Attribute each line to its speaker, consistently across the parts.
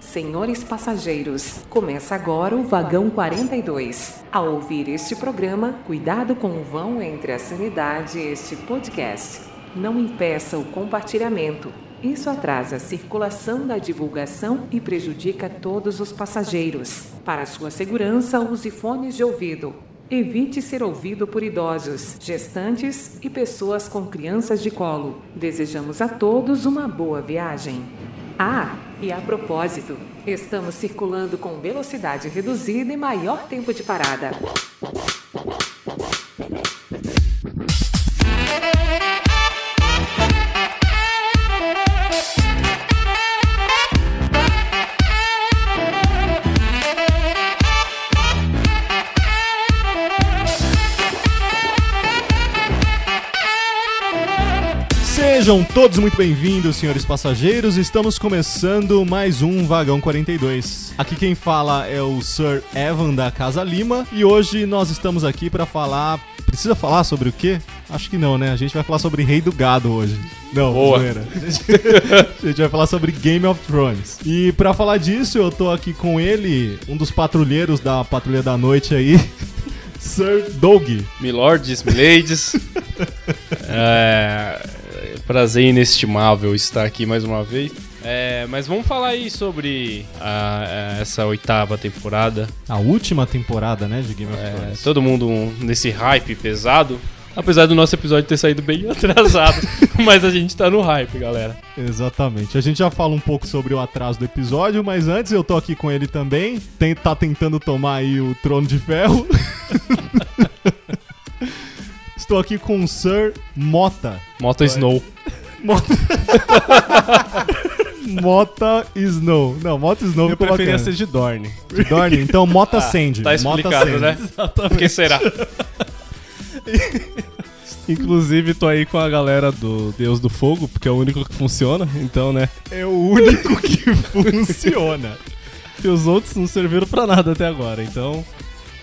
Speaker 1: senhores passageiros. Começa agora o vagão 42. Ao ouvir este programa, cuidado com o vão entre a sanidade e este podcast. Não impeça o compartilhamento. Isso atrasa a circulação da divulgação e prejudica todos os passageiros. Para sua segurança, use fones de ouvido. Evite ser ouvido por idosos, gestantes e pessoas com crianças de colo. Desejamos a todos uma boa viagem. Ah, e a propósito, estamos circulando com velocidade reduzida e maior tempo de parada.
Speaker 2: Sejam todos muito bem-vindos, senhores passageiros. Estamos começando mais um Vagão 42. Aqui quem fala é o Sir Evan da Casa Lima e hoje nós estamos aqui para falar. Precisa falar sobre o quê? Acho que não, né? A gente vai falar sobre Rei do Gado hoje. Não,
Speaker 3: Boa.
Speaker 2: zoeira. A gente vai falar sobre Game of Thrones. E para falar disso, eu tô aqui com ele, um dos patrulheiros da Patrulha da Noite aí, Sir Doug.
Speaker 3: Milords, miladies. é, prazer inestimável estar aqui mais uma vez. É, mas vamos falar aí sobre a- a- essa oitava temporada.
Speaker 2: A última temporada, né, de Game of
Speaker 3: É,
Speaker 2: Thrones.
Speaker 3: todo mundo nesse hype pesado. Apesar do nosso episódio ter saído bem atrasado, mas a gente tá no hype, galera.
Speaker 2: Exatamente. A gente já fala um pouco sobre o atraso do episódio, mas antes eu tô aqui com ele também. Tem- tá tentando tomar aí o trono de ferro. Estou aqui com o Sir Mota.
Speaker 3: Mota Snow.
Speaker 2: Mota. Mota Snow. Não, Mota Snow
Speaker 4: Eu
Speaker 2: ficou
Speaker 4: preferia
Speaker 2: bacana.
Speaker 4: ser de Dorne.
Speaker 2: de Dorne. Então, Mota Sandy.
Speaker 3: Tá
Speaker 2: Mota
Speaker 3: explicado,
Speaker 2: Sandy.
Speaker 3: né? Por que será?
Speaker 4: Inclusive, tô aí com a galera do Deus do Fogo, porque é o único que funciona, então, né?
Speaker 2: É o único que funciona.
Speaker 4: E os outros não serviram pra nada até agora, então.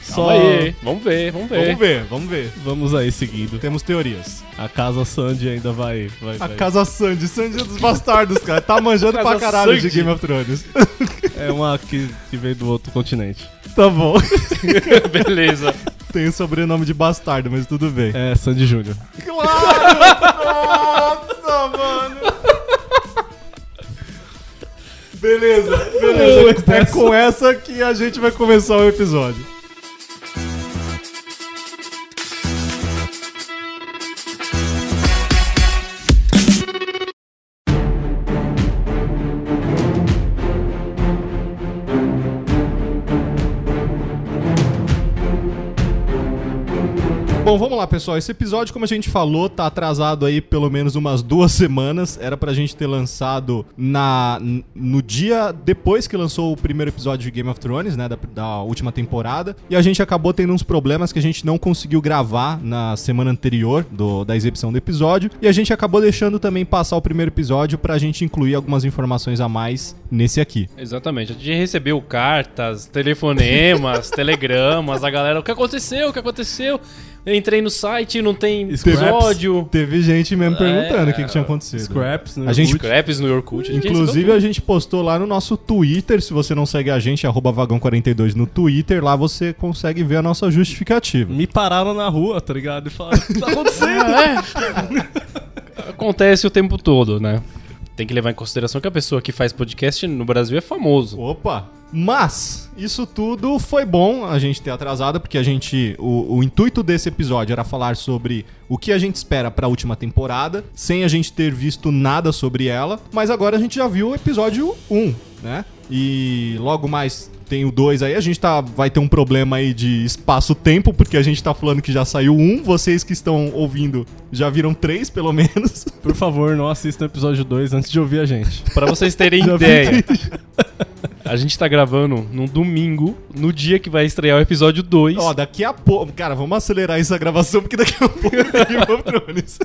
Speaker 4: Só
Speaker 3: Calma aí, vamos ver, vamos ver.
Speaker 2: Vamos ver, vamos ver.
Speaker 4: Vamos aí seguindo.
Speaker 2: Temos teorias.
Speaker 4: A casa Sandy ainda vai. vai,
Speaker 2: A
Speaker 4: vai.
Speaker 2: Casa Sandy, Sandy é dos bastardos, cara. Tá manjando pra
Speaker 3: Casa
Speaker 2: caralho de
Speaker 3: Sandy.
Speaker 2: Game of Thrones.
Speaker 4: É uma que, que veio do outro continente.
Speaker 2: Tá bom.
Speaker 3: Beleza.
Speaker 2: Tem o sobrenome de bastardo, mas tudo bem.
Speaker 4: É Sandy Júnior.
Speaker 2: Claro! Nossa, mano! Beleza, beleza. É com essa que a gente vai começar o episódio. Bom, vamos lá, pessoal. Esse episódio, como a gente falou, tá atrasado aí pelo menos umas duas semanas. Era pra gente ter lançado na n- no dia depois que lançou o primeiro episódio de Game of Thrones, né, da, da última temporada. E a gente acabou tendo uns problemas que a gente não conseguiu gravar na semana anterior do- da exibição do episódio. E a gente acabou deixando também passar o primeiro episódio pra gente incluir algumas informações a mais nesse aqui.
Speaker 3: Exatamente. A gente recebeu cartas, telefonemas, telegramas, a galera, o que aconteceu? O que aconteceu? Eu entrei no site, não tem
Speaker 4: Scraps.
Speaker 3: episódio.
Speaker 2: Teve gente mesmo perguntando o que, que tinha acontecido.
Speaker 4: Scraps, né?
Speaker 2: A gente-
Speaker 3: Scraps no Yorkut. a gente
Speaker 2: Inclusive, a gente postou lá no nosso Twitter. Se você não segue a gente, arroba vagão42 no Twitter. Lá você consegue ver a nossa justificativa.
Speaker 4: Me pararam na rua, tá ligado? E falaram: o que tá acontecendo?
Speaker 3: recebeu- acontece o tempo todo, né? Tem que levar em consideração que a pessoa que faz podcast no Brasil é famoso.
Speaker 2: Opa! Mas isso tudo foi bom a gente ter atrasado, porque a gente. O, o intuito desse episódio era falar sobre o que a gente espera pra última temporada, sem a gente ter visto nada sobre ela. Mas agora a gente já viu o episódio 1, né? E logo mais tem o 2 aí. A gente tá, vai ter um problema aí de espaço-tempo, porque a gente tá falando que já saiu um. Vocês que estão ouvindo já viram três, pelo menos.
Speaker 4: Por favor, não assistam o episódio 2 antes de ouvir a gente.
Speaker 3: Pra vocês terem
Speaker 2: Já vi
Speaker 3: ideia, a gente tá gravando num domingo, no dia que vai estrear o episódio 2.
Speaker 2: Ó, daqui a pouco. Cara, vamos acelerar essa gravação, porque daqui a pouco tem Game of Thrones.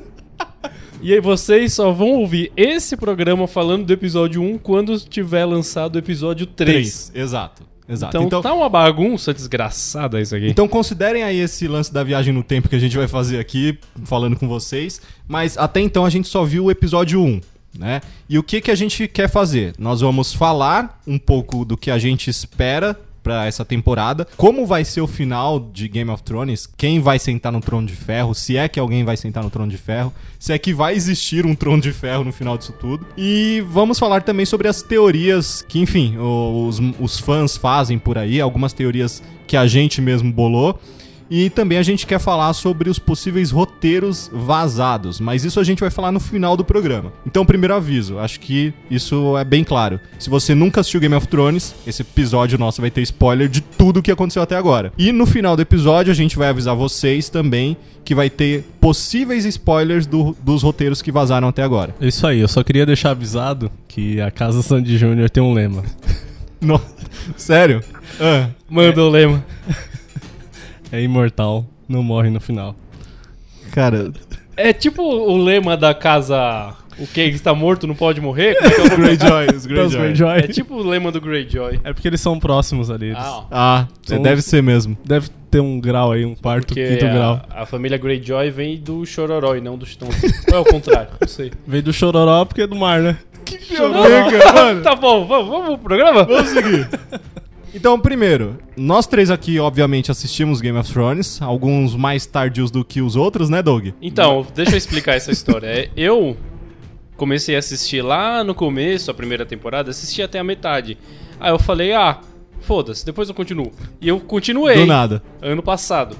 Speaker 3: E aí vocês só vão ouvir esse programa falando do episódio 1 quando tiver lançado o episódio 3.
Speaker 2: Três, exato. Exato.
Speaker 3: Então,
Speaker 2: Então, então,
Speaker 3: tá uma bagunça desgraçada isso aqui.
Speaker 2: considerem aí esse lance da viagem no tempo que a gente vai fazer aqui, falando com vocês. Mas até então a gente só viu o episódio 1. né? E o que, que a gente quer fazer? Nós vamos falar um pouco do que a gente espera para essa temporada, como vai ser o final de Game of Thrones, quem vai sentar no trono de ferro, se é que alguém vai sentar no trono de ferro, se é que vai existir um trono de ferro no final disso tudo. E vamos falar também sobre as teorias que, enfim, os, os fãs fazem por aí, algumas teorias que a gente mesmo bolou. E também a gente quer falar sobre os possíveis roteiros vazados, mas isso a gente vai falar no final do programa. Então, primeiro aviso, acho que isso é bem claro. Se você nunca assistiu Game of Thrones, esse episódio nosso vai ter spoiler de tudo o que aconteceu até agora. E no final do episódio a gente vai avisar vocês também que vai ter possíveis spoilers do- dos roteiros que vazaram até agora.
Speaker 4: É Isso aí, eu só queria deixar avisado que a Casa Sandy Júnior tem um lema.
Speaker 2: No- Sério? Ah,
Speaker 3: Manda o lema.
Speaker 4: É imortal, não morre no final.
Speaker 2: cara,
Speaker 3: É tipo o lema da casa. O que está morto não pode morrer? Como é que é o nome?
Speaker 2: Greyjoy, os
Speaker 4: Os
Speaker 2: Greyjoy.
Speaker 4: Greyjoy.
Speaker 3: É tipo o lema do Greyjoy.
Speaker 4: É porque eles são próximos ali. eles-
Speaker 3: Ah, ó.
Speaker 2: Ah,
Speaker 4: Então-
Speaker 2: deve ser mesmo.
Speaker 4: Deve ter um grau aí, um quarto,
Speaker 3: Porque
Speaker 4: quinto
Speaker 3: a,
Speaker 4: grau.
Speaker 3: a família Greyjoy vem do Chororó e não dos Tontos. Ou é o contrário? Não sei.
Speaker 4: Veio do Chororó porque é do mar, né?
Speaker 3: tá bom, vamos, vamos pro programa?
Speaker 2: Então, primeiro, nós três aqui, obviamente, assistimos Game of Thrones, alguns mais tardios do que os outros, né, Doug?
Speaker 3: Então, deixa eu explicar essa história. É, Eu comecei a assistir lá no começo, a primeira temporada, assisti até a metade. Aí eu falei, ah, foda-se, depois eu continuo. E eu continuei.
Speaker 2: Do nada.
Speaker 3: Ano passado.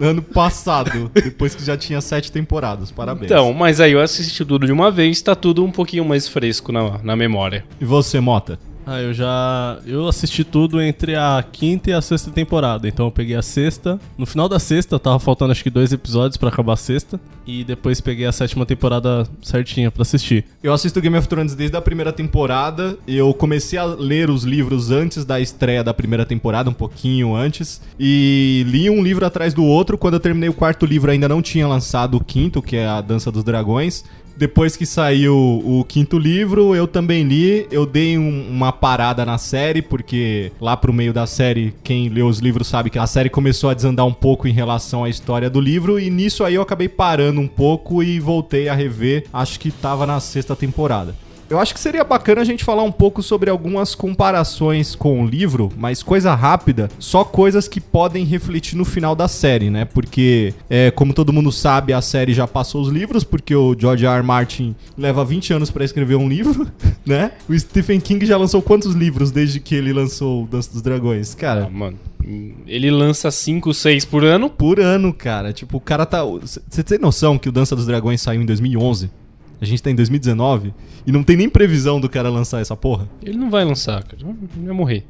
Speaker 2: Ano passado, depois que já tinha sete temporadas, parabéns.
Speaker 3: Então, mas aí eu assisti tudo de uma vez, tá tudo um pouquinho mais fresco na, na memória.
Speaker 2: E você, Mota?
Speaker 4: Ah, eu já. Eu assisti tudo entre a quinta e a sexta temporada. Então eu peguei a sexta. No final da sexta, tava faltando acho que dois episódios pra acabar a sexta. E depois peguei a sétima temporada certinha pra assistir.
Speaker 2: Eu assisto Game of Thrones desde a primeira temporada. Eu comecei a ler os livros antes da estreia da primeira temporada, um pouquinho antes. E li um livro atrás do outro. Quando eu terminei o quarto livro, ainda não tinha lançado o quinto, que é A Dança dos Dragões. Depois que saiu o quinto livro, eu também li. Eu dei um- uma parada na série, porque lá pro meio da série, quem leu os livros sabe que a série começou a desandar um pouco em relação à história do livro. E nisso aí eu acabei parando um pouco e voltei a rever. Acho que tava na sexta temporada. Eu acho que seria bacana a gente falar um pouco sobre algumas comparações com o livro, mas coisa rápida, só coisas que podem refletir no final da série, né? Porque, é, como todo mundo sabe, a série já passou os livros, porque o George R. R. Martin leva 20 anos pra escrever um livro, né? O Stephen King já lançou quantos livros desde que ele lançou o Dança dos Dragões? Cara,
Speaker 3: Ah, mano. Ele lança 5, 6 por ano.
Speaker 2: por ano, cara. Tipo, o cara tá. Você tem noção que o Dança dos Dragões saiu em 2011? A gente tá em 2019 e não tem nem previsão do cara lançar essa porra?
Speaker 3: Ele não vai lançar, cara. Ele vai morrer.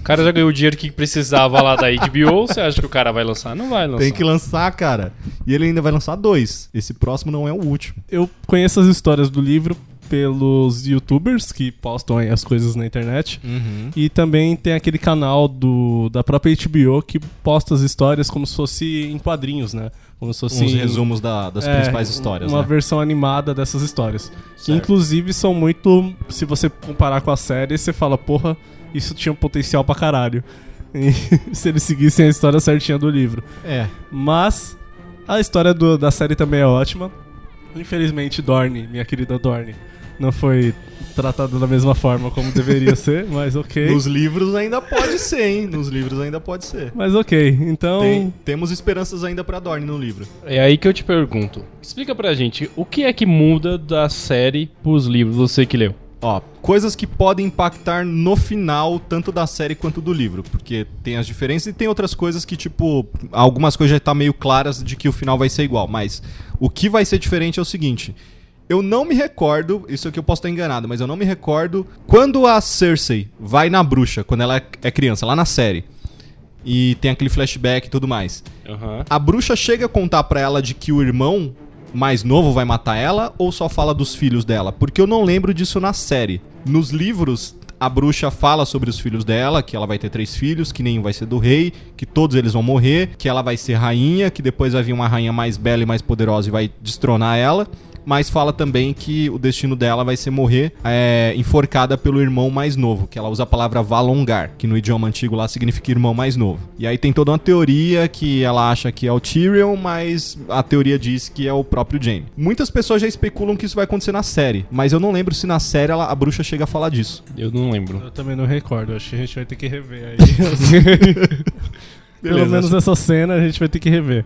Speaker 3: O cara já ganhou o dinheiro que precisava lá da HBO. Você acha que o cara vai lançar? Não vai lançar.
Speaker 2: Tem que lançar, cara. E ele ainda vai lançar dois. Esse próximo não é o último.
Speaker 4: Eu conheço as histórias do livro pelos youtubers que postam aí as coisas na internet. E também tem aquele canal do, da própria HBO que posta as histórias como se fosse em quadrinhos, né? Como se fosse
Speaker 2: Os
Speaker 4: em-
Speaker 2: resumos da- das
Speaker 4: É,
Speaker 2: principais histórias,
Speaker 4: Uma
Speaker 2: né?
Speaker 4: versão animada dessas histórias. Que,
Speaker 2: Certo.
Speaker 4: inclusive, são muito. Se você comparar com a série, você fala, porra, isso tinha um potencial pra caralho. E se eles seguissem a história certinha do livro.
Speaker 2: É.
Speaker 4: Mas a história do- da série também é ótima. Infelizmente, Dorne, minha querida Dorne, não foi tratada da mesma forma como deveria ser, mas ok.
Speaker 2: Nos livros ainda pode ser, hein? Nos livros ainda pode ser.
Speaker 4: Mas ok, então.
Speaker 2: Tem- temos esperanças ainda pra Dorne no livro.
Speaker 3: É aí que eu te pergunto. Explica pra gente, o que é que muda da série pros livros, você que leu?
Speaker 2: Ó, coisas que podem impactar no final, tanto da série quanto do livro. Porque tem as diferenças e tem outras coisas que, tipo, algumas coisas já tá meio claras de que o final vai ser igual. Mas o que vai ser diferente é o seguinte. Eu não me recordo, isso aqui eu posso estar enganado, mas eu não me recordo quando a Cersei vai na bruxa, quando ela é criança, lá na série. E tem aquele flashback e tudo mais.
Speaker 3: Aham.
Speaker 2: A bruxa chega a contar pra ela de que o irmão mais novo vai matar ela ou só fala dos filhos dela? Porque eu não lembro disso na série. Nos livros, a bruxa fala sobre os filhos dela, que ela vai ter três filhos, que nenhum vai ser do rei, que todos eles vão morrer, que ela vai ser rainha, que depois vai vir uma rainha mais bela e mais poderosa e vai destronar ela. mas fala também que o destino dela vai ser morrer é, enforcada pelo irmão mais novo, que ela usa a palavra valongar, que no idioma antigo lá significa irmão mais novo. E aí tem toda uma teoria que ela acha que é o Tyrion, mas a teoria diz que é o próprio Jaime. Muitas pessoas já especulam que isso vai acontecer na série, mas eu não lembro se na série ela- a bruxa chega a falar disso.
Speaker 3: Eu não lembro.
Speaker 4: Eu também não recordo, acho que a gente vai ter que rever aí. Pelo
Speaker 2: Beleza.
Speaker 4: menos essa cena a gente vai ter que rever.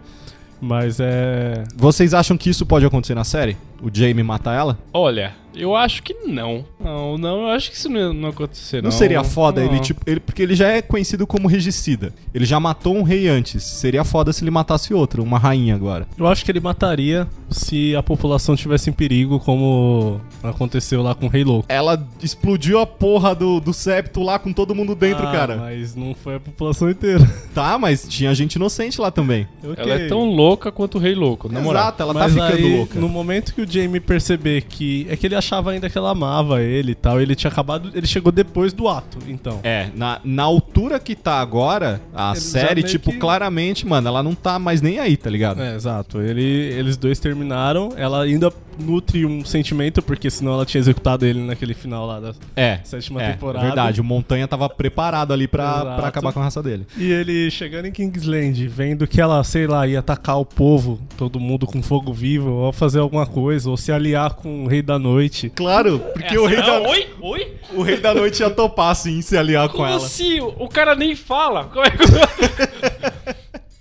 Speaker 4: Mas é.
Speaker 2: Vocês acham que isso pode acontecer na série? O Jaime mata ela?
Speaker 3: Olha, eu acho que não. Não, não, eu acho que isso não, não acontecerá.
Speaker 2: Não, seria foda
Speaker 3: Não.
Speaker 2: ele, tipo, ele, porque ele já é conhecido como regicida. Ele já matou um rei antes. Seria foda se ele matasse outro, uma rainha agora.
Speaker 4: Eu acho que ele mataria se a população tivesse em perigo, como aconteceu lá com o Rei Louco.
Speaker 2: Ela explodiu a porra do, do septo lá com todo mundo É dentro,
Speaker 4: Ah,
Speaker 2: cara.
Speaker 4: Mas não foi a população inteira.
Speaker 2: Tá, mas tinha gente inocente lá também.
Speaker 3: Ela é tão louca quanto o Rei Louco, na moral.
Speaker 2: Exato, ela
Speaker 4: Mas
Speaker 2: tá ficando
Speaker 4: aí,
Speaker 2: louca.
Speaker 4: No momento que o Jamie perceber que. É que ele achava ainda que ela amava ele e tal. Ele tinha acabado. Ele chegou depois do ato, então.
Speaker 2: É, na, na altura que tá agora, a
Speaker 4: Ele já
Speaker 2: série,
Speaker 4: meio
Speaker 2: tipo,
Speaker 4: que-
Speaker 2: claramente, mano, ela não tá mais nem aí, tá ligado?
Speaker 4: É, exato. Ele, eles dois terminaram. Ela ainda nutre um sentimento, porque senão ela tinha executado ele naquele final lá. Da...
Speaker 2: É.
Speaker 4: Sétima
Speaker 2: é,
Speaker 4: temporada.
Speaker 2: Verdade, o Montanha tava preparado ali pra,
Speaker 4: Exato.
Speaker 2: pra acabar com a raça dele.
Speaker 4: E ele chegando em Kingsland, vendo que ela, sei lá, ia atacar o povo, todo mundo com fogo vivo, ou fazer alguma coisa, ou se aliar com o Rei da Noite.
Speaker 2: Claro, porque o,
Speaker 4: é
Speaker 2: rei da,
Speaker 3: Oi? Oi?
Speaker 2: o rei da noite ia topar, assim, se aliar com
Speaker 3: Como
Speaker 2: ela.
Speaker 3: assim? O o cara nem fala. Como é que.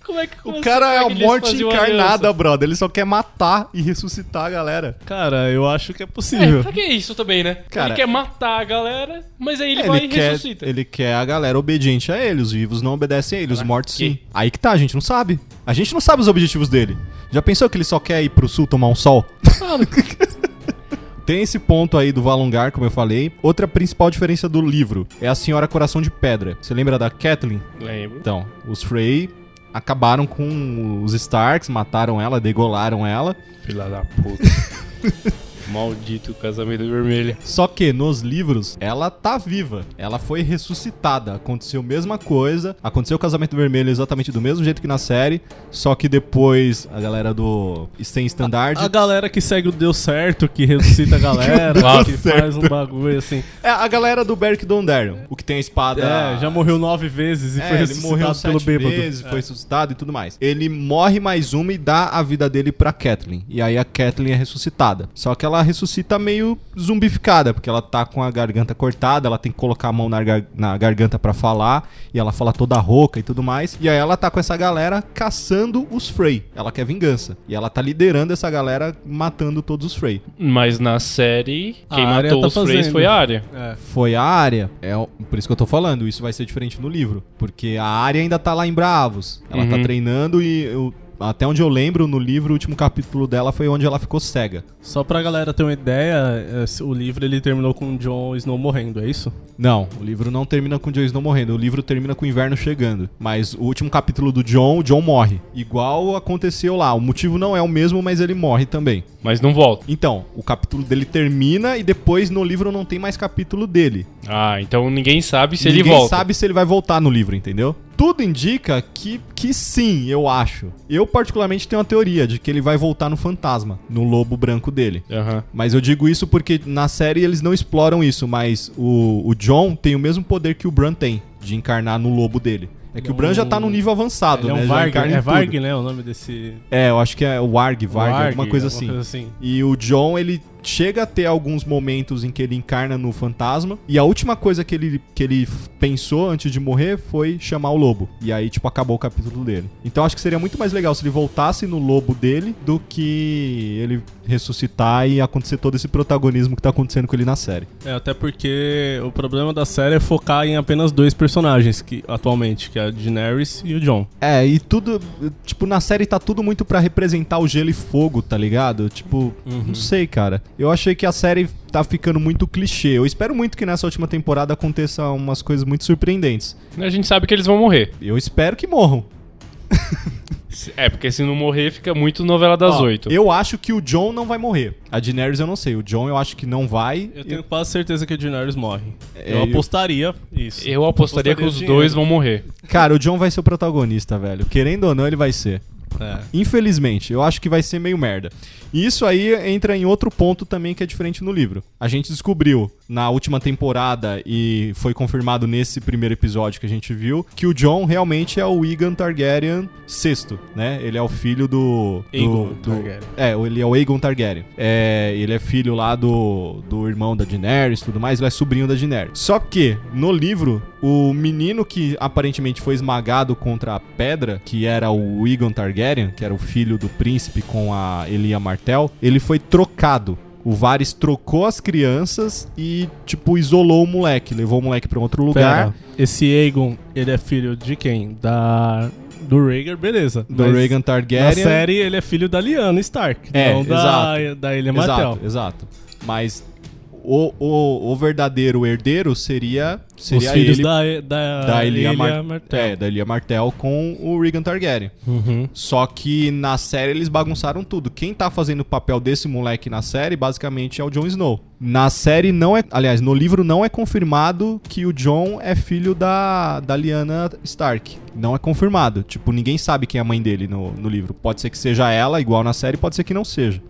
Speaker 3: Como é que como
Speaker 2: O
Speaker 3: assim
Speaker 2: cara é a
Speaker 3: eles
Speaker 2: morte
Speaker 3: faziam
Speaker 2: encarnada,
Speaker 3: aliança?
Speaker 2: brother. Ele só quer matar e ressuscitar a galera.
Speaker 4: Cara, eu acho que é possível.
Speaker 3: É, pra que isso também, né?
Speaker 2: Cara-
Speaker 3: ele quer matar a galera, mas aí ele,
Speaker 2: É,
Speaker 3: vai e
Speaker 2: quer,
Speaker 3: ressuscita.
Speaker 2: ele quer a galera obediente a ele. Os vivos não obedecem a ele, os mortos
Speaker 3: quê?
Speaker 2: sim. Aí que tá, a gente não sabe. A gente não sabe os objetivos dele. Já pensou que ele só quer ir pro sul tomar um sol? Tem esse ponto aí do Valongar, como eu falei. Outra principal diferença do livro é a Senhora Coração de Pedra. Você lembra da Kathleen?
Speaker 3: Lembro.
Speaker 2: Então, os Frey acabaram com os Starks, mataram ela, degolaram ela.
Speaker 3: Filha da puta. Maldito casamento vermelho.
Speaker 2: Só que nos livros ela tá viva, ela foi ressuscitada, aconteceu a mesma coisa, aconteceu o casamento vermelho exatamente do mesmo jeito que na série, só que depois a galera do Sem Standard
Speaker 4: A galera que segue o Deus certo, que ressuscita a galera,
Speaker 2: Deus
Speaker 4: que faz um bagulho assim.
Speaker 2: é a galera do Beric Dondarrion, o que tem a espada
Speaker 4: É, já morreu nove vezes e
Speaker 2: Ah. É,
Speaker 4: foi
Speaker 2: ele morreu
Speaker 4: ressuscitado pelo
Speaker 2: sete
Speaker 4: bêbado. É.
Speaker 2: vezes, foi ressuscitado e tudo mais. Ele morre mais uma e dá a vida dele pra Kathleen. E aí a Kathleen é ressuscitada. Só que ela ressuscita meio zumbificada, porque ela tá com a garganta cortada, ela tem que colocar a mão na, gar- na garganta pra falar, e ela fala toda rouca e tudo mais. E aí ela tá com essa galera caçando os Frey. Ela quer vingança. E ela tá liderando essa galera matando todos os Frey.
Speaker 3: Mas na série,
Speaker 4: A
Speaker 3: quem
Speaker 4: Arya
Speaker 3: matou
Speaker 4: tá
Speaker 3: os três
Speaker 4: fazendo.
Speaker 3: foi a área.
Speaker 4: É.
Speaker 2: Foi a área. É o- por isso que eu tô falando. Isso vai ser diferente no livro. Porque a área ainda tá lá em Bravos. Ela tá
Speaker 3: Uhum.
Speaker 2: treinando e eu- até onde eu lembro, no livro, o último capítulo dela foi onde ela ficou cega.
Speaker 4: Só pra galera ter uma ideia, esse- o livro ele terminou com o Jon Snow morrendo, é isso?
Speaker 2: Não, o livro não termina com o Jon Snow morrendo. O livro termina com o inverno chegando. Mas o último capítulo do John, o John morre. Igual aconteceu lá. O motivo não é o mesmo, mas ele morre também.
Speaker 3: Mas não volta.
Speaker 2: Então, o capítulo dele termina e depois no livro não tem mais capítulo dele.
Speaker 3: Ah, então ninguém sabe se ele
Speaker 2: Ninguém
Speaker 3: volta.
Speaker 2: sabe se ele vai voltar no livro, entendeu? Tudo indica que, que sim, eu acho. Eu, particularmente, tenho a teoria de que ele vai voltar no fantasma, no lobo branco dele.
Speaker 3: Aham.
Speaker 2: Mas eu digo isso porque na série eles não exploram isso, mas o, o John tem o mesmo poder que o Bran tem, de encarnar no lobo dele. É que o Bran já tá no nível avançado,
Speaker 4: Ele é
Speaker 2: né?
Speaker 4: um
Speaker 2: Já
Speaker 4: Varg,
Speaker 2: encarna em
Speaker 4: é
Speaker 2: tudo.
Speaker 4: Varg, né? O nome desse.
Speaker 2: É, eu acho que é o Warg, Varg,
Speaker 4: Varg,
Speaker 2: alguma coisa assim. E o John, ele chega a ter alguns momentos em que ele encarna no fantasma. E a última coisa que ele, que ele f- pensou antes de morrer foi chamar o lobo. E aí, tipo, acabou o capítulo dele. Então acho que seria muito mais legal se ele voltasse no lobo dele do que ele ressuscitar e acontecer todo esse protagonismo que tá acontecendo com ele na série.
Speaker 4: É, até porque o problema da série é focar em apenas dois personagens que, atualmente, que é a Daenerys e o Jon.
Speaker 2: É, e tudo. Tipo, na série tá tudo muito pra representar o gelo e fogo, tá ligado? Tipo,
Speaker 4: Uhum.
Speaker 2: não sei, cara. Eu achei que a série tá ficando muito clichê. Eu espero muito que nessa última temporada aconteça umas coisas muito surpreendentes.
Speaker 3: A gente sabe que eles vão morrer.
Speaker 2: Eu espero que morram.
Speaker 3: É, porque se não morrer, fica muito novela das
Speaker 2: Ó,
Speaker 3: oito.
Speaker 2: Eu acho que o John não vai morrer. A Daenerys eu não sei. O John eu acho que não vai.
Speaker 4: Eu tenho quase certeza que a Daenerys morre.
Speaker 2: eu-
Speaker 4: eu apostaria isso.
Speaker 3: Eu apostaria que os
Speaker 4: dinheiro.
Speaker 3: dois vão morrer.
Speaker 2: Cara, o John vai ser o protagonista, velho. Querendo ou não, ele vai ser.
Speaker 3: É.
Speaker 2: Infelizmente, eu acho que vai ser meio merda. E isso aí entra em outro ponto também que é diferente no livro. A gente descobriu na última temporada e foi confirmado nesse primeiro episódio que a gente viu que o John realmente é o Egan Targaryen VI, né? Ele é o filho do. do-
Speaker 3: Aegon
Speaker 2: do-
Speaker 3: Targaryen.
Speaker 2: É, ele é o Aegon Targaryen. É, ele é filho lá do, do irmão da Daenerys e tudo mais, ele é sobrinho da Daenerys. Só que, no livro, o menino que aparentemente foi esmagado contra a pedra, que era o Egon Targaryen, que era o filho do príncipe com a Elia Martell, ele foi trocado. O Varys trocou as crianças e, tipo, isolou o moleque. Levou o moleque pra um outro lugar.
Speaker 4: Pera, esse Aegon, ele é filho de quem? Da... Do Rhaegar, beleza.
Speaker 2: Do
Speaker 4: Mas
Speaker 2: Reagan
Speaker 4: Na
Speaker 2: Targaryen.
Speaker 4: série, ele é filho da Lyanna Stark.
Speaker 2: É,
Speaker 4: não da,
Speaker 2: exato.
Speaker 4: da Ilha Martell.
Speaker 2: Exato, exato. Mas o, o, o verdadeiro herdeiro seria, seria
Speaker 4: Os filhos
Speaker 2: ele
Speaker 4: da, da,
Speaker 2: da Elia, Mar-
Speaker 4: Martell.
Speaker 2: É, da Elia Martell com o Regan Targaryen.
Speaker 4: Uhum.
Speaker 2: Só que na série eles bagunçaram tudo. Quem tá fazendo o papel desse moleque na série, basicamente, é o Jon Snow. Na série não é. Aliás, no livro não é confirmado que o Jon é filho da, da Lyanna Stark. Não é confirmado. Tipo, ninguém sabe quem é a mãe dele no, no livro. Pode ser que seja ela, igual na série, pode ser que não seja.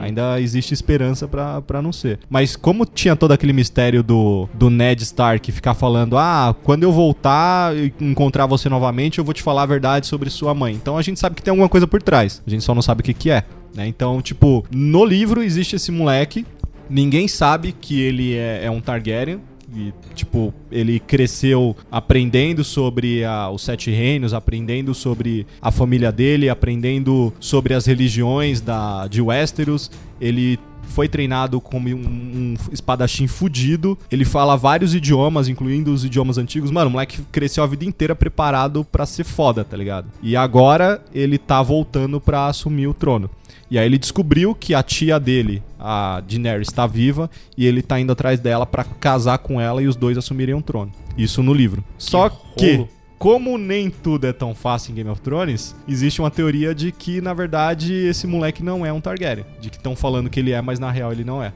Speaker 2: Ainda existe esperança pra pra não ser. Mas como tinha todo aquele mistério do, do Ned Stark ficar falando: Ah, quando eu voltar e encontrar você novamente, eu vou te falar a verdade sobre sua mãe. Então a gente sabe que tem alguma coisa por trás. A gente só não sabe o que, que é. Né? Então, tipo, no livro existe esse moleque. Ninguém sabe que ele é, é um Targaryen. E, tipo, ele cresceu aprendendo sobre a- os Sete Reinos, aprendendo sobre a família dele, aprendendo sobre as religiões da, de Westeros. Ele foi treinado como um, um espadachim fudido. Ele fala vários idiomas, incluindo os idiomas antigos. Mano, o moleque cresceu a vida inteira preparado pra ser foda, tá ligado? E agora ele tá voltando pra assumir o trono. E aí ele descobriu que a tia dele, a Daenerys, está viva e ele tá indo atrás dela pra casar com ela e os dois assumirem o trono. Isso no livro. Só que,
Speaker 3: rolo.
Speaker 2: como nem tudo é tão fácil em Game of Thrones, existe uma teoria de que, na verdade, esse moleque não é um Targaryen. De que estão falando que ele é, mas na real ele não é.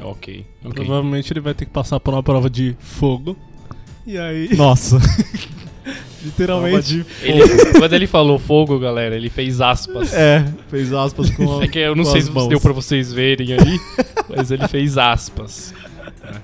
Speaker 3: Ok. ok.
Speaker 4: Provavelmente ele vai ter que passar por uma prova de fogo. E aí,
Speaker 2: Nossa.
Speaker 4: literalmente...
Speaker 3: Ele- quando ele falou fogo, galera, ele fez aspas. É,
Speaker 2: É, fez aspas com.
Speaker 3: que eu não
Speaker 2: com
Speaker 3: sei
Speaker 2: as
Speaker 3: se
Speaker 2: mãos.
Speaker 3: deu pra vocês verem aí, mas ele fez aspas. né?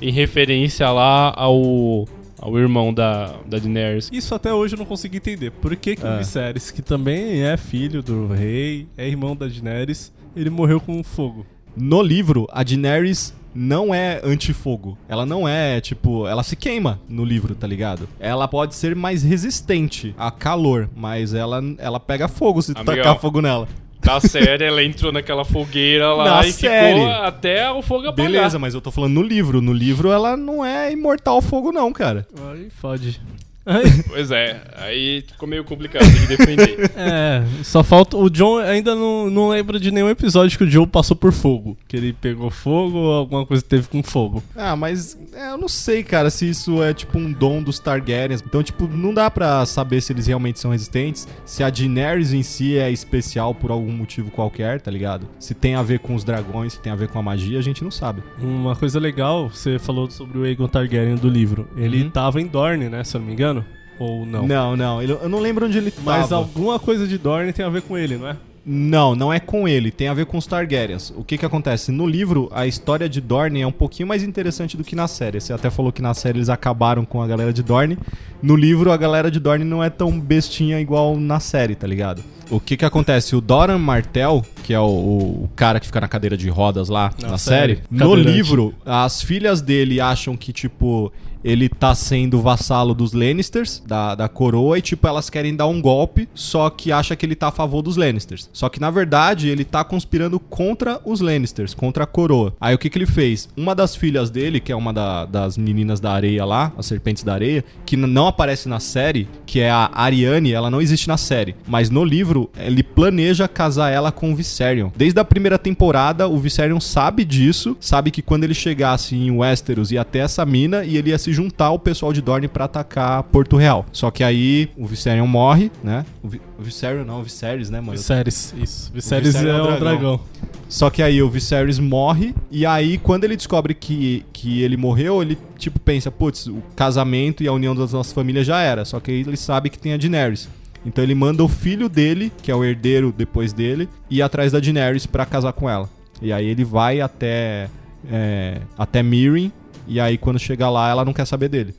Speaker 3: Em referência lá ao, ao irmão da, da Daenerys.
Speaker 4: Isso até hoje eu não consegui entender. Por que, que
Speaker 2: É.
Speaker 4: o Viserys, que também é filho do rei, é irmão da Daenerys, ele morreu com fogo?
Speaker 2: No livro, a Daenerys não é antifogo. Ela não é, tipo, ela se queima no livro, tá ligado? Ela pode ser mais resistente a calor, mas ela, ela pega fogo se
Speaker 3: Amigão.
Speaker 2: tacar fogo nela.
Speaker 3: Da série, ela entrou naquela fogueira lá
Speaker 2: Na
Speaker 3: e
Speaker 2: série.
Speaker 3: ficou até o fogo apagar.
Speaker 2: Beleza, mas eu tô falando no livro. No livro ela não é imortal fogo, não, cara.
Speaker 4: Ai, fode.
Speaker 3: Pois é, aí ficou meio complicado, tem que defender.
Speaker 4: é, só falta. O John ainda não, não lembra de nenhum episódio que o Joe passou por fogo. Que ele pegou fogo ou alguma coisa teve com fogo.
Speaker 2: Ah, mas é, eu não sei, cara, se isso é tipo um dom dos Targaryens. Então, tipo, não dá pra saber se eles realmente são resistentes, se a Daenerys em si é especial por algum motivo qualquer, tá ligado? Se tem a ver com os dragões, se tem a ver com a magia, a gente não sabe.
Speaker 4: Uma coisa legal, você falou sobre o Aegon Targaryen do livro. Ele
Speaker 2: Uhum.
Speaker 4: tava em Dorne, né? Se eu não me engano. Ou não.
Speaker 2: Não, não, ele- eu não lembro onde ele
Speaker 4: Mas
Speaker 2: tava.
Speaker 4: alguma coisa de Dorne tem a ver com ele, não é?
Speaker 2: Não, não é com ele, tem a ver com os Targaryens. O que que acontece? No livro, a história de Dorne é um pouquinho mais interessante do que na série. Você até falou que na série eles acabaram com a galera de Dorne. No livro, a galera de Dorne não é tão bestinha igual na série, tá ligado? O que que acontece? O Doran Martell, que é o, o cara que fica na cadeira de rodas lá na,
Speaker 4: Na
Speaker 2: série,
Speaker 4: série.
Speaker 2: no
Speaker 4: Cadeirante.
Speaker 2: livro, as filhas dele acham que, tipo, ele tá sendo vassalo dos Lannisters, da, da coroa, e, tipo, elas querem dar um golpe, só que acha que ele tá a favor dos Lannisters. Só que, na verdade, ele tá conspirando contra os Lannisters, contra a coroa. Aí, o que que ele fez? Uma das filhas dele, que é uma da- das meninas da areia lá, as serpentes da areia, que n- não aparece na série, que é a Ariane, ela não existe na série. Mas no livro, ele planeja casar ela com o Viserion. Desde a primeira temporada, o Viserion sabe disso, sabe que quando ele chegasse em Westeros ia até essa mina e ele ia se juntar ao pessoal de Dorne pra atacar Porto Real. Só que aí o Viserion morre, né? O, Vi o Viserion não, o Viserys, né, mano?
Speaker 4: Viserys, isso. Viserys,
Speaker 2: Viserys
Speaker 4: é o dragão.
Speaker 2: Só que aí o Viserys morre, e aí quando ele descobre que, que ele morreu, ele tipo pensa, putz, o casamento e a união das nossas famílias já era. Só que aí ele sabe que tem a Daenerys. Então ele manda o filho dele, que é o herdeiro depois dele, ir atrás da Daenerys pra casar com ela. E aí ele vai até é, até Meereen e aí quando chega lá ela não quer saber dele.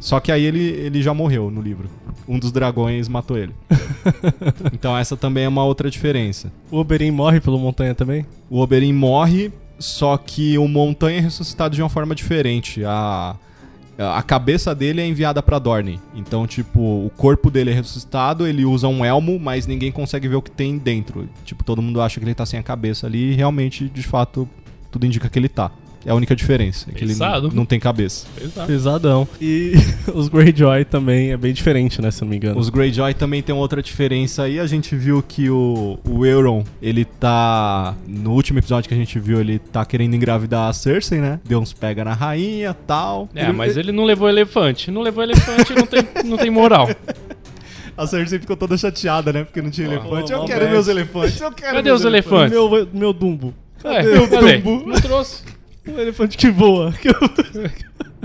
Speaker 2: Só que aí ele, ele já morreu no livro. Um dos dragões matou ele. então essa também é uma outra diferença.
Speaker 4: O Oberyn morre pelo Montanha também?
Speaker 2: O Oberyn morre, só que o Montanha é ressuscitado de uma forma diferente. A, a cabeça dele é enviada pra Dorne. Então, tipo, o corpo dele é ressuscitado, ele usa um elmo, mas ninguém consegue ver o que tem dentro. Tipo, todo mundo acha que ele tá sem a cabeça ali e realmente, de fato, tudo indica que ele tá. É a única diferença, é que ele
Speaker 3: Pesado.
Speaker 2: não- não tem cabeça.
Speaker 4: Ah.
Speaker 3: Exato.
Speaker 4: Pesadão. E os Greyjoy também é bem diferente, né? Se eu não me engano.
Speaker 2: Os Greyjoy também tem uma outra diferença aí. A gente viu que o, o Euron, ele tá. No último episódio que a gente viu, ele tá querendo engravidar a Cersei, né? Deu uns pega na rainha tal.
Speaker 3: É, mas ele não levou elefante. Não levou elefante, não tem, não tem moral.
Speaker 2: A Cersei ficou toda chateada, né? Porque não tinha
Speaker 3: Ó,
Speaker 2: elefante. Eu
Speaker 4: ó,
Speaker 2: quero
Speaker 4: Malbec.
Speaker 2: meus elefantes, eu quero.
Speaker 3: Cadê
Speaker 2: meus
Speaker 3: os elefantes?
Speaker 4: Meu, meu Dumbo.
Speaker 3: É,
Speaker 4: Cadê o
Speaker 3: cadê?
Speaker 4: Dumbo?
Speaker 3: Não trouxe.
Speaker 4: O elefante que voa. Que eu-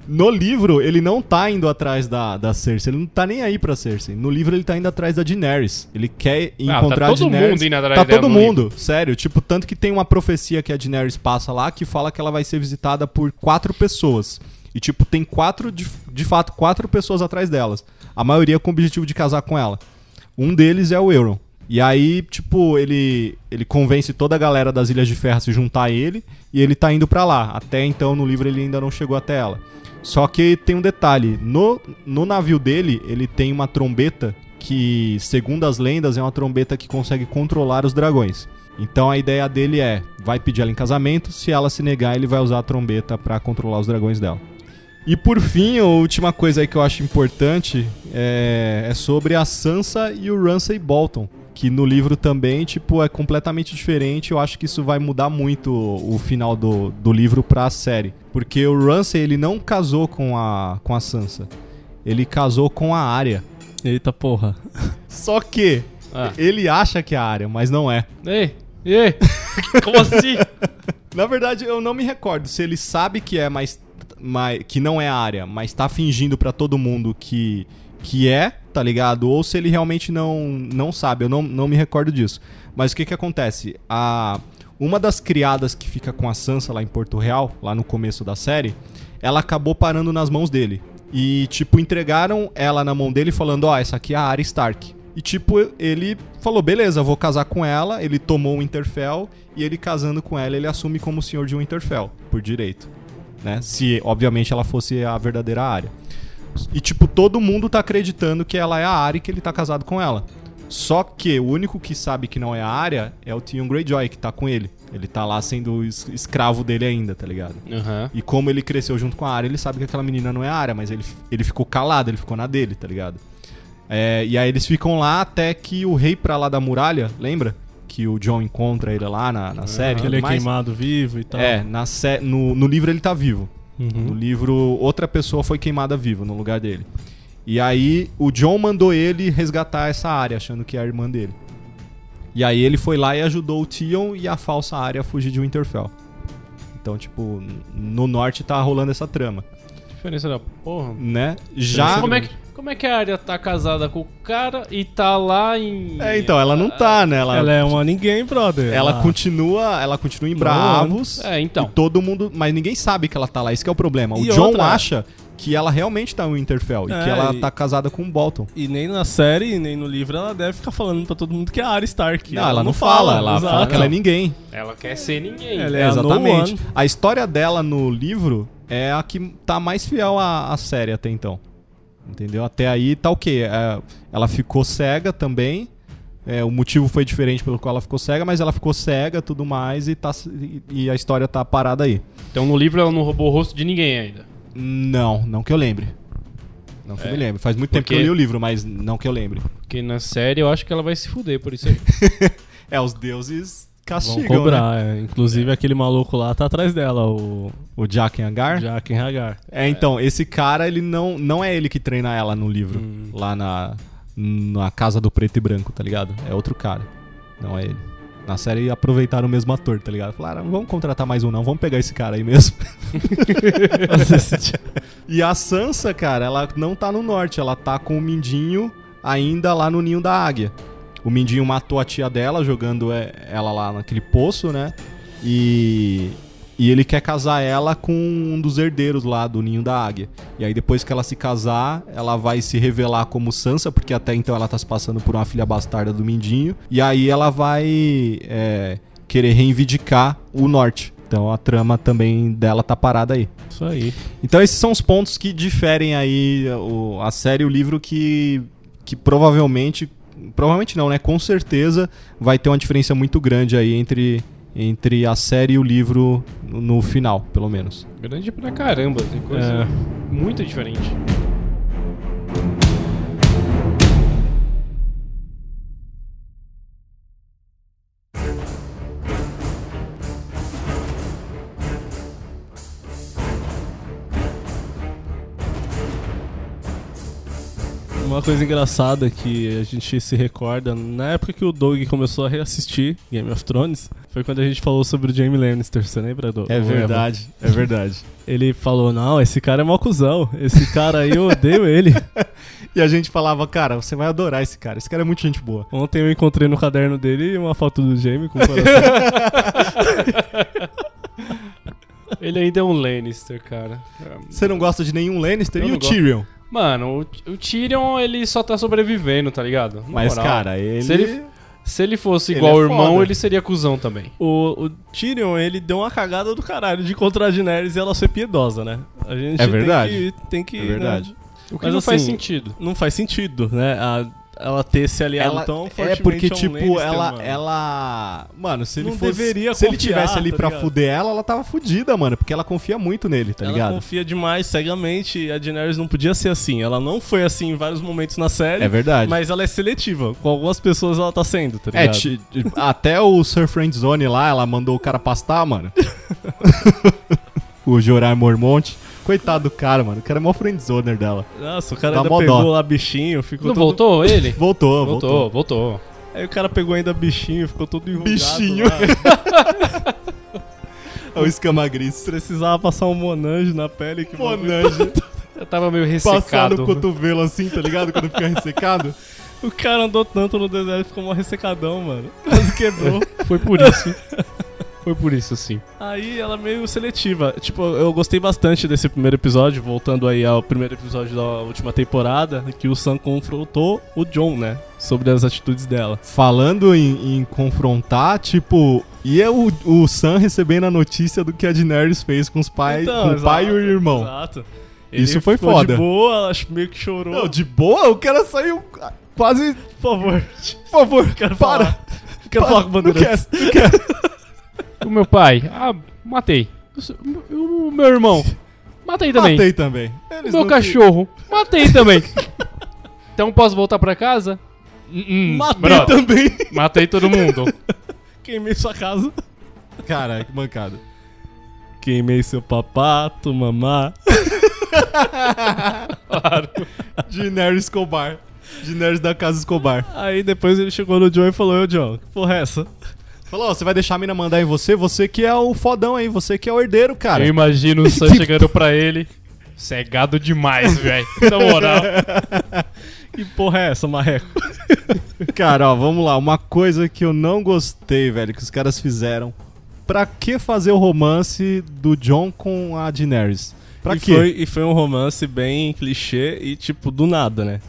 Speaker 2: No livro, ele não tá indo atrás da, da Cersei. Ele não tá nem aí pra Cersei. No livro, ele tá indo atrás da Daenerys. Ele quer
Speaker 3: tá
Speaker 2: encontrar
Speaker 3: todo
Speaker 2: a Daenerys.
Speaker 3: mundo indo atrás
Speaker 2: Tá
Speaker 3: dela
Speaker 2: todo
Speaker 3: no
Speaker 2: mundo, sério. Tipo, tanto que tem uma profecia que a Daenerys passa lá que fala que ela vai ser visitada por quatro pessoas. E, tipo, tem quatro, de, de fato, quatro pessoas atrás delas. A maioria com o objetivo de casar com ela. Um deles é o Euron. E aí, tipo, ele, ele convence toda a galera das Ilhas de Ferro a se juntar a ele e ele tá indo pra lá. Até então, no livro, ele ainda não chegou até ela. Só que tem um detalhe: no, no navio dele, ele tem uma trombeta que, segundo as lendas, é uma trombeta que consegue controlar os dragões. Então a ideia dele é: vai pedir ela em casamento, se ela se negar, ele vai usar a trombeta pra controlar os dragões dela. E por fim, a última coisa aí que eu acho importante é, é sobre a Sansa e o Ramsay Bolton. Que no livro também, tipo, é completamente diferente. Eu acho que isso vai mudar muito o o final do, do livro pra série. Porque o Ramsay, ele não casou com a, com a Sansa. Ele casou com a Arya.
Speaker 4: Eita porra.
Speaker 2: Só que
Speaker 3: Ah.
Speaker 2: ele acha que é a Arya, mas não é.
Speaker 3: Ei, ei. Como assim?
Speaker 2: Na verdade, eu não me recordo se ele sabe que é, mas, mas- que não é a área, mas tá fingindo pra todo mundo que que é, tá ligado? Ou se ele realmente não não sabe, eu não, não me recordo disso. Mas o que que acontece? A uma das criadas que fica com a Sansa lá em Porto Real, lá no começo da série, ela acabou parando nas mãos dele. E tipo entregaram ela na mão dele falando: "Ó, essa aqui é a Arya Stark". E tipo, ele falou: beleza, vou casar com ela. Ele tomou o Winterfell e ele casando com ela, ele assume como senhor de Winterfell, por direito. Né? Se, obviamente, ela fosse a verdadeira área. E, tipo, todo mundo tá acreditando que ela é a área e que ele tá casado com ela. Só que o único que sabe que não é a área é o Theon Greyjoy, que tá com ele. Ele tá lá sendo es- escravo dele ainda, tá ligado?
Speaker 3: Aham.
Speaker 2: E como ele cresceu junto com a área, ele sabe que aquela menina não é a área, mas ele, ele ficou calado, ele ficou na dele, tá ligado? É, e aí eles ficam lá até que o rei pra lá da muralha, lembra? Que o John encontra ele lá na, na série. e
Speaker 4: Que ele é
Speaker 2: tudo mais.
Speaker 4: queimado vivo e
Speaker 3: Tá.
Speaker 4: tal.
Speaker 2: É, na sé- no, no livro ele tá vivo.
Speaker 4: Uhum.
Speaker 2: No livro, outra pessoa foi queimada viva no lugar dele. E aí o John mandou ele resgatar essa área, achando que é a irmã dele. E aí ele foi lá e ajudou o Tion e a falsa área a fugir de Winterfell. Então, tipo, n- no norte tá rolando essa trama,
Speaker 3: Diferença da porra.
Speaker 2: né? Já.
Speaker 3: Como é, que, como é que a área tá casada com o cara e tá lá em.
Speaker 2: É, então, ela não tá, né? Ela,
Speaker 4: Ela é uma ninguém, brother.
Speaker 2: ela continua, ela continua em Bravos.
Speaker 3: É, então.
Speaker 2: E todo mundo. Mas ninguém sabe que ela tá lá, isso que é o problema. O
Speaker 4: E
Speaker 2: John
Speaker 4: outra-
Speaker 2: acha que ela realmente tá em Winterfell e
Speaker 4: É,
Speaker 2: que ela
Speaker 4: e-
Speaker 2: tá casada com o Bolton.
Speaker 4: E nem na série, nem no livro, ela deve ficar falando pra todo mundo que é a Arya Stark.
Speaker 2: Não, ela, não fala, ela
Speaker 4: exato.
Speaker 2: fala que ela é ninguém.
Speaker 3: Ela quer ser ninguém.
Speaker 4: Ela é-
Speaker 2: É,
Speaker 4: a
Speaker 2: exatamente.
Speaker 4: no one.
Speaker 2: A história dela no livro é a que tá mais fiel à, à série até então. Entendeu? Até aí tá o quê? É, ela ficou cega também. É, o motivo foi diferente pelo qual ela ficou cega, mas ela ficou cega tudo mais e, tá, e- e a história tá parada aí.
Speaker 3: Então no livro ela não roubou o rosto de ninguém ainda.
Speaker 2: Não, não que eu lembre. Não que eu me lembre. Faz muito tempo que eu
Speaker 3: Porque-
Speaker 2: li o livro, mas não que eu lembre.
Speaker 3: Porque na série eu acho que ela vai se fuder por isso aí.
Speaker 2: É, os deuses
Speaker 4: Vão
Speaker 2: castigam, né?
Speaker 4: cobrar, é. Inclusive aquele maluco lá tá atrás dela, o
Speaker 2: O Jack em Hangar?
Speaker 4: Jaquen Hagar.
Speaker 2: É, então, esse cara, ele não, não é ele que treina ela no livro, lá na, na casa do preto e branco, tá ligado? É outro cara, não é ele. Na série aproveitaram o mesmo ator, tá ligado? Falaram, "Ah, vamos contratar mais um não, vamos pegar esse cara aí mesmo. e a Sansa, cara, ela não tá no norte, ela tá com o Mindinho, ainda lá no ninho da águia. O Mindinho matou a tia dela, jogando é, ela lá naquele poço, né? E, e ele quer casar ela com um dos herdeiros lá do ninho da águia. E aí depois que ela se casar, ela vai se revelar como Sansa, porque até então ela tá se passando por uma filha bastarda do Mindinho. E aí ela vai é, querer reivindicar o norte. Então a trama também dela tá parada aí.
Speaker 4: Isso aí.
Speaker 2: Então esses são os pontos que diferem aí o- a série e o livro que, que provavelmente, provavelmente não, né? Com certeza vai ter uma diferença muito grande aí entre, entre a série e o livro no- no final, pelo menos.
Speaker 3: Grande pra caramba, tem coisa
Speaker 4: É.
Speaker 3: muito diferente.
Speaker 4: Uma coisa engraçada que a gente se recorda, na época que o Doug começou a reassistir Game of Thrones, foi quando a gente falou sobre o Jaime Lannister, você lembra, Doug? Ou
Speaker 2: é verdade.
Speaker 4: Ele falou, não, esse cara é mau cuzão, esse cara aí eu odeio ele.
Speaker 2: E a gente falava, cara, você vai adorar esse cara, esse cara é muito gente boa.
Speaker 4: Ontem eu encontrei no caderno dele uma foto do Jaime com o coração.
Speaker 3: Ele ainda é um Lannister, cara.
Speaker 2: Você não gosta de nenhum Lannister?
Speaker 3: Eu
Speaker 2: e
Speaker 3: não
Speaker 2: o
Speaker 3: gosto.
Speaker 2: Tyrion?
Speaker 3: Mano, o, o Tyrion, ele só tá sobrevivendo, tá ligado? Na
Speaker 2: Mas,
Speaker 3: moral.
Speaker 2: cara, ele...
Speaker 3: Se ele- Se ele fosse
Speaker 2: Ele
Speaker 3: igual
Speaker 2: é
Speaker 3: o irmão,
Speaker 2: foda.
Speaker 3: ele seria cuzão também.
Speaker 4: o, o Tyrion, ele deu uma cagada do caralho de encontrar a Daenerys e ela ser piedosa, né? A gente
Speaker 2: É verdade.
Speaker 4: tem que... Tem que
Speaker 2: É verdade.
Speaker 4: né?
Speaker 3: O que
Speaker 4: Mas
Speaker 3: não faz
Speaker 4: assim,
Speaker 3: sentido.
Speaker 4: Não faz sentido, né? A- ela ter se aliado
Speaker 2: Ela-
Speaker 4: tão
Speaker 2: é
Speaker 4: fortemente
Speaker 2: porque
Speaker 4: a um
Speaker 2: tipo
Speaker 4: Lannister,
Speaker 2: ela
Speaker 4: mano.
Speaker 2: ela mano se ele
Speaker 4: Não
Speaker 2: fosse
Speaker 4: deveria
Speaker 2: se ele
Speaker 4: confiar,
Speaker 2: tivesse ali
Speaker 4: tá
Speaker 2: pra
Speaker 4: ligado?
Speaker 2: fuder ela ela tava fudida mano porque ela confia muito nele tá
Speaker 4: ela
Speaker 2: ligado
Speaker 4: confia demais cegamente e a Daenerys não podia ser assim. Ela não foi assim em vários momentos na série.
Speaker 2: é verdade
Speaker 4: Mas ela é seletiva. Com algumas pessoas ela tá sendo, tá
Speaker 2: é
Speaker 4: ligado?
Speaker 2: ti- ti- até o Sir Friend Zone lá ela mandou o cara pastar mano o Jorar Mormont coitado do cara mano o cara é mó friend zoner dela
Speaker 4: Nossa, o cara
Speaker 2: Dá
Speaker 4: ainda
Speaker 2: mó
Speaker 4: pegou
Speaker 2: dó.
Speaker 4: lá bichinho, ficou
Speaker 3: Não
Speaker 4: todo...
Speaker 3: voltou ele?
Speaker 2: voltou voltou,
Speaker 3: voltou, voltou.
Speaker 4: Aí o cara pegou ainda bichinho, ficou todo enrugado
Speaker 2: Bichinho.
Speaker 4: lá.
Speaker 2: É o escama gris
Speaker 4: Precisava passar um Monange na pele. Que
Speaker 2: Monange
Speaker 3: Eu tava meio
Speaker 2: passar
Speaker 3: ressecado.
Speaker 2: no cotovelo assim tá ligado quando fica ressecado
Speaker 4: O cara andou tanto no deserto, ficou mó ressecadão, mano. Quase quebrou.
Speaker 3: Foi por isso. Foi por isso, sim.
Speaker 4: Aí ela é meio seletiva. Tipo, eu gostei bastante desse primeiro episódio, voltando aí ao primeiro episódio da última temporada, que o Sam confrontou o John, né? Sobre as atitudes dela.
Speaker 2: Falando em, em confrontar, tipo, e é o, o Sam recebendo a notícia do que a Daenerys fez com os pais, com o pai e o irmão.
Speaker 4: Então, Exato.
Speaker 2: Isso foi
Speaker 4: ficou
Speaker 2: foda.
Speaker 4: De boa, ela acho- meio que chorou.
Speaker 2: Não, de boa, o cara saiu quase,
Speaker 4: Por favor,
Speaker 2: por favor,
Speaker 4: quero
Speaker 2: para.
Speaker 4: falar. quero
Speaker 2: para,
Speaker 4: falar com o
Speaker 2: não
Speaker 4: Bandeira.
Speaker 2: quero, não quero.
Speaker 3: O meu pai, ah, matei. O seu- O meu irmão, matei também.
Speaker 2: Matei também.
Speaker 3: O
Speaker 2: Eles
Speaker 3: meu
Speaker 2: não-
Speaker 3: cachorro, matei também. então posso voltar pra casa? Hum, hum,
Speaker 4: Matei
Speaker 3: brother,
Speaker 2: Também.
Speaker 3: matei todo mundo.
Speaker 4: Queimei sua casa.
Speaker 2: Cara, que mancada.
Speaker 4: Queimei seu papato, mamá.
Speaker 2: Daenerys Escobar. Daenerys da Casa Escobar.
Speaker 4: Aí depois ele chegou no John e falou: Ô John, que porra é essa?
Speaker 2: Falou, ó, você vai deixar a mina mandar em você? Você que é o fodão aí, você que é o herdeiro, cara.
Speaker 3: Eu imagino o Sam chegando pra ele. Cegado demais, velho. Na moral.
Speaker 4: Que porra é essa, marreco?
Speaker 2: Cara, ó, vamos lá. Uma coisa que eu não gostei, velho, que os caras fizeram. Pra que fazer o romance do John com a Daenerys? Pra
Speaker 4: e
Speaker 2: quê?
Speaker 4: Foi, e foi um romance bem clichê e, tipo, do nada, né?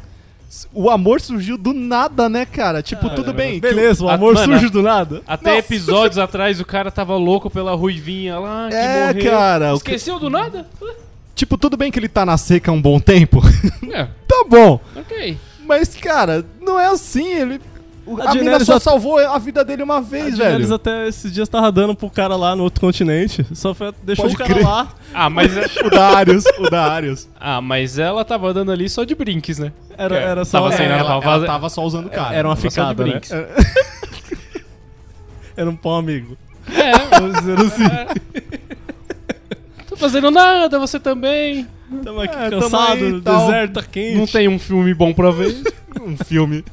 Speaker 2: O amor surgiu do nada, né, cara? Tipo, tudo bem. que
Speaker 4: Ah, Beleza, o
Speaker 3: a-
Speaker 4: amor
Speaker 3: mano,
Speaker 4: surge do nada.
Speaker 3: Até episódios atrás o cara tava louco pela ruivinha lá, que
Speaker 2: É,
Speaker 3: morreu.
Speaker 2: cara, o que-
Speaker 3: Esqueceu do nada?
Speaker 2: o- tipo, tudo bem que ele tá na seca há um bom tempo.
Speaker 3: É,
Speaker 2: tá bom.
Speaker 3: ok.
Speaker 2: Mas, cara, não é assim. Ele. o-
Speaker 4: A
Speaker 2: A, mina
Speaker 4: Daenerys
Speaker 2: só
Speaker 4: at-
Speaker 2: salvou a vida dele uma
Speaker 4: A
Speaker 2: vez,
Speaker 4: Daenerys
Speaker 2: velho.
Speaker 4: até esses dias tava dando pro cara lá no outro continente. Só foi, deixou
Speaker 2: Pode
Speaker 4: o cara
Speaker 2: crer.
Speaker 4: lá.
Speaker 3: Ah, mas, é-
Speaker 2: O Darius, o Darius.
Speaker 3: ah, mas ela tava dando ali só de brinques, né?
Speaker 4: Era,
Speaker 3: É,
Speaker 4: era só. um-
Speaker 3: tava sem
Speaker 4: era,
Speaker 3: nada.
Speaker 2: ela,
Speaker 3: tava-
Speaker 2: ela tava só usando o cara. É,
Speaker 4: era uma
Speaker 3: Tava só de
Speaker 4: ficada, né?
Speaker 3: brinques.
Speaker 4: Era um pau amigo.
Speaker 3: É,
Speaker 4: Vamos dizer assim.
Speaker 3: tô fazendo nada, você também.
Speaker 4: Tamo aqui
Speaker 2: É, tamo
Speaker 4: cansado,
Speaker 2: aí,
Speaker 4: no
Speaker 2: tal.
Speaker 4: deserto, tá quente.
Speaker 3: Não tem um filme bom pra ver.
Speaker 2: um filme.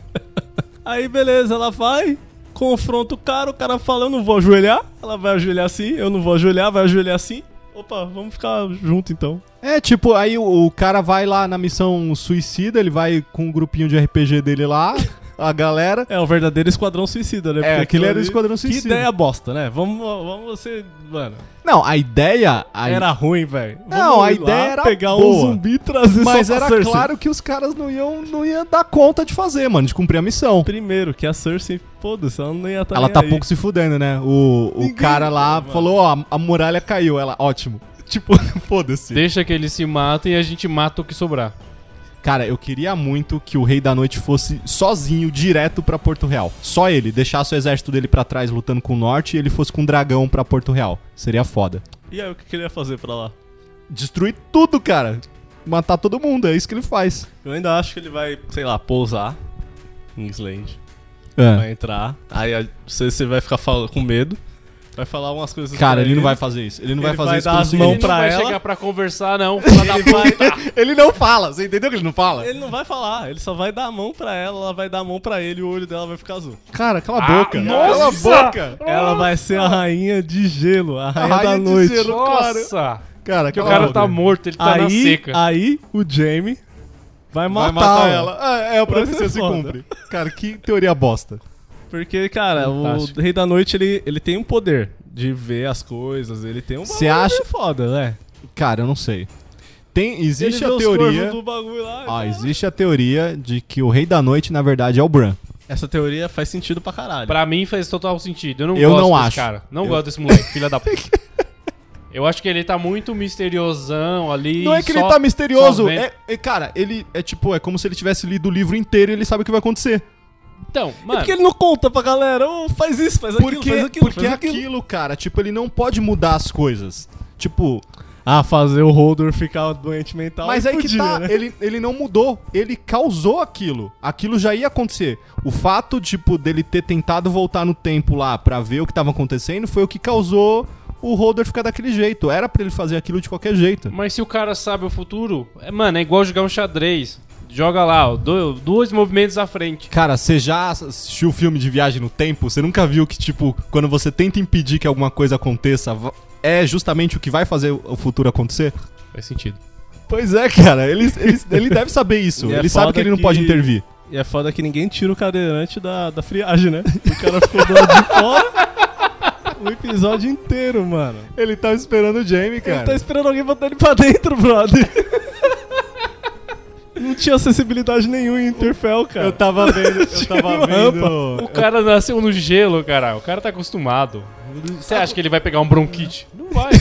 Speaker 4: Aí beleza, ela vai, confronta o cara, o cara fala, eu não vou ajoelhar. Ela vai ajoelhar assim, eu não vou ajoelhar, vai ajoelhar assim. Opa, vamos ficar junto então.
Speaker 2: É, tipo, aí o, o cara vai lá na missão suicida, ele vai com o grupinho de RPG dele lá, a galera.
Speaker 4: É o verdadeiro esquadrão suicida, né?
Speaker 2: É, aquele era o
Speaker 4: ali-
Speaker 2: Esquadrão
Speaker 4: Que
Speaker 2: Suicida.
Speaker 4: ideia bosta, né? Vamos, vamos ser. Mano,
Speaker 2: Não, a ideia. a-
Speaker 4: era ruim, velho.
Speaker 2: Não,
Speaker 4: Vamos
Speaker 2: a
Speaker 4: ir lá,
Speaker 2: ideia era
Speaker 4: pegar
Speaker 2: boa.
Speaker 4: um zumbi e trazer
Speaker 2: Mas
Speaker 4: só pra
Speaker 2: era
Speaker 4: Cersei.
Speaker 2: claro que os caras não iam, não iam dar conta de fazer, mano, de cumprir a missão.
Speaker 4: Primeiro, que a Cersei, foda-se, ela não ia tá
Speaker 2: Ela
Speaker 4: nem
Speaker 2: tá
Speaker 4: aí.
Speaker 2: pouco se fudendo, né? O, o
Speaker 4: Ninguém-
Speaker 2: cara lá
Speaker 4: Mano.
Speaker 2: falou, ó, a muralha caiu. Ela, ótimo. Tipo, foda-se.
Speaker 3: Deixa que eles se matem e a gente mata o que sobrar.
Speaker 2: Cara, eu queria muito que o Rei da Noite fosse sozinho, direto pra Porto Real. Só ele, deixasse o exército dele pra trás lutando com o norte e ele fosse com um dragão pra Porto Real. Seria foda.
Speaker 4: E aí, o que que ele ia fazer pra lá?
Speaker 2: Destruir tudo, cara. Matar todo mundo, é isso que ele faz.
Speaker 4: Eu ainda acho que ele vai, sei lá, pousar em Island.
Speaker 2: É.
Speaker 4: Vai entrar. Aí a Cersei vai ficar fal- com medo. Vai falar umas coisas
Speaker 2: Cara,
Speaker 4: pra
Speaker 2: ele não vai fazer isso. Ele não vai
Speaker 4: Ele
Speaker 2: fazer
Speaker 4: vai
Speaker 2: isso
Speaker 4: dar
Speaker 2: pelo
Speaker 4: as
Speaker 2: seguinte.
Speaker 4: mãos
Speaker 3: Ele não
Speaker 4: pra
Speaker 3: vai
Speaker 4: ela.
Speaker 3: chegar pra conversar, não. Fala da puta.
Speaker 2: Ele não fala, você entendeu que ele não fala?
Speaker 4: Ele não vai falar, ele só vai dar a mão pra ela, ela vai dar a mão pra ele e o olho dela vai ficar azul.
Speaker 2: Cara, cala a
Speaker 3: Ah,
Speaker 2: boca. Cala a
Speaker 3: nossa!
Speaker 2: boca.
Speaker 4: Ela vai ser a rainha de gelo, a rainha,
Speaker 2: rainha
Speaker 4: da
Speaker 2: de
Speaker 4: noite.
Speaker 2: gelo.
Speaker 3: Nossa!
Speaker 2: Cara,
Speaker 3: Que o
Speaker 2: cala a
Speaker 3: cara
Speaker 2: boca.
Speaker 3: tá morto, ele tá na
Speaker 4: Aí,
Speaker 3: seca.
Speaker 4: aí o Jamie vai
Speaker 2: Vai
Speaker 4: matar,
Speaker 2: matar
Speaker 4: ela.
Speaker 2: ela. Ah, é, o
Speaker 4: Vai
Speaker 2: profecia
Speaker 4: ser
Speaker 2: se
Speaker 4: foda.
Speaker 2: cumpre. Cara, que teoria bosta.
Speaker 4: Porque, cara,
Speaker 3: Fantástico.
Speaker 4: o Rei da Noite, ele, ele tem um poder de ver as coisas, ele tem um
Speaker 2: Cê
Speaker 4: bagulho
Speaker 2: acha-
Speaker 4: foda, né?
Speaker 2: Cara, eu não sei. Tem,
Speaker 4: Ele
Speaker 2: existe
Speaker 4: vê
Speaker 2: a
Speaker 4: os
Speaker 2: teoria...
Speaker 4: corvos do bagulho lá então. e
Speaker 2: Ó,
Speaker 4: fala,
Speaker 2: existe a teoria de que o Rei da Noite, na verdade, é o Bran.
Speaker 4: Essa teoria faz sentido pra caralho.
Speaker 3: Pra mim faz total sentido. Eu não
Speaker 2: Eu
Speaker 3: gosto
Speaker 2: não
Speaker 3: desse
Speaker 2: acho.
Speaker 3: cara. Não
Speaker 2: Eu-
Speaker 3: gosto desse moleque, filha da puta. Eu acho que ele tá muito misteriosão ali.
Speaker 2: Não é que
Speaker 3: só-
Speaker 2: ele tá misterioso.
Speaker 3: só vendo.
Speaker 2: É, é- cara, ele é tipo, é como se ele tivesse lido o livro inteiro e ele sabe o que vai acontecer.
Speaker 3: Então,
Speaker 4: É
Speaker 3: mano.
Speaker 4: porque ele não conta pra galera, ô, faz isso, faz aquilo,
Speaker 2: Porque,
Speaker 4: faz aquilo,
Speaker 2: porque
Speaker 4: faz
Speaker 2: aquilo.
Speaker 4: aquilo.
Speaker 2: cara, tipo, ele não pode mudar as coisas. Tipo,
Speaker 4: Ah, fazer o Holder ficar doente mental.
Speaker 2: mas aí que
Speaker 4: podia,
Speaker 2: tá,
Speaker 4: né?
Speaker 2: ele, ele não mudou, ele causou aquilo. Aquilo já ia acontecer. O fato, tipo, dele ter tentado voltar no tempo lá pra ver o que tava acontecendo foi o que causou o Holder ficar daquele jeito. Era pra ele fazer aquilo de qualquer jeito.
Speaker 3: Mas se o cara sabe o futuro, é, mano, é igual jogar um xadrez. Joga lá, ó, do- dois movimentos à frente.
Speaker 2: Cara, você já assistiu o filme de Viagem no Tempo? Você nunca viu que, tipo, quando você tenta impedir que alguma coisa aconteça, va- é justamente o que vai fazer o futuro acontecer?
Speaker 3: Faz sentido.
Speaker 2: Pois é, cara, ele, ele, ele deve saber isso.
Speaker 4: E é
Speaker 2: ele sabe
Speaker 4: foda
Speaker 2: que ele não
Speaker 4: que-
Speaker 2: pode intervir.
Speaker 4: E é foda que ninguém tira o cadeirante da, da friagem, né? O cara ficou do lado de fora o episódio inteiro, mano.
Speaker 2: Ele tava esperando o Jamie,
Speaker 4: Ele tá esperando alguém botar ele pra dentro, brother. Não tinha acessibilidade nenhuma em Interfell, cara.
Speaker 2: Eu tava vendo, eu tava
Speaker 3: O
Speaker 2: vendo.
Speaker 3: cara nasceu no gelo, cara. O cara tá acostumado. Você acha que ele vai pegar um bronquite? Não vai.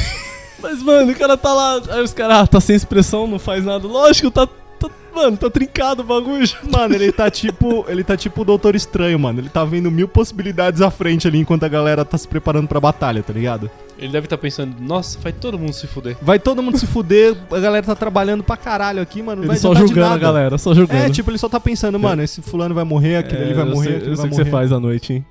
Speaker 4: Mas, mano, o cara tá lá. Aí os caras, ah, tá sem expressão, não faz nada. Lógico, tá. tá- mano, tá trincado o bagulho.
Speaker 2: Mano, ele tá tipo, ele tá tipo o Doutor Estranho, mano. Ele tá vendo mil possibilidades à frente ali enquanto a galera tá se preparando pra batalha, tá ligado?
Speaker 3: Ele deve estar pensando, nossa, vai todo mundo se fuder.
Speaker 2: Vai todo mundo se fuder, a galera tá trabalhando pra caralho aqui, mano. Não
Speaker 4: Ele
Speaker 2: vai
Speaker 4: só
Speaker 2: adiantar de
Speaker 4: julgando a
Speaker 2: nada.
Speaker 4: galera, só julgando.
Speaker 2: É, tipo, ele só tá pensando, mano, esse fulano vai morrer, aquele ali vai
Speaker 4: É, eu
Speaker 2: morrer,
Speaker 4: sei-
Speaker 2: aquele vai
Speaker 4: eu sei o que
Speaker 2: morrer.
Speaker 4: você faz à noite, hein?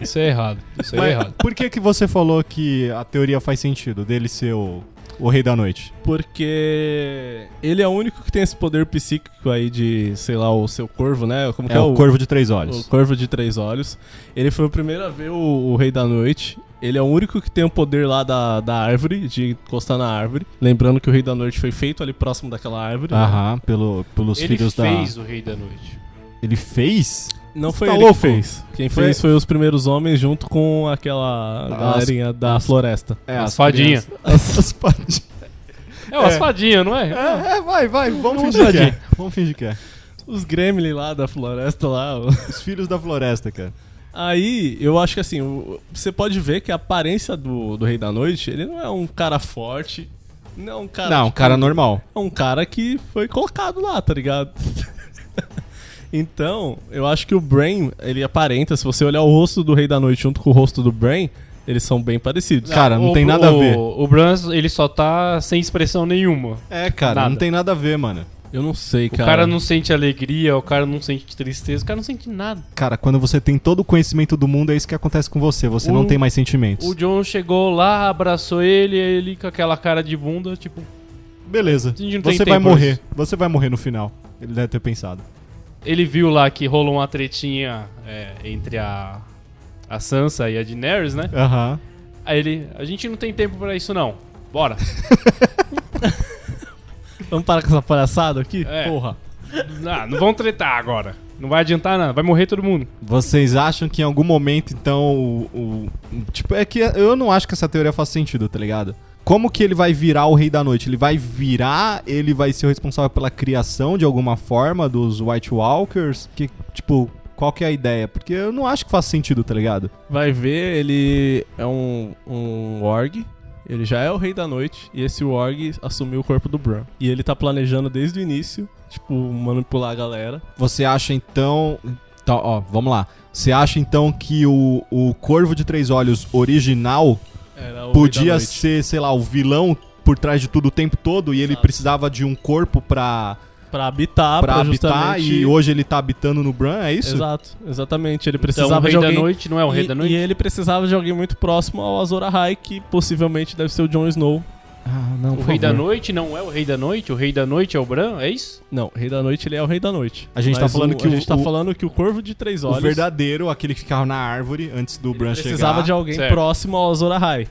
Speaker 3: Isso é errado. Isso é
Speaker 2: Mas
Speaker 3: errado.
Speaker 2: Por que que você falou que a teoria faz sentido dele ser o, o rei da noite?
Speaker 4: Porque ele é o único que tem esse poder psíquico aí de, sei lá, o seu corvo, né? Como que
Speaker 2: É, o corvo de três
Speaker 4: o
Speaker 2: olhos.
Speaker 4: corvo de três olhos. Ele foi o primeiro a ver o, o Rei da Noite. Ele é o único que tem o poder lá da, da árvore, de encostar na árvore. Lembrando que o Rei da Noite foi feito ali próximo daquela árvore. né?
Speaker 2: Aham, pelo, pelos
Speaker 3: ele
Speaker 2: filhos
Speaker 3: fez
Speaker 2: da.
Speaker 3: o Rei da Noite.
Speaker 2: Ele fez?
Speaker 4: Não
Speaker 2: Você
Speaker 4: foi
Speaker 2: tá
Speaker 4: ele
Speaker 2: louco?
Speaker 4: que fez. Quem
Speaker 2: Foi-
Speaker 4: fez foi os primeiros homens junto com aquela galerinha da floresta.
Speaker 2: É,
Speaker 3: as fadinhas.
Speaker 2: As, as fadinhas.
Speaker 3: É umas fadinhas, não é?
Speaker 2: É, é, vai, vai, vamos
Speaker 3: Vamos
Speaker 2: fingir que
Speaker 3: fadinha.
Speaker 2: é. Vamos fingir que é.
Speaker 4: Os gremlins lá da floresta lá. o-
Speaker 2: Os filhos da floresta, cara.
Speaker 4: Aí, eu acho que assim, o- você pode ver que a aparência do, do Rei da Noite, ele não é um cara forte. Não é um cara.
Speaker 2: Não,
Speaker 4: tipo,
Speaker 2: cara normal.
Speaker 4: É um cara que foi colocado lá, tá ligado? então, eu acho que o Brain, ele aparenta, se você olhar o rosto do Rei da Noite junto com o rosto do Brain, eles são bem parecidos.
Speaker 2: Cara, não tem nada a ver.
Speaker 3: O, o Bran, ele só tá sem expressão nenhuma.
Speaker 2: É, cara, não
Speaker 3: Nada.
Speaker 2: tem nada a ver, mano.
Speaker 4: Eu não sei,
Speaker 3: O
Speaker 4: cara.
Speaker 3: cara, não sente alegria, o cara não sente tristeza, o cara não sente nada.
Speaker 2: Cara, quando você tem todo o conhecimento do mundo, é isso que acontece com você. Você não
Speaker 3: O-
Speaker 2: tem mais sentimentos.
Speaker 3: O John chegou lá, abraçou ele, ele com aquela cara de bunda, tipo,
Speaker 2: Beleza.
Speaker 3: gente não tem
Speaker 2: Você vai
Speaker 3: tempo
Speaker 2: morrer.
Speaker 3: isso.
Speaker 2: Você vai morrer no final. Ele deve ter pensado.
Speaker 3: ele viu lá que rolou uma tretinha é, entre a, a Sansa e a Daenerys, né?
Speaker 2: Aham.
Speaker 3: Aí ele, a gente não tem tempo pra isso não. Bora.
Speaker 4: Vamos parar Então com essa palhaçada aqui?
Speaker 3: É.
Speaker 4: Porra.
Speaker 3: Ah, não vão tretar agora. Não vai adiantar nada, vai morrer todo mundo.
Speaker 2: Vocês acham que em algum momento, então, o, o- Tipo, é que eu não acho que essa teoria faz sentido, tá ligado? Como que ele vai virar o Rei da Noite? Ele vai virar, ele vai ser o responsável pela criação de alguma forma dos White Walkers? Que, tipo, qual que é a ideia? Porque eu não acho que faz sentido, tá ligado?
Speaker 4: Vai ver, ele é um, um org. Ele já é o Rei da Noite. E esse org assumiu o corpo do Bran. E ele tá planejando desde o início, tipo, manipular a galera.
Speaker 2: Você acha então. Tá, ó, vamos lá. Você acha então que o, o Corvo de Três Olhos original
Speaker 4: Era o Rei da
Speaker 2: podia
Speaker 4: Noite.
Speaker 2: ser, sei lá, o vilão por trás de tudo o tempo todo e ele
Speaker 4: Exato.
Speaker 2: precisava de um corpo pra.
Speaker 4: Pra habitar, pra,
Speaker 2: pra habitar
Speaker 4: justamente...
Speaker 2: e hoje ele tá habitando no Bran, é isso?
Speaker 4: Exato, exatamente. Ele precisava
Speaker 3: Então, o rei
Speaker 4: de alguém...
Speaker 3: da noite não é o rei
Speaker 4: e,
Speaker 3: da noite?
Speaker 4: e ele precisava de alguém muito próximo ao Azor Ahai, que possivelmente deve ser o Jon Snow.
Speaker 2: Ah, não,
Speaker 3: O rei da noite não é o rei da noite? O rei da noite é o Bran? É isso?
Speaker 4: Não, Rei da Noite ele é o Rei da Noite.
Speaker 2: A gente tá
Speaker 4: Mas
Speaker 2: falando
Speaker 4: o,
Speaker 2: que
Speaker 4: a
Speaker 2: o-
Speaker 4: gente tá
Speaker 2: o-
Speaker 4: falando que o Corvo de Três
Speaker 2: O
Speaker 4: Olhos
Speaker 2: verdadeiro, aquele que ficava na árvore antes do Bran chegar.
Speaker 4: precisava de alguém
Speaker 3: Certo.
Speaker 4: próximo ao Azor Ahai,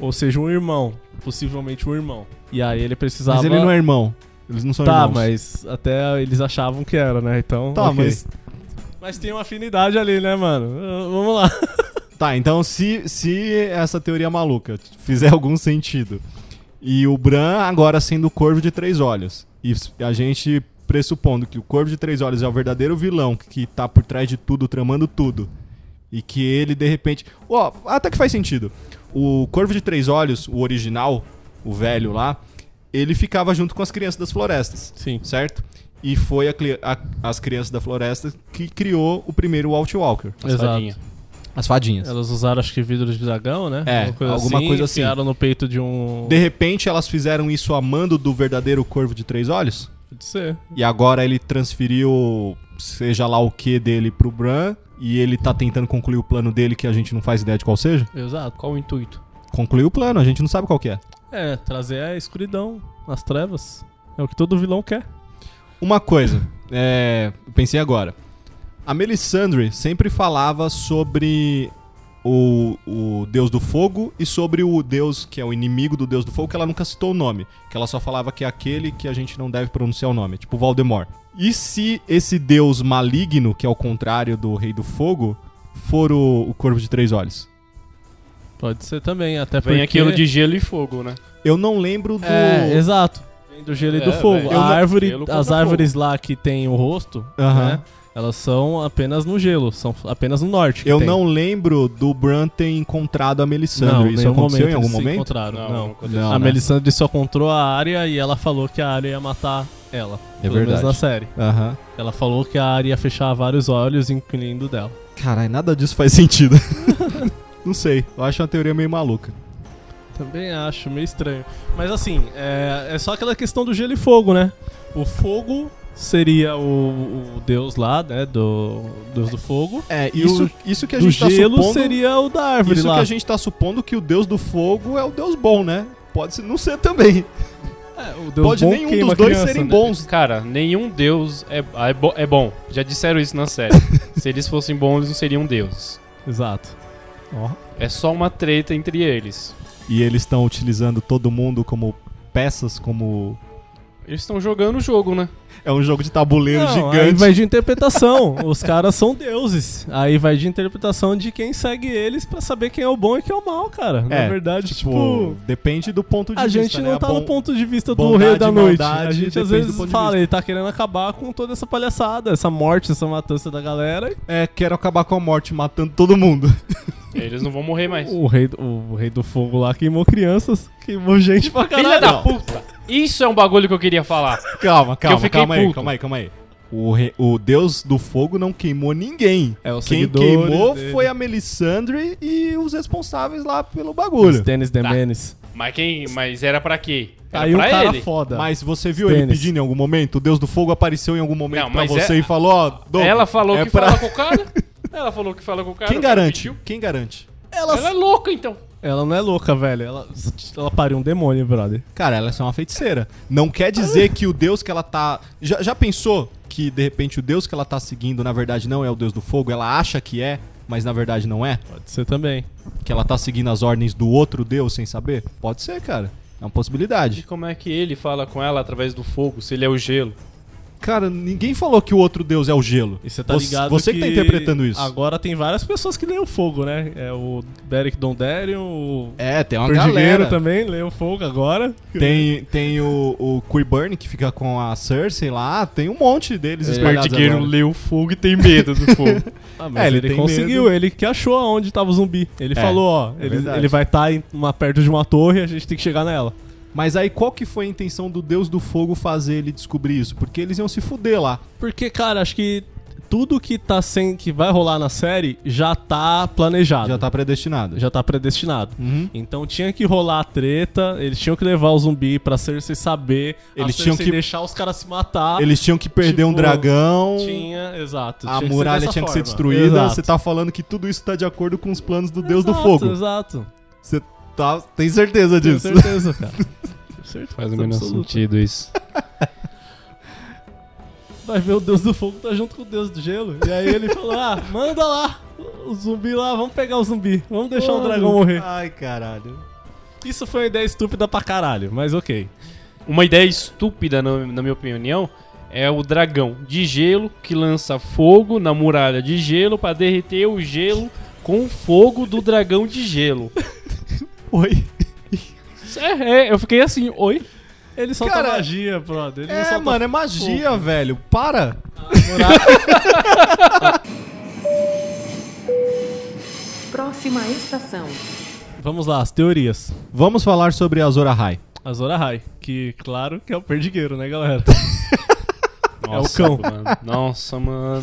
Speaker 4: ou seja, um irmão, possivelmente um irmão. E aí ele precisava
Speaker 2: Mas ele não é irmão. Eles não são
Speaker 4: Tá,
Speaker 2: irmãos.
Speaker 4: mas até eles achavam que era, né? Então.
Speaker 2: Tá,
Speaker 4: ok.
Speaker 2: mas.
Speaker 4: Mas tem uma afinidade ali, né, mano? Uh, Vamos lá.
Speaker 2: Tá, então se, se essa teoria é maluca fizer algum sentido. E o Bran agora sendo o corvo de três olhos. E a gente pressupondo que o corvo de três olhos é o verdadeiro vilão que tá por trás de tudo, tramando tudo. E que ele, de repente. Ó, até que faz sentido. O Corvo de Três Olhos, o original, o velho lá, ele ficava junto com as crianças das florestas.
Speaker 4: Sim.
Speaker 2: Certo? E foi a cli- a- as crianças da floresta que criou o primeiro Walt Walker.
Speaker 3: As
Speaker 4: Exato.
Speaker 3: fadinhas.
Speaker 2: As fadinhas.
Speaker 4: Elas usaram, acho que vidro de dragão, né?
Speaker 2: É, alguma coisa assim.
Speaker 4: Enfiaram no peito de um.
Speaker 2: De repente elas fizeram isso a mando do verdadeiro Corvo de Três Olhos?
Speaker 4: Pode ser.
Speaker 2: E agora ele transferiu seja lá o que dele pro Bran. E ele tá tentando concluir o plano dele, que a gente não faz ideia de qual seja.
Speaker 4: Exato.
Speaker 3: Qual o intuito?
Speaker 2: Concluiu o plano, a gente não sabe qual que é.
Speaker 4: É, trazer a escuridão, as trevas. É o que todo vilão quer.
Speaker 2: Uma coisa, é, eu pensei agora. A Melisandre sempre falava sobre o, o Deus do Fogo e sobre o Deus que é o inimigo do Deus do Fogo, que ela nunca citou o nome. Que ela só falava que é aquele que a gente não deve pronunciar o nome, tipo Voldemort. E se esse Deus maligno, que é o contrário do Rei do Fogo, for o, o Corvo de Três Olhos?
Speaker 4: Pode ser também, até
Speaker 3: Vem
Speaker 4: porque...
Speaker 3: aquilo de gelo e fogo, né?
Speaker 2: Eu não lembro do.
Speaker 4: É, exato. Vem do gelo e do
Speaker 3: É,
Speaker 4: fogo.
Speaker 3: velho.
Speaker 2: Eu
Speaker 4: A
Speaker 2: não-
Speaker 4: árvore,
Speaker 3: gelo
Speaker 4: as
Speaker 3: contra
Speaker 4: árvores lá que tem o rosto,
Speaker 2: Aham.
Speaker 4: né, elas são apenas no gelo, são apenas no norte. que
Speaker 2: Eu
Speaker 4: tem.
Speaker 2: não lembro do Bran ter encontrado a
Speaker 4: não,
Speaker 2: Melisandre. Isso
Speaker 4: nenhum
Speaker 2: aconteceu em
Speaker 4: momento
Speaker 2: algum
Speaker 4: eles se
Speaker 2: momento?
Speaker 4: Encontraram. Não,
Speaker 3: aconteceu.
Speaker 2: Não,
Speaker 4: a
Speaker 2: né?
Speaker 4: Melisandre só encontrou a área e ela falou que a área ia matar ela.
Speaker 2: É
Speaker 4: pelo menos
Speaker 2: verdade.
Speaker 4: na série.
Speaker 2: Aham.
Speaker 4: Ela falou que a área ia fechar vários olhos, incluindo dela.
Speaker 2: Caralho, nada disso faz sentido. não sei, eu acho uma teoria meio maluca.
Speaker 4: Também acho meio estranho. Mas assim, é, é só aquela questão do gelo e fogo, né? O fogo seria o, o deus lá, né? Do deus do fogo.
Speaker 2: É,
Speaker 4: isso-
Speaker 2: isso, isso que a
Speaker 4: do
Speaker 2: gente tá
Speaker 4: gelo
Speaker 2: supondo.
Speaker 4: seria o da árvore
Speaker 2: Isso
Speaker 4: lá.
Speaker 2: que a gente tá supondo que o deus do fogo é o deus bom, né? Pode ser- não ser também.
Speaker 4: É, o deus
Speaker 2: Pode
Speaker 4: bom
Speaker 2: nenhum
Speaker 4: queima
Speaker 2: dos
Speaker 4: a
Speaker 2: dois
Speaker 4: criança,
Speaker 2: serem
Speaker 4: né?
Speaker 2: bons.
Speaker 3: Cara, nenhum deus é, ah, é, bo- é bom. Já disseram isso na série. Se eles fossem bons, eles não seriam deuses.
Speaker 4: Exato.
Speaker 3: É só uma treta entre eles.
Speaker 2: E eles estão utilizando todo mundo como peças, como.
Speaker 3: Eles estão jogando o jogo, né?
Speaker 2: É um jogo de tabuleiro
Speaker 4: Não, aí
Speaker 2: gigante.
Speaker 4: vai de interpretação. Os caras são deuses. Aí vai de interpretação de quem segue eles pra saber quem é o bom e quem é o mal, cara. Na
Speaker 2: É,
Speaker 4: verdade,
Speaker 2: Tipo,
Speaker 4: tipo,
Speaker 2: depende do ponto de
Speaker 4: a
Speaker 2: vista.
Speaker 4: gente não
Speaker 2: né?
Speaker 4: tá
Speaker 2: Bom-
Speaker 4: no ponto de vista do
Speaker 2: bondade,
Speaker 4: rei da noite. a
Speaker 2: maldade,
Speaker 4: gente às
Speaker 2: depende do
Speaker 4: vezes
Speaker 2: ponto de
Speaker 4: fala,
Speaker 2: vista.
Speaker 4: ele tá querendo acabar com toda essa palhaçada, essa morte, essa matança da galera.
Speaker 2: É, quero acabar com a morte matando todo mundo.
Speaker 3: Eles não vão morrer mais.
Speaker 4: O rei, do- o rei do fogo lá queimou crianças, queimou gente
Speaker 2: Tipo,
Speaker 4: pra
Speaker 3: Filha
Speaker 4: caralho.
Speaker 3: da puta! Isso é um bagulho que eu queria falar.
Speaker 2: Calma, calma,
Speaker 3: fiquei
Speaker 2: calma aí,
Speaker 3: puto.
Speaker 2: calma aí, calma aí. O, re- o deus do fogo não queimou ninguém.
Speaker 4: É, os
Speaker 2: Quem
Speaker 4: seguidores
Speaker 2: queimou
Speaker 4: dele.
Speaker 2: foi a Melisandre e os responsáveis lá pelo
Speaker 4: Os
Speaker 2: bagulho.
Speaker 4: tênis de
Speaker 3: Tá.
Speaker 4: Menes.
Speaker 3: Mas quem. Mas era pra quê? Era
Speaker 4: Aí um
Speaker 3: pra
Speaker 4: cara
Speaker 3: ele.
Speaker 4: foda.
Speaker 2: Mas você viu
Speaker 4: Tênis.
Speaker 2: ele pedindo em algum momento? O deus do fogo apareceu em algum momento
Speaker 3: Não,
Speaker 2: pra
Speaker 3: mas
Speaker 2: você
Speaker 3: é-
Speaker 2: e falou, ó, Dom,
Speaker 3: Ela falou
Speaker 2: é
Speaker 3: que
Speaker 2: pra-
Speaker 3: fala com o cara. Ela falou que fala com o cara.
Speaker 2: Quem
Speaker 3: o cara
Speaker 2: garante?
Speaker 3: pediu.
Speaker 2: Quem garante?
Speaker 4: Ela,
Speaker 3: Ela é louca, então.
Speaker 4: ela não é louca, velho. Ela, ela pariu um demônio, brother.
Speaker 2: Cara, ela é só uma feiticeira. Não quer dizer que o deus que ela tá. Já, já pensou que de repente o deus que ela tá seguindo, na verdade, não é o deus do fogo? Ela acha que é, mas na verdade não é?
Speaker 4: Pode ser também.
Speaker 2: Que ela tá seguindo as ordens do outro deus sem saber? Pode ser, cara. É uma possibilidade.
Speaker 3: E como é que ele fala com ela através do fogo, se ele é o gelo?
Speaker 2: Cara, ninguém falou que o outro deus é o gelo.
Speaker 4: E você tá
Speaker 2: Você-
Speaker 4: ligado
Speaker 2: Você que, tá interpretando isso.
Speaker 4: Agora tem várias pessoas que leem o fogo, né? É o Derek Donderion, o
Speaker 2: É, tem uma
Speaker 4: Perdigueiro
Speaker 2: galera.
Speaker 4: também lê o fogo agora.
Speaker 2: Tem, tem o, o Quiburn que fica com a Cersei lá. Tem um monte deles espalhados agora.
Speaker 3: lê o fogo e tem medo do fogo.
Speaker 4: Ah,
Speaker 2: É,
Speaker 4: mas
Speaker 2: ele
Speaker 4: ele,
Speaker 2: tem
Speaker 4: conseguiu,
Speaker 2: medo.
Speaker 4: ele que achou aonde tava o zumbi. Ele
Speaker 2: É,
Speaker 4: falou, ó,
Speaker 2: é
Speaker 4: ele,
Speaker 2: verdade.
Speaker 4: ele vai estar em uma perto de uma torre, a gente tem que chegar nela.
Speaker 2: Mas aí qual que foi a intenção do Deus do Fogo fazer ele descobrir isso? Porque eles iam se fuder lá.
Speaker 4: Porque, cara, acho que tudo que tá sem que vai rolar na série já tá planejado.
Speaker 2: Já tá predestinado.
Speaker 4: já tá predestinado.
Speaker 2: Uhum.
Speaker 4: Então tinha que rolar a treta, eles tinham que levar o zumbi pra Cersei saber, a
Speaker 2: Eles
Speaker 4: Cersei
Speaker 2: tinham que-
Speaker 4: deixar os caras se matar.
Speaker 2: Eles tinham que perder um
Speaker 4: tá. Tipo,
Speaker 2: dragão.
Speaker 4: Tinha, exato.
Speaker 2: A
Speaker 4: tinha que ser
Speaker 2: muralha
Speaker 4: dessa
Speaker 2: tinha que ser
Speaker 4: forma.
Speaker 2: destruída.
Speaker 4: Exato.
Speaker 2: Você tá falando que tudo isso tá de acordo com os planos do Deus do
Speaker 4: Exato,
Speaker 2: Fogo.
Speaker 4: Exato.
Speaker 2: Você tá, tem certeza
Speaker 4: Tenho
Speaker 2: disso?
Speaker 4: certeza, cara. Tenho certeza
Speaker 3: Faz o menor
Speaker 4: absoluta.
Speaker 3: sentido isso.
Speaker 4: Vai ver o Deus do Fogo tá junto com o Deus do Gelo. E aí ele falou: Ah, manda lá o zumbi lá, vamos pegar o zumbi, vamos deixar o dragão morrer.
Speaker 2: Ai, caralho.
Speaker 4: Isso foi uma ideia estúpida pra caralho, mas ok.
Speaker 3: Uma ideia estúpida, na, na minha opinião, é o dragão de gelo que lança fogo na muralha de gelo pra derreter o gelo com o fogo do dragão de gelo.
Speaker 2: Oi.
Speaker 3: É, é, eu fiquei assim, oi?
Speaker 4: Ele solta
Speaker 2: Cara,
Speaker 4: magia, brother. Ele não
Speaker 2: É,
Speaker 4: solta
Speaker 2: mano, é magia, velho. Para.
Speaker 1: Próxima estação.
Speaker 4: Vamos lá, as teorias.
Speaker 2: Vamos falar sobre a Zora High.
Speaker 4: A Zora High, que claro que é o perdigueiro, né, galera?
Speaker 3: Nossa,
Speaker 4: é o cão.
Speaker 3: Mano. Nossa, mano.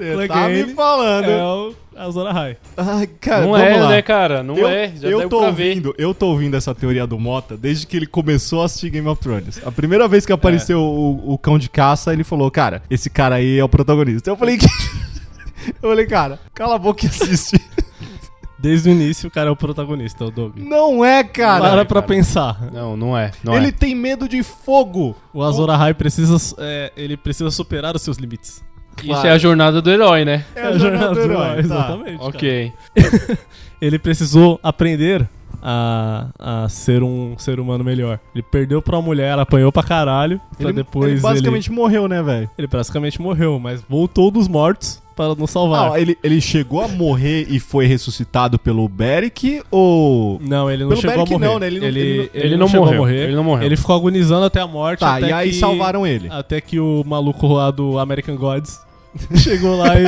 Speaker 2: Tá me
Speaker 4: Clegane
Speaker 2: falando.
Speaker 4: é o a Zora High.
Speaker 2: Ai, Ah, cara,
Speaker 3: não
Speaker 2: vamos
Speaker 3: é,
Speaker 2: lá.
Speaker 3: né, cara? Não
Speaker 2: eu,
Speaker 3: é. Já
Speaker 2: eu
Speaker 3: deu
Speaker 2: tô
Speaker 3: pra ver.
Speaker 2: ouvindo, eu tô ouvindo essa teoria do Mota desde que ele começou a assistir Game of Thrones. A primeira vez que apareceu o, o cão de caça, ele falou, cara, esse cara aí é o protagonista. Eu falei, que... eu falei, cara, cala a boca e assiste.
Speaker 4: Desde o início, o cara é o protagonista, o Doug.
Speaker 2: Não é, cara.
Speaker 4: Para
Speaker 3: cara.
Speaker 4: pra pensar.
Speaker 3: Não, não é. Não
Speaker 2: ele
Speaker 3: é.
Speaker 2: tem medo de fogo.
Speaker 4: O Azor Ahai precisa, é, ele precisa superar os seus limites.
Speaker 2: tá
Speaker 3: Isso é a jornada do herói, né?
Speaker 2: É a jornada do herói, tá.
Speaker 4: exatamente. cara.
Speaker 3: Ok.
Speaker 4: Ele precisou aprender a, a ser um ser humano melhor. Ele perdeu pra uma mulher, apanhou pra caralho, pra
Speaker 2: Ele,
Speaker 4: depois
Speaker 2: ele
Speaker 4: ele...
Speaker 2: basicamente morreu, né, velho?
Speaker 4: ele basicamente morreu, mas voltou dos mortos para nos salvar.
Speaker 2: Ah, ele, ele chegou a morrer e foi ressuscitado pelo Beric ou...
Speaker 4: Não, ele não
Speaker 2: Pelo
Speaker 4: chegou a
Speaker 2: Beric
Speaker 4: morrer.
Speaker 2: não, né? Ele não-
Speaker 4: ele,
Speaker 2: ele não-
Speaker 4: ele
Speaker 3: ele
Speaker 4: não
Speaker 3: não
Speaker 4: chegou
Speaker 3: morreu,
Speaker 4: a morrer.
Speaker 3: ele não morreu.
Speaker 4: Ele ficou agonizando até a morte.
Speaker 2: Tá,
Speaker 4: até
Speaker 2: e aí
Speaker 4: que-
Speaker 2: salvaram ele.
Speaker 3: Ah,
Speaker 4: Até que o maluco lá do American Gods chegou lá e.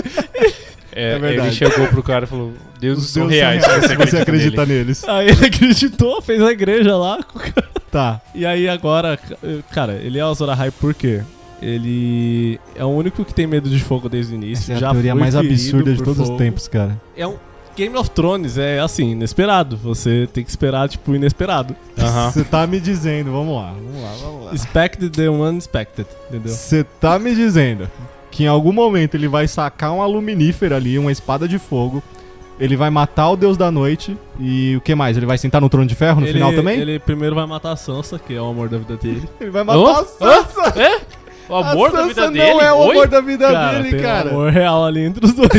Speaker 3: É,
Speaker 2: verdade.
Speaker 3: Ele chegou pro cara e falou: Deus
Speaker 2: Os
Speaker 3: são
Speaker 2: deuses
Speaker 3: reais.
Speaker 2: são reais, você
Speaker 3: nele."
Speaker 2: acredita neles.
Speaker 4: Aí ele acreditou, fez a igreja lá. com o cara.
Speaker 2: Tá.
Speaker 4: E aí agora, ca- cara, ele é o Azorahai por quê? Ele é o único que tem medo de fogo desde o início.
Speaker 2: Essa é a
Speaker 4: já
Speaker 2: teoria
Speaker 4: foi
Speaker 2: mais
Speaker 4: ferido
Speaker 2: absurda de
Speaker 4: por
Speaker 2: todos os
Speaker 4: fogo.
Speaker 2: tempos, cara.
Speaker 4: É um Game of Thrones, é assim, inesperado. Você tem que esperar, tipo, inesperado.
Speaker 3: Aham.
Speaker 2: Você tá me dizendo, vamos lá, vamos lá, vamos lá.
Speaker 4: Expected the unexpected, entendeu?
Speaker 2: Você tá me dizendo que em algum momento ele vai sacar um aluminífero ali, uma espada de fogo. Ele vai matar o deus da noite e o que mais? Ele vai sentar no trono de ferro no
Speaker 4: ele,
Speaker 2: final também? Ele,
Speaker 4: Ele primeiro vai matar a Sansa, que é o amor da vida dele.
Speaker 2: vai matar
Speaker 3: Hã?
Speaker 2: a Sansa!
Speaker 3: O amor
Speaker 2: a
Speaker 3: da
Speaker 2: Sansa
Speaker 3: vida
Speaker 2: não
Speaker 3: dele.
Speaker 2: é o
Speaker 3: Oi?
Speaker 2: amor da vida dele,
Speaker 4: tem
Speaker 2: cara.
Speaker 4: um amor real ali entre os dois.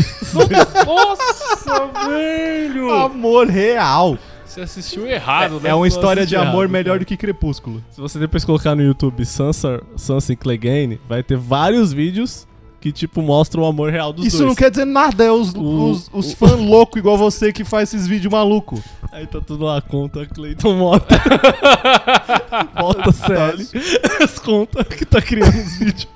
Speaker 3: Nossa, velho!
Speaker 2: Amor real.
Speaker 3: Você assistiu errado, né?
Speaker 2: Ah, É uma história de
Speaker 4: assistir
Speaker 2: amor
Speaker 4: errado,
Speaker 2: melhor
Speaker 4: cara.
Speaker 2: do que Crepúsculo.
Speaker 4: Se você depois colocar no YouTube Sansa, Sansa e Clegane, vai ter vários vídeos que, tipo, mostram o amor real dos
Speaker 2: Isso
Speaker 4: dois.
Speaker 2: não quer dizer nada, é os,
Speaker 4: O-
Speaker 2: os, os fãs loucos igual você que faz esses vídeos malucos.
Speaker 4: Aí tá tudo lá, conta Cleiton Mota. Mota Celi. As contas que tá criando os vídeos.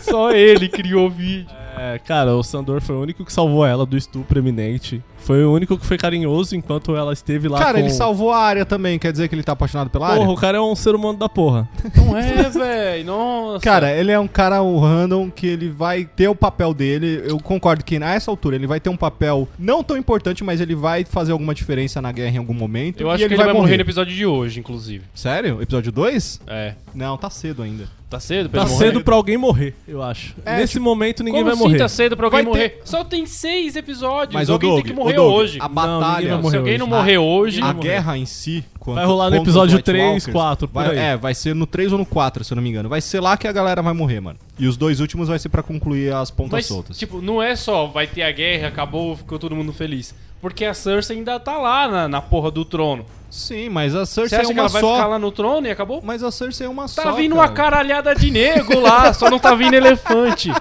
Speaker 3: Só ele criou o vídeo.
Speaker 4: É, cara, o Sandor foi o único que salvou ela do estupro eminente. Foi o único que foi carinhoso enquanto ela esteve lá
Speaker 2: Cara,
Speaker 4: Tá com...
Speaker 2: ele salvou a área também, quer dizer que ele tá apaixonado pela
Speaker 4: Porra,
Speaker 2: área?
Speaker 4: o cara é um ser humano da porra.
Speaker 3: Não é, velho. Nossa.
Speaker 2: Cara, ele é um cara um random que ele vai ter o papel dele. Eu concordo que nessa altura ele vai ter um papel não tão importante, mas ele vai fazer alguma diferença na guerra em algum momento.
Speaker 3: eu
Speaker 2: e
Speaker 3: acho que ele vai morrer no episódio de hoje, inclusive.
Speaker 2: Sério? Episódio 2?
Speaker 3: É.
Speaker 2: Não, tá cedo ainda.
Speaker 3: Tá cedo pra
Speaker 4: Tá
Speaker 3: ele morrer?
Speaker 4: cedo pra alguém morrer, eu acho.
Speaker 2: É,
Speaker 4: Nesse
Speaker 2: tipo,
Speaker 4: momento ninguém
Speaker 3: Como
Speaker 4: vai
Speaker 3: assim
Speaker 4: morrer.
Speaker 3: tá cedo pra alguém
Speaker 2: Vai
Speaker 3: morrer?
Speaker 2: ter-
Speaker 3: Só tem seis episódios.
Speaker 2: Mas o
Speaker 3: alguém
Speaker 2: Doug,
Speaker 3: tem que
Speaker 2: o
Speaker 3: morrer
Speaker 2: Doug,
Speaker 3: hoje.
Speaker 2: a
Speaker 4: ninguém
Speaker 2: batalha,
Speaker 4: vai morrer
Speaker 3: Se alguém
Speaker 4: hoje.
Speaker 3: não morrer hoje.
Speaker 2: a
Speaker 4: morrer.
Speaker 2: guerra em si, quanto-
Speaker 4: Vai rolar no
Speaker 2: contra os
Speaker 4: episódio
Speaker 2: White
Speaker 4: 3,
Speaker 2: Walkers,
Speaker 4: 4, por
Speaker 2: vai-
Speaker 4: aí.
Speaker 2: É, vai ser no 3 ou no 4, se eu não me engano. Vai ser lá que a galera vai morrer, mano. E os dois últimos vai ser pra concluir as pontas
Speaker 3: Mas,
Speaker 2: soltas.
Speaker 3: tipo, não é só vai ter a guerra, acabou, ficou todo mundo feliz. Porque a Cersei ainda tá lá na, na porra do trono.
Speaker 2: Sim, mas a
Speaker 3: Você
Speaker 2: Cersei é
Speaker 3: acha que ela
Speaker 2: uma
Speaker 3: vai ficar
Speaker 2: só.
Speaker 3: lá no trono e acabou?
Speaker 2: Mas a Cersei é uma só.
Speaker 3: Tá vindo
Speaker 2: cara.
Speaker 3: uma caralhada de nego lá, só não tá vindo elefante.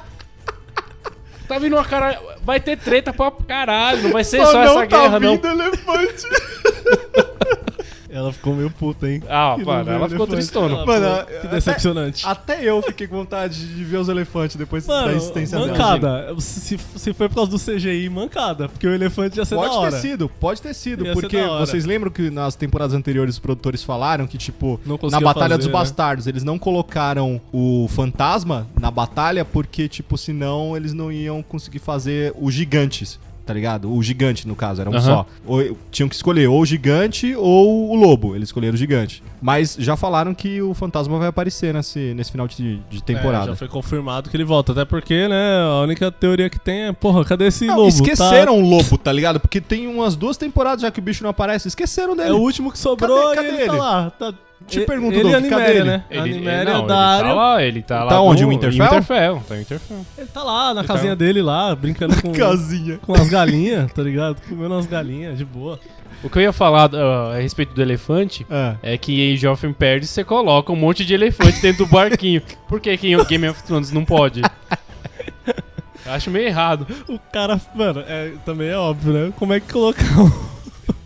Speaker 3: Tá vindo uma caralhada. Vai ter treta pra caralho, não vai ser só, essa
Speaker 2: tá
Speaker 3: guerra, não.
Speaker 2: elefante. ela ficou meio puta, hein?
Speaker 3: Ah,
Speaker 2: Que não
Speaker 3: mano,
Speaker 2: veio
Speaker 3: ela ficou
Speaker 2: elefante.
Speaker 3: tristona.
Speaker 2: Mano, é,
Speaker 4: Pô,
Speaker 2: a-
Speaker 4: que
Speaker 2: até-
Speaker 4: decepcionante.
Speaker 2: Até eu fiquei com vontade de ver os elefantes depois da existência dela.
Speaker 4: mancada. Se, se foi por causa do CGI, mancada. Porque o elefante ia ser da
Speaker 2: Pode
Speaker 4: hora.
Speaker 2: ter sido, pode ter sido,
Speaker 4: Ia ser
Speaker 2: porque
Speaker 4: da hora.
Speaker 2: vocês lembram que nas temporadas anteriores os produtores falaram que, tipo,
Speaker 4: Não
Speaker 2: na
Speaker 4: conseguia
Speaker 2: Batalha
Speaker 4: fazer,
Speaker 2: dos
Speaker 4: né?
Speaker 2: Bastardos, eles não colocaram o fantasma na batalha porque, tipo, senão eles não iam conseguir fazer os gigantes, tá ligado? O gigante, no caso, era um
Speaker 3: Aham.
Speaker 2: só. Ou- tinham que escolher ou o gigante ou o lobo. Eles escolheram o gigante. Mas já falaram que o fantasma vai aparecer nesse, nesse final de, de temporada.
Speaker 4: É, já foi confirmado que ele volta. Até porque, né, a única teoria que tem é, porra, cadê esse
Speaker 2: Não,
Speaker 4: lobo?
Speaker 2: esqueceram o lobo, tá ligado? Porque tem umas duas temporadas já que o bicho não aparece. Esqueceram
Speaker 4: Tá-
Speaker 2: dele.
Speaker 4: É o último que sobrou
Speaker 2: Cadê- cadê
Speaker 4: e ele, tá
Speaker 2: ele?
Speaker 4: lá. Tá...
Speaker 2: Te
Speaker 4: E-
Speaker 2: pergunto,
Speaker 4: ele
Speaker 2: Doug,
Speaker 4: é a
Speaker 2: cadê
Speaker 4: Niméria,
Speaker 2: ele?
Speaker 4: né? a Niméria
Speaker 3: não,
Speaker 4: da
Speaker 3: ele
Speaker 4: área.
Speaker 3: Tá lá, ele tá lá.
Speaker 2: Tá onde,
Speaker 3: no-
Speaker 2: o Winterfell?
Speaker 3: Winterfell, tá em Winterfell.
Speaker 4: Ele tá lá, na casinha dele lá, brincando com,
Speaker 2: Casinha.
Speaker 4: com as galinhas, tá ligado? Comendo as galinhas, de boa.
Speaker 3: O que eu ia falar ah, a respeito do elefante
Speaker 2: É.
Speaker 3: é que em Joffrey perde você coloca um monte de elefante dentro do barquinho. Por que que em Game of Thrones não pode? Eu Acho meio errado.
Speaker 4: O cara, mano, é, também é óbvio, né? Como é que colocar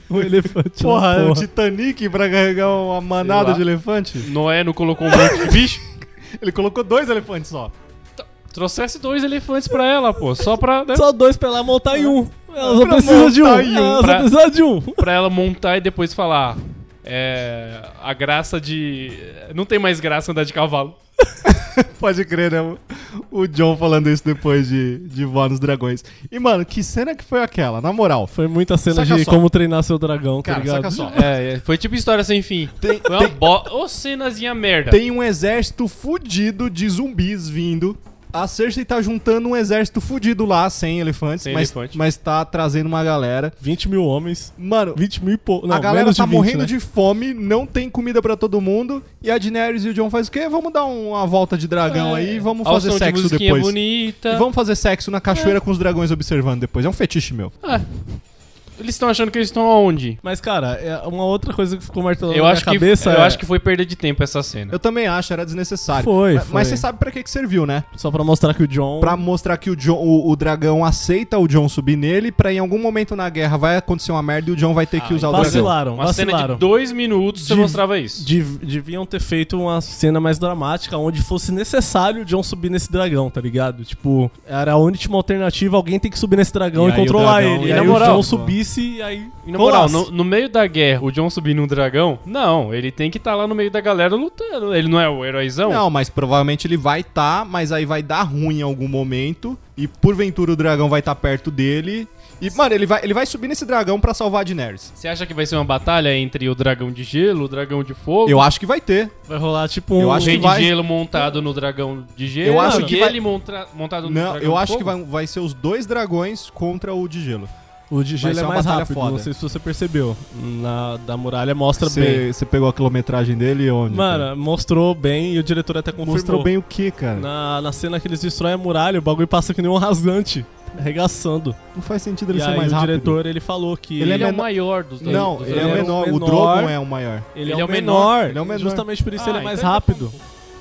Speaker 4: um, um elefante
Speaker 2: Porra,
Speaker 4: na
Speaker 2: é o
Speaker 4: porra?
Speaker 2: Titanic pra carregar uma manada
Speaker 3: lá.
Speaker 2: de elefante?
Speaker 3: Noé não colocou um monte de bicho.
Speaker 2: Ele colocou dois elefantes só.
Speaker 3: Trouxesse dois elefantes pra ela, pô. Só pra, né,
Speaker 4: Só dois pra ela montar em um. Ela só
Speaker 2: Pra
Speaker 4: precisa de um.
Speaker 2: montar em um.
Speaker 4: Ela
Speaker 3: Pra-
Speaker 4: só precisa de um.
Speaker 3: pra ela montar e depois falar. É. A graça de. Não tem mais graça andar de cavalo.
Speaker 2: Pode crer, né? O John falando isso depois de, de voar nos dragões. E, mano, que cena que foi aquela? Na moral.
Speaker 4: Foi muita cena
Speaker 2: Saca
Speaker 4: de
Speaker 2: só.
Speaker 4: como treinar seu dragão, tá
Speaker 2: Cara,
Speaker 4: ligado?
Speaker 2: saca só.
Speaker 3: É, é, foi tipo história sem fim.
Speaker 2: Tem-
Speaker 3: foi uma
Speaker 2: tem-
Speaker 3: bo... Ô, cenazinha merda.
Speaker 2: Tem um exército fudido de zumbis vindo. A Cersei tá juntando um exército fudido lá, sem elefantes,
Speaker 3: Sem
Speaker 2: mas,
Speaker 3: elefante.
Speaker 2: mas tá trazendo uma galera.
Speaker 4: 20 mil homens,
Speaker 2: Mano,
Speaker 4: 20 mil e pouco. Não,
Speaker 2: a galera
Speaker 4: menos
Speaker 2: tá
Speaker 4: de 20,
Speaker 2: morrendo
Speaker 4: né?
Speaker 2: de fome, não tem comida pra todo mundo. E a Daenerys e o John faz o quê? Vamos dar um, uma volta de dragão aí e vamos
Speaker 3: Ao
Speaker 2: fazer
Speaker 3: som de
Speaker 2: sexo
Speaker 4: é
Speaker 3: musiquinha
Speaker 2: depois.
Speaker 3: bonita.
Speaker 2: E vamos fazer sexo na cachoeira com os dragões observando depois. É um fetiche meu.
Speaker 3: Ah, eles estão achando que eles estão aonde?
Speaker 4: Mas, cara, é uma outra coisa que ficou martelando
Speaker 3: Eu
Speaker 4: na
Speaker 3: acho, que,
Speaker 4: minha cabeça
Speaker 3: eu
Speaker 4: é...
Speaker 3: acho que foi perda de tempo essa cena.
Speaker 2: Eu também acho, era desnecessário.
Speaker 4: Foi,
Speaker 2: Ma- Mas
Speaker 4: foi.
Speaker 2: você sabe pra que que serviu, né?
Speaker 4: Só pra mostrar que o John...
Speaker 2: Pra mostrar que o, John, o, o dragão aceita o John subir nele, pra em algum momento na guerra vai acontecer uma merda e o John vai ter que
Speaker 3: Ah,
Speaker 2: usar o dragão.
Speaker 4: Vacilaram,
Speaker 3: Uma cena
Speaker 4: vacilaram.
Speaker 3: de dois minutos você
Speaker 4: De-
Speaker 3: mostrava isso.
Speaker 4: Dev- Deviam ter feito uma cena mais dramática, onde fosse necessário o John subir nesse dragão, tá ligado? Tipo, era a última alternativa, alguém tem que subir nesse dragão
Speaker 2: E
Speaker 4: e,
Speaker 2: aí o
Speaker 4: controlar
Speaker 2: dragão-
Speaker 4: ele.
Speaker 3: e
Speaker 4: E
Speaker 3: na
Speaker 4: aí
Speaker 3: moral-
Speaker 4: o John subisse e aí...
Speaker 3: E na moral,
Speaker 4: Colasse.
Speaker 3: no, no meio da guerra, o John subir num dragão? Não, ele tem que estar lá no meio da galera lutando. Ele não é o heróizão?
Speaker 4: Então-
Speaker 2: Não, mas provavelmente ele vai tá, mas aí vai dar ruim em algum momento. E porventura o dragão vai estar perto dele. E, mano, ele vai, ele vai subir nesse dragão pra salvar a Daenerys.
Speaker 3: Você acha que vai ser uma batalha entre o dragão de gelo, o dragão de fogo?
Speaker 2: Eu acho que vai ter.
Speaker 4: Vai rolar tipo um...
Speaker 2: Eu
Speaker 3: O
Speaker 2: acho
Speaker 3: rei
Speaker 2: que
Speaker 3: de
Speaker 2: vai-
Speaker 3: gelo montado no dragão de gelo?
Speaker 2: Eu acho que
Speaker 3: e
Speaker 2: vai-
Speaker 3: ele montra-
Speaker 4: Tá
Speaker 3: montado no
Speaker 2: Não,
Speaker 3: dragão
Speaker 2: eu
Speaker 3: de
Speaker 2: acho que
Speaker 3: fogo?
Speaker 2: vai, um vai ser os dois dragões contra o de gelo.
Speaker 4: O de
Speaker 2: Vai
Speaker 4: gelo
Speaker 2: ser
Speaker 4: é
Speaker 2: uma
Speaker 4: mais
Speaker 2: batalha
Speaker 4: rápido,
Speaker 2: foda.
Speaker 4: não sei se você percebeu. Na, da muralha mostra bem.
Speaker 2: Você pegou a quilometragem dele e onde? cara?
Speaker 4: Mano, mostrou bem e o diretor até confirmou.
Speaker 2: mostrou bem o que, cara?
Speaker 4: Na, na cena que eles destroem a muralha, o bagulho passa que nem um rasgante, arregaçando.
Speaker 2: Não faz sentido ele
Speaker 4: E
Speaker 2: ser
Speaker 4: aí
Speaker 2: mais
Speaker 4: o
Speaker 2: rápido.
Speaker 4: diretor, ele falou que...
Speaker 2: Ele
Speaker 3: Ele,
Speaker 2: é
Speaker 3: é, o
Speaker 2: menor-
Speaker 3: maior dos dois.
Speaker 2: Não,
Speaker 3: dos
Speaker 2: ele é o
Speaker 4: Ele
Speaker 3: dragões.
Speaker 4: era
Speaker 2: menor.
Speaker 4: o
Speaker 2: O
Speaker 4: menor.
Speaker 2: Drogon é o maior.
Speaker 4: Ele, é, o menor.
Speaker 2: Ele é o menor.
Speaker 4: Justamente por isso
Speaker 3: Ah,
Speaker 4: ele é mais
Speaker 3: então tá
Speaker 4: rápido.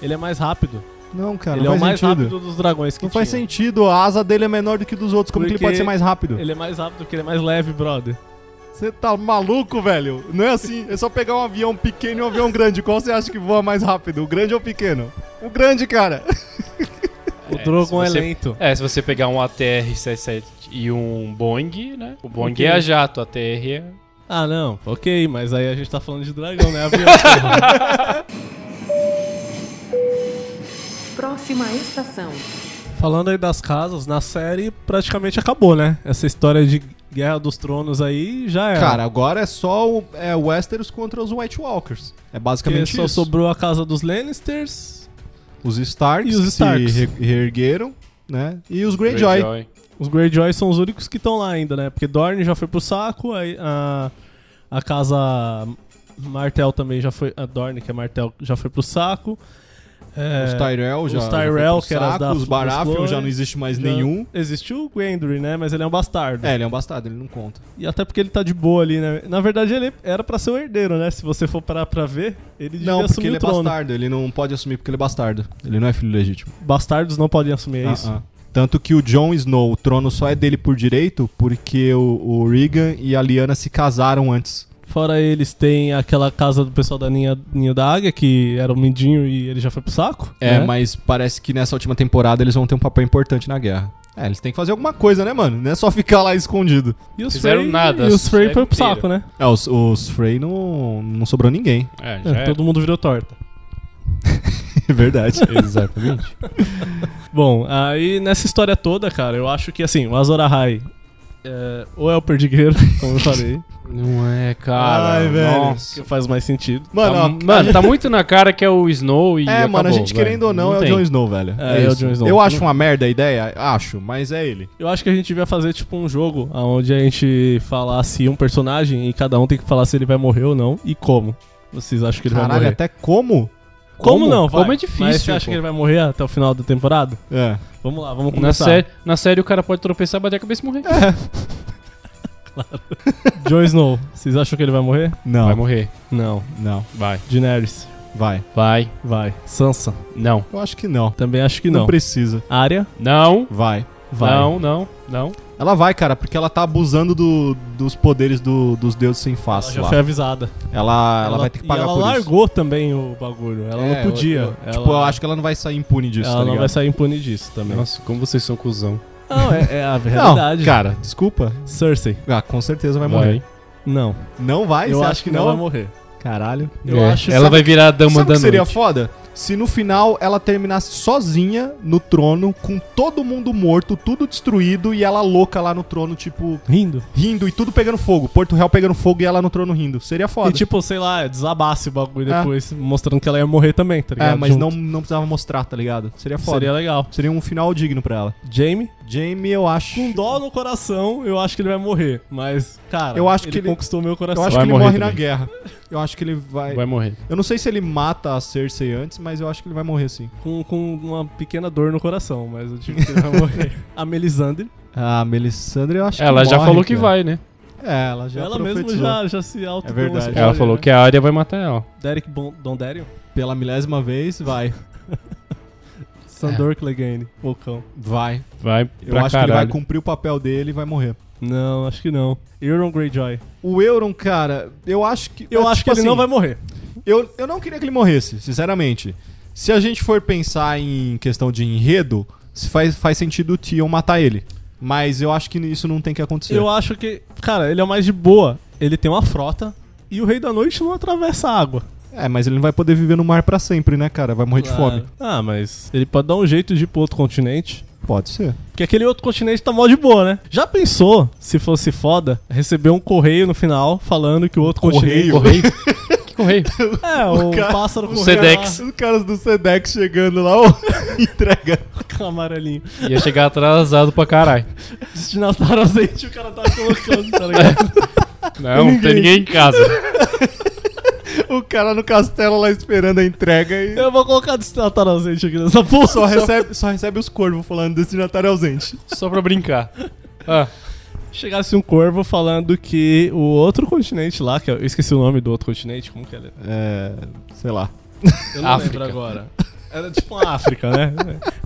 Speaker 4: Ele é mais rápido.
Speaker 2: Não, cara,
Speaker 4: ele é
Speaker 2: não
Speaker 4: o
Speaker 2: faz
Speaker 4: mais
Speaker 2: sentido.
Speaker 4: rápido dos dragões que
Speaker 2: Não faz
Speaker 4: tinha.
Speaker 2: sentido. A asa dele é menor do que dos outros. Como que ele
Speaker 4: Porque
Speaker 2: pode ser mais rápido?
Speaker 4: Ele é mais rápido porque ele é mais leve, brother.
Speaker 2: Você tá maluco, velho? Não é assim. É só pegar um avião pequeno e um avião grande. Qual você acha que voa mais rápido? O grande ou o pequeno? O grande, cara.
Speaker 4: O
Speaker 3: É,
Speaker 4: Drogon é
Speaker 3: se você-
Speaker 4: lento.
Speaker 3: É, se você pegar um ATR-77 e um Boeing, né? O Boeing
Speaker 4: Ok.
Speaker 3: é a jato, a ATR é...
Speaker 4: Ah, não. Ok, mas aí a gente tá falando de dragão, né? Avião, porra.
Speaker 1: Próxima estação.
Speaker 4: falando aí das casas, na série praticamente acabou, né? Essa história de Guerra dos Tronos aí já era.
Speaker 2: Cara, agora é só o é, Westeros contra os White Walkers. É
Speaker 4: Porque
Speaker 2: basicamente
Speaker 4: só
Speaker 2: isso.
Speaker 4: sobrou a casa dos Lannisters,
Speaker 2: Os Starks,
Speaker 4: E os Starks.
Speaker 2: se re- reergueram, né? E os Greyjoy.
Speaker 4: Os Greyjoy são os únicos que estão lá ainda, né? Porque Dorne já foi pro saco, aí a, a casa Martel também já foi. A Dorne, que é Martel, já foi pro saco.
Speaker 2: Os Tyrell já.
Speaker 4: Os
Speaker 2: já foi pro
Speaker 4: Tyrell, que era as
Speaker 2: saco,
Speaker 4: da
Speaker 2: Os Baratheon já não existe mais
Speaker 4: Já
Speaker 2: nenhum.
Speaker 4: Existiu o Gwendry, né? Mas ele é um bastardo.
Speaker 2: É, ele é um bastardo, ele não conta.
Speaker 4: E até porque ele tá de boa ali, né? Na verdade, ele era pra ser o herdeiro, né? Se você for parar pra ver, ele devia
Speaker 2: Não, porque
Speaker 4: assumir
Speaker 2: ele
Speaker 4: o
Speaker 2: é
Speaker 4: trono.
Speaker 2: bastardo, ele não pode assumir porque ele é bastardo. Ele não é filho legítimo.
Speaker 4: Bastardos não podem assumir, é
Speaker 2: Ah,
Speaker 4: isso.
Speaker 2: ah. Tanto que o Jon Snow, o trono só é dele por direito, porque o, o Regan e a Lyanna se casaram antes.
Speaker 4: Fora eles, tem aquela casa do pessoal da Ninha, Ninho da Águia, que era o Mindinho e ele já foi pro saco.
Speaker 2: É,
Speaker 4: né?
Speaker 2: mas parece que nessa última temporada eles vão ter um papel importante na guerra. É, eles têm que fazer alguma coisa, né, mano? Não é só ficar lá escondido.
Speaker 4: E os
Speaker 3: Fizeram
Speaker 4: Frey,
Speaker 3: nada,
Speaker 4: E os Frey
Speaker 3: série
Speaker 4: foi pro
Speaker 3: inteira.
Speaker 4: saco, né?
Speaker 2: É, os, os Frey não, não sobrou ninguém.
Speaker 3: É, já
Speaker 4: É, todo mundo virou torta.
Speaker 2: É verdade.
Speaker 3: Exatamente.
Speaker 4: Bom, aí nessa história toda, cara, eu acho que assim, o Azor Ahai é, ou é o perdigueiro, como eu falei.
Speaker 3: Não é, cara.
Speaker 2: Ai, velho.
Speaker 3: Nossa.
Speaker 4: que faz mais sentido.
Speaker 2: Mano,
Speaker 3: tá,
Speaker 2: ó,
Speaker 3: mano, tá muito na cara que é o Snow e.
Speaker 2: É, mano, a
Speaker 3: acabou,
Speaker 2: gente
Speaker 3: vai.
Speaker 2: querendo ou não, é
Speaker 3: tem.
Speaker 2: o Jon Snow, velho.
Speaker 4: É, é o
Speaker 2: isso.
Speaker 4: Jon Snow.
Speaker 2: Eu acho uma merda a ideia? Acho, mas é ele.
Speaker 4: Eu acho que a gente devia fazer tipo um jogo onde a gente falasse um personagem e cada um tem que falar se ele vai morrer ou não e como. Vocês acham que ele vai
Speaker 2: Caralho,
Speaker 4: morrer?
Speaker 2: até como?
Speaker 4: Como, não?
Speaker 3: Como
Speaker 4: vai.
Speaker 3: é difícil,
Speaker 4: Mas você acha
Speaker 3: pô.
Speaker 4: que ele vai morrer até o final da temporada?
Speaker 2: É.
Speaker 4: Vamos lá, vamos
Speaker 3: Na
Speaker 2: tá.
Speaker 4: começar.
Speaker 3: série, na série o cara pode tropeçar, bater a cabeça e morrer.
Speaker 2: É.
Speaker 4: Jon Snow, vocês acham que ele vai morrer?
Speaker 2: Não,
Speaker 3: Vai morrer.
Speaker 4: Não.
Speaker 2: não,
Speaker 3: Vai.
Speaker 4: Daenerys,
Speaker 2: vai.
Speaker 3: Vai.
Speaker 4: vai. Sansa,
Speaker 3: Não.
Speaker 2: Eu acho que não.
Speaker 4: também acho que
Speaker 2: Não,
Speaker 4: não.
Speaker 2: precisa.
Speaker 4: Arya,
Speaker 3: Não.
Speaker 2: Vai.
Speaker 4: vai.
Speaker 3: Não, não, não.
Speaker 2: Ela vai, cara, porque ela tá abusando do- dos poderes do- dos deuses sem
Speaker 4: Ela
Speaker 2: face
Speaker 4: já
Speaker 2: lá.
Speaker 4: foi avisada.
Speaker 2: Ela, ela vai ter que pagar
Speaker 4: e ela
Speaker 2: por isso.
Speaker 4: largou também o bagulho. Ela
Speaker 2: É,
Speaker 4: não podia.
Speaker 2: eu- eu-
Speaker 4: ela,
Speaker 2: Tipo, eu acho que ela não vai sair impune disso,
Speaker 4: ela
Speaker 2: tá
Speaker 4: não
Speaker 2: ligado?
Speaker 4: vai sair impune disso também.
Speaker 3: Nossa, como vocês são cuzão.
Speaker 4: Não, é, é a
Speaker 2: Não,
Speaker 4: verdade.
Speaker 2: cara, desculpa.
Speaker 4: Cersei.
Speaker 2: Ah, com certeza vai morrer.
Speaker 4: Não.
Speaker 2: Não vai?
Speaker 4: eu
Speaker 2: Você
Speaker 4: acho
Speaker 2: acha
Speaker 4: que não vai morrer.
Speaker 2: Caralho.
Speaker 4: Eu
Speaker 3: É,
Speaker 4: acho
Speaker 3: ela
Speaker 4: sabe-
Speaker 3: vai virar a dama
Speaker 2: Sabe o
Speaker 3: da
Speaker 2: que seria
Speaker 3: noite.
Speaker 2: foda? Se no final ela terminasse sozinha no trono, com todo mundo morto, tudo destruído e ela louca lá no trono, tipo,
Speaker 4: Rindo.
Speaker 2: rindo e tudo pegando fogo. Porto Real pegando fogo e ela no trono rindo. Seria foda.
Speaker 4: E tipo, sei lá, desabasse o bagulho
Speaker 2: É.
Speaker 4: depois, mostrando que ela ia morrer também, tá ligado?
Speaker 2: é, mas
Speaker 4: Junto.
Speaker 2: não, não precisava mostrar, tá ligado? Seria foda.
Speaker 4: Seria
Speaker 2: Seria,
Speaker 4: legal.
Speaker 2: um final digno pra ela.
Speaker 4: Jamie,
Speaker 2: Jamie, eu acho.
Speaker 4: com dó no coração, eu acho que ele vai morrer. Mas, cara,
Speaker 2: Eu acho que ele-
Speaker 4: conquistou meu coração.
Speaker 2: Eu acho
Speaker 3: Vai
Speaker 2: que ele
Speaker 3: morrer
Speaker 2: morre na
Speaker 3: também.
Speaker 2: guerra. Eu acho que ele vai...
Speaker 3: Vai morrer.
Speaker 2: Eu não sei se ele mata a Cersei antes, mas eu acho que ele vai morrer sim.
Speaker 4: Com, com uma pequena dor no coração, mas eu digo que ele vai morrer. A Melisandre,
Speaker 2: Ah, Melisandre, eu acho
Speaker 3: Ela
Speaker 2: que
Speaker 3: já
Speaker 2: morre,
Speaker 3: falou que
Speaker 2: cara.
Speaker 3: vai, né?
Speaker 2: É, ela já
Speaker 4: ela
Speaker 2: profetizou.
Speaker 4: mesma já, já se auto
Speaker 2: É verdade.
Speaker 3: Ela
Speaker 2: Olha,
Speaker 3: falou que é- a área vai matar ela.
Speaker 4: né? Derek Bon- Dondarrion?
Speaker 2: Pela milésima vez, vai.
Speaker 4: Sandor Clegane, Vulcão.
Speaker 2: Vai.
Speaker 3: Vai
Speaker 2: Eu
Speaker 3: pra
Speaker 2: acho que ele vai
Speaker 3: caralho.
Speaker 2: cumprir o papel dele e vai morrer.
Speaker 4: Não, acho que não. Euron Greyjoy.
Speaker 2: O Euron, cara, eu acho que.
Speaker 4: Eu
Speaker 2: tipo
Speaker 4: acho que ele
Speaker 2: assim,
Speaker 4: não vai morrer.
Speaker 2: Eu, eu não queria que ele morresse, sinceramente. Se a gente for pensar em questão de enredo, se faz, faz sentido o Tion matar ele. Mas eu acho que isso não tem que acontecer.
Speaker 4: Eu acho que, cara, ele é o mais de boa. Ele tem uma frota e o Rei da Noite não atravessa a água.
Speaker 2: É, mas ele não vai poder viver no mar pra sempre, né, cara? Vai morrer de fome.
Speaker 4: Ah, mas ele pode dar um jeito de ir pro outro continente.
Speaker 2: Pode ser.
Speaker 4: Porque aquele outro continente tá mó de boa, né? Já pensou, se fosse foda, receber um correio no final falando que o outro
Speaker 2: Correio?
Speaker 4: continente...
Speaker 3: Correio? que correio?
Speaker 4: É, o,
Speaker 2: cara-
Speaker 4: pássaro
Speaker 2: o
Speaker 4: correu
Speaker 3: Sedex.
Speaker 2: Os caras do Sedex chegando lá, ó, entrega.
Speaker 4: lá com o amarelinho.
Speaker 3: Ia chegar atrasado pra caralho.
Speaker 4: Destinatário azeite o cara tava colocando, tá ligado?
Speaker 3: Não, não tem ninguém em casa.
Speaker 2: O cara no castelo lá esperando a entrega e.
Speaker 4: Eu vou colocar destinatário azeite aqui nessa porra.
Speaker 2: É. Só recebe, só recebe os corvos falando destinatário ausente.
Speaker 3: Só pra brincar. Ah,
Speaker 4: Chegasse um corvo falando que o outro continente lá, que eu eu esqueci o nome do outro continente, como que ele
Speaker 2: É. Sei lá.
Speaker 4: Eu
Speaker 3: não África. lembro
Speaker 4: agora. Era tipo uma África, né?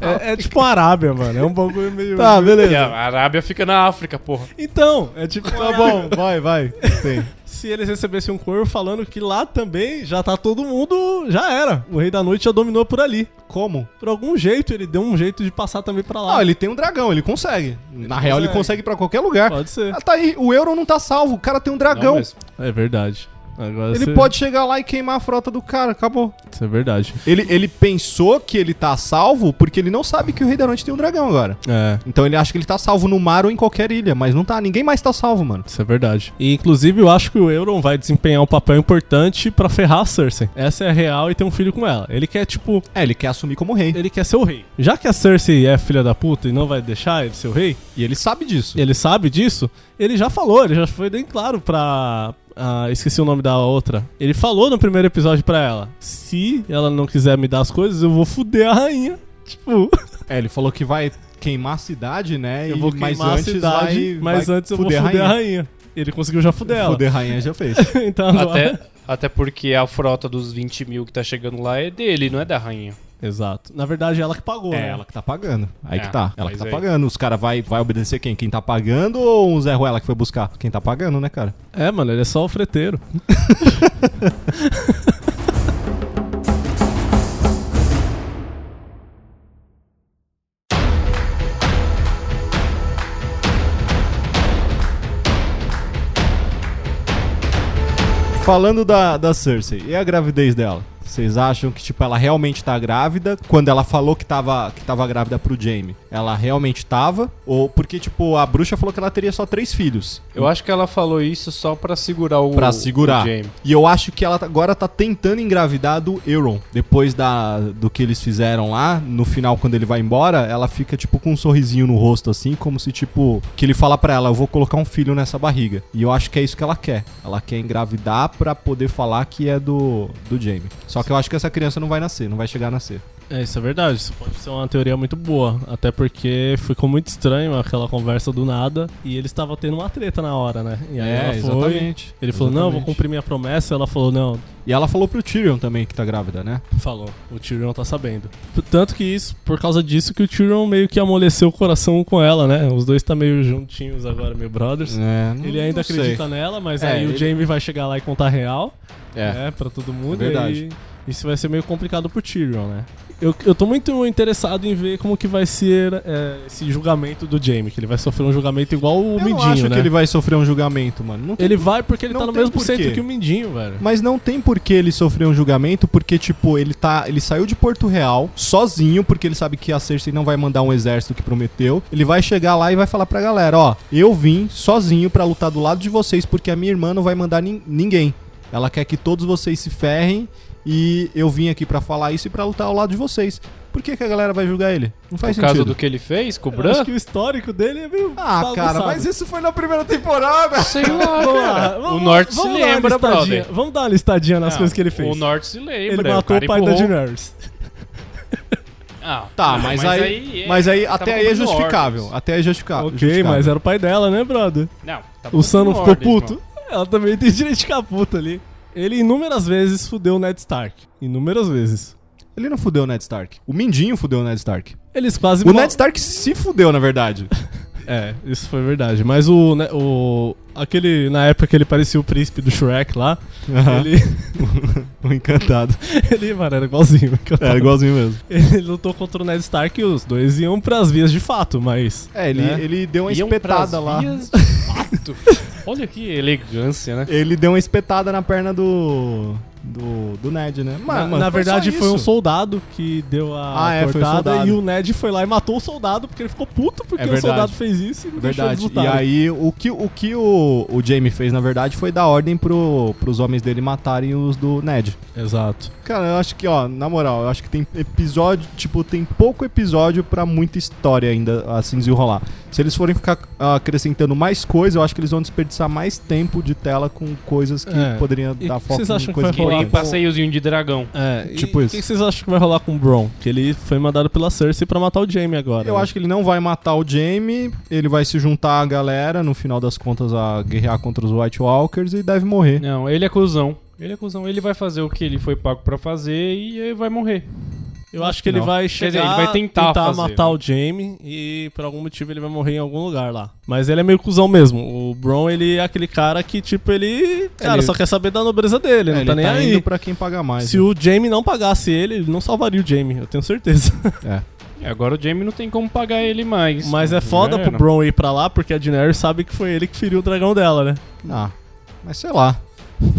Speaker 4: É, é tipo uma Arábia, mano. É um bagulho meio.
Speaker 2: Tá,
Speaker 3: e
Speaker 2: beleza.
Speaker 3: a Arábia fica na África, porra.
Speaker 4: Então, é tipo.
Speaker 2: Tá bom, vai, vai. Tem.
Speaker 4: Se eles recebessem um corvo falando que lá também já tá todo mundo. Já era. O Rei da Noite já dominou por ali.
Speaker 2: Como?
Speaker 4: Por algum jeito, ele deu um jeito de passar também pra lá.
Speaker 2: Ah, ele tem um dragão, ele consegue. Na real, ele
Speaker 4: consegue.
Speaker 2: consegue ir pra qualquer lugar.
Speaker 4: Pode ser.
Speaker 2: Ah, tá aí, o Euron não tá salvo, o cara tem um dragão.
Speaker 3: Não, mas-
Speaker 4: É verdade. Agora
Speaker 2: ele
Speaker 4: você-
Speaker 2: pode chegar lá e queimar a frota do cara, acabou.
Speaker 4: Isso é verdade.
Speaker 2: Ele, ele pensou que ele tá salvo porque ele não sabe que o Rei da Noite tem um dragão agora.
Speaker 4: É.
Speaker 2: Então ele acha que ele tá salvo no mar ou em qualquer ilha, mas não tá, ninguém mais tá salvo, mano.
Speaker 4: Isso é verdade. E inclusive eu acho que o Euron vai desempenhar um papel importante pra ferrar a Cersei. Essa é a real e tem um filho com ela. Ele quer tipo,
Speaker 2: É, ele quer assumir como rei.
Speaker 4: ele quer ser o rei. Já que a Cersei é filha da puta e não vai deixar ele ser o rei,
Speaker 2: E ele sabe disso.
Speaker 4: ele sabe disso. Ele já falou, ele já foi bem claro pra ah, esqueci o nome da outra. Ele falou no primeiro episódio pra ela: se ela não quiser me dar as coisas, eu vou fuder a rainha. Tipo,
Speaker 2: É, ele falou que vai queimar a cidade, né?
Speaker 4: eu
Speaker 2: e-
Speaker 4: vou
Speaker 2: mas
Speaker 4: queimar a
Speaker 2: antes
Speaker 4: cidade,
Speaker 2: vai-
Speaker 4: mas
Speaker 2: vai
Speaker 4: antes eu vou fuder a rainha. Ele conseguiu já fuder ela.
Speaker 2: Fuder a rainha já fez.
Speaker 4: então agora.
Speaker 3: Até, até porque a frota dos 20 mil que tá chegando lá é dele, não é da rainha.
Speaker 4: Exato. Na verdade, ela que pagou.
Speaker 2: É
Speaker 4: né?
Speaker 2: ela que tá pagando. Aí
Speaker 3: É,
Speaker 2: que tá. Ela que
Speaker 3: mas
Speaker 2: tá
Speaker 3: aí-
Speaker 2: pagando. Os caras vai, vai obedecer quem? Quem tá pagando ou o Zé Ruela que foi buscar? Quem tá pagando, né, cara?
Speaker 4: É, mano, ele é só o freteiro.
Speaker 2: Falando da, da Cersei, e a gravidez dela? Vocês acham que, tipo, ela realmente tá grávida? Quando ela falou que tava, que tava grávida pro Jamie, ela realmente tava? Ou porque, tipo, a bruxa falou que ela teria só três filhos?
Speaker 3: Eu acho que ela falou isso só pra segurar o.
Speaker 2: Pra segurar.
Speaker 3: o Jaime.
Speaker 2: E eu acho que ela tá- agora tá tentando engravidar do Euron. Depois da, do que eles fizeram lá, no final, quando ele vai embora, ela fica, tipo, com um sorrisinho no rosto, assim, como se, tipo, que ele fala pra ela, eu vou colocar um filho nessa barriga. E eu acho que é isso que ela quer. Ela quer engravidar pra poder falar que é do, do Jaime. Só que eu acho que essa criança não vai nascer, não vai chegar a nascer.
Speaker 4: É, isso é verdade. Isso pode ser uma teoria muito boa. Até porque ficou muito estranho aquela conversa do nada. E eles estavam tendo uma treta na hora, né? E
Speaker 2: É,
Speaker 4: aí ela foi. Ele falou, não, vou cumprir minha promessa. Ela falou, não,
Speaker 2: E ela falou pro Tyrion também que tá grávida, né?
Speaker 4: falou. O Tyrion tá sabendo. Tanto que isso, por causa disso, que o Tyrion meio que amoleceu o coração com ela, né? Os dois tá meio juntinhos agora, meio brothers.
Speaker 2: É, não-
Speaker 4: Ele ainda
Speaker 2: não sei.
Speaker 4: acredita nela, mas
Speaker 2: É,
Speaker 4: aí o
Speaker 2: ele-
Speaker 4: Jamie vai chegar lá e contar real.
Speaker 2: É.
Speaker 4: né, pra todo mundo.
Speaker 2: É verdade.
Speaker 4: E isso vai ser meio complicado pro Tyrion, né? Eu, eu tô muito interessado em ver como que vai ser é, esse julgamento do Jaime, que ele vai sofrer um julgamento igual o
Speaker 2: Eu não
Speaker 4: Mindinho,
Speaker 2: acho
Speaker 4: né?
Speaker 2: que ele vai sofrer um julgamento, mano. Não tem
Speaker 4: Ele vai porque ele
Speaker 2: Não
Speaker 4: tá no
Speaker 2: tem
Speaker 4: mesmo
Speaker 2: porquê.
Speaker 4: centro que o Mindinho, velho.
Speaker 2: Mas não tem por que ele sofrer um julgamento, porque, tipo, ele tá. Ele saiu de Porto Real sozinho, porque ele sabe que a Cersei não vai mandar um exército que prometeu. Ele vai chegar lá e vai falar pra galera, ó, eu vim sozinho pra lutar do lado de vocês, porque a minha irmã não vai mandar nin- ninguém. Ela quer que todos vocês se ferrem e eu vim aqui pra falar isso e pra lutar ao lado de vocês. Por que, que a galera vai julgar ele? Não faz
Speaker 3: Por
Speaker 2: sentido.
Speaker 3: causa do que ele fez com o
Speaker 4: Eu acho
Speaker 3: Bran?
Speaker 4: que o histórico dele é meio.
Speaker 2: Ah, cara,
Speaker 4: bagunçado.
Speaker 2: mas isso foi na primeira temporada.
Speaker 3: Sei lá,
Speaker 4: Vamos lá,
Speaker 3: cara.
Speaker 4: vamos-
Speaker 3: o Norte se
Speaker 4: vamos dar uma
Speaker 3: lembra,
Speaker 4: listadinha-
Speaker 3: brother.
Speaker 4: Vamos dar uma listadinha nas
Speaker 3: Não,
Speaker 4: coisas que ele fez.
Speaker 3: O Norte se lembra.
Speaker 4: ele
Speaker 3: o
Speaker 4: matou
Speaker 3: cara
Speaker 4: o pai da
Speaker 3: empurrou.
Speaker 4: Daenerys.
Speaker 3: Ah,
Speaker 2: Tá, mas, aí,
Speaker 3: é-
Speaker 2: mas aí
Speaker 3: tava
Speaker 2: até aí é
Speaker 3: cumprindo
Speaker 2: justificável.
Speaker 3: ordens.
Speaker 2: Até aí é justificável.
Speaker 4: Ok,
Speaker 2: justificável.
Speaker 4: mas era o pai dela, né, brother?
Speaker 3: Não, tava
Speaker 4: O Sam não
Speaker 3: cumprindo
Speaker 4: ficou
Speaker 3: ordens,
Speaker 4: puto?
Speaker 3: mano.
Speaker 4: Ela também tem direito de ficar puta ali. Ele inúmeras vezes fudeu o Ned Stark. Inúmeras vezes.
Speaker 2: Ele não fudeu o Ned Stark. O Mindinho fudeu o Ned Stark.
Speaker 4: Eles quase...
Speaker 2: O
Speaker 4: mo-
Speaker 2: Ned Stark se fudeu, na verdade.
Speaker 4: É, isso foi verdade. Mas o... Ne- o aquele... Na época que ele parecia o príncipe do Shrek lá, ele...
Speaker 2: O encantado.
Speaker 4: Ele, mano, era É, igualzinho. que eu tava-
Speaker 2: Era igualzinho mesmo.
Speaker 4: Ele lutou contra o Ned Stark e os dois iam pras vias de fato, mas...
Speaker 2: É, ele,
Speaker 4: né?
Speaker 2: ele deu uma
Speaker 3: Iam
Speaker 2: espetada
Speaker 3: pras
Speaker 2: lá.
Speaker 3: um vias de fato. Olha que elegância, né?
Speaker 2: Ele deu uma espetada na perna do. do, do Ned, né? Mas,
Speaker 4: Na,
Speaker 2: mano,
Speaker 4: na
Speaker 2: foi
Speaker 4: verdade,
Speaker 2: só
Speaker 4: foi um
Speaker 2: isso.
Speaker 4: soldado que deu a
Speaker 2: Ah, é, foi o
Speaker 4: cortada
Speaker 2: soldado.
Speaker 4: e o Ned foi lá e matou o soldado porque ele ficou puto porque
Speaker 2: É
Speaker 4: o
Speaker 2: verdade.
Speaker 4: soldado fez isso e não deixou
Speaker 2: Verdade.
Speaker 4: eles
Speaker 2: E
Speaker 4: lutarem.
Speaker 2: aí, o que o, que o, o Jamie fez, na verdade, foi dar ordem pro, pros homens dele matarem os do Ned.
Speaker 4: Exato.
Speaker 2: Cara, eu acho que, ó, na moral, eu acho que tem episódio, tipo, tem pouco episódio pra muita história ainda, assim, desenrolar. Se eles forem ficar ah, acrescentando mais coisa, eu acho que eles vão desperdiçar mais tempo de tela com coisas que
Speaker 4: É.
Speaker 2: poderiam
Speaker 4: E
Speaker 2: dar
Speaker 4: que
Speaker 2: foco
Speaker 4: vocês acham
Speaker 2: em
Speaker 4: que
Speaker 2: coisa
Speaker 4: vai rolar?
Speaker 3: Aquele
Speaker 2: importante.
Speaker 3: passeiozinho de dragão.
Speaker 4: É,
Speaker 2: Tipo
Speaker 4: tipo e,
Speaker 2: isso.
Speaker 4: O que vocês acham que vai rolar com o Bron? Que ele foi mandado pela Cersei pra matar o Jaime agora.
Speaker 2: Eu
Speaker 4: né?
Speaker 2: acho que ele não vai matar o Jaime, ele vai se juntar à galera, no final das contas, a guerrear contra os White Walkers e deve morrer.
Speaker 3: Não, ele é cuzão. Ele é cuzão. Ele vai fazer o que ele foi pago pra fazer e aí vai morrer.
Speaker 4: Eu acho que ele
Speaker 2: Não.
Speaker 4: vai
Speaker 3: dizer,
Speaker 4: chegar,
Speaker 3: ele vai tentar fazer,
Speaker 4: matar
Speaker 3: né?
Speaker 4: o Jaime e por algum motivo ele vai morrer em algum lugar lá. Mas ele é meio cuzão mesmo. O Bron, ele é aquele cara que, tipo, ele. Cara,
Speaker 2: Ele-
Speaker 4: só quer saber da nobreza dele,
Speaker 2: É,
Speaker 4: não tá nem aí.
Speaker 2: indo pra quem paga mais.
Speaker 4: Se
Speaker 2: né?
Speaker 4: o Jaime não pagasse ele, ele não salvaria o Jaime, eu tenho certeza.
Speaker 2: É.
Speaker 3: E agora o Jamie não tem como pagar ele mais.
Speaker 4: Mas é
Speaker 3: Tá
Speaker 4: foda
Speaker 3: vendo?
Speaker 4: pro Bron ir pra lá, porque a Daenerys sabe que foi ele que feriu o dragão dela, né?
Speaker 2: Ah, mas sei lá.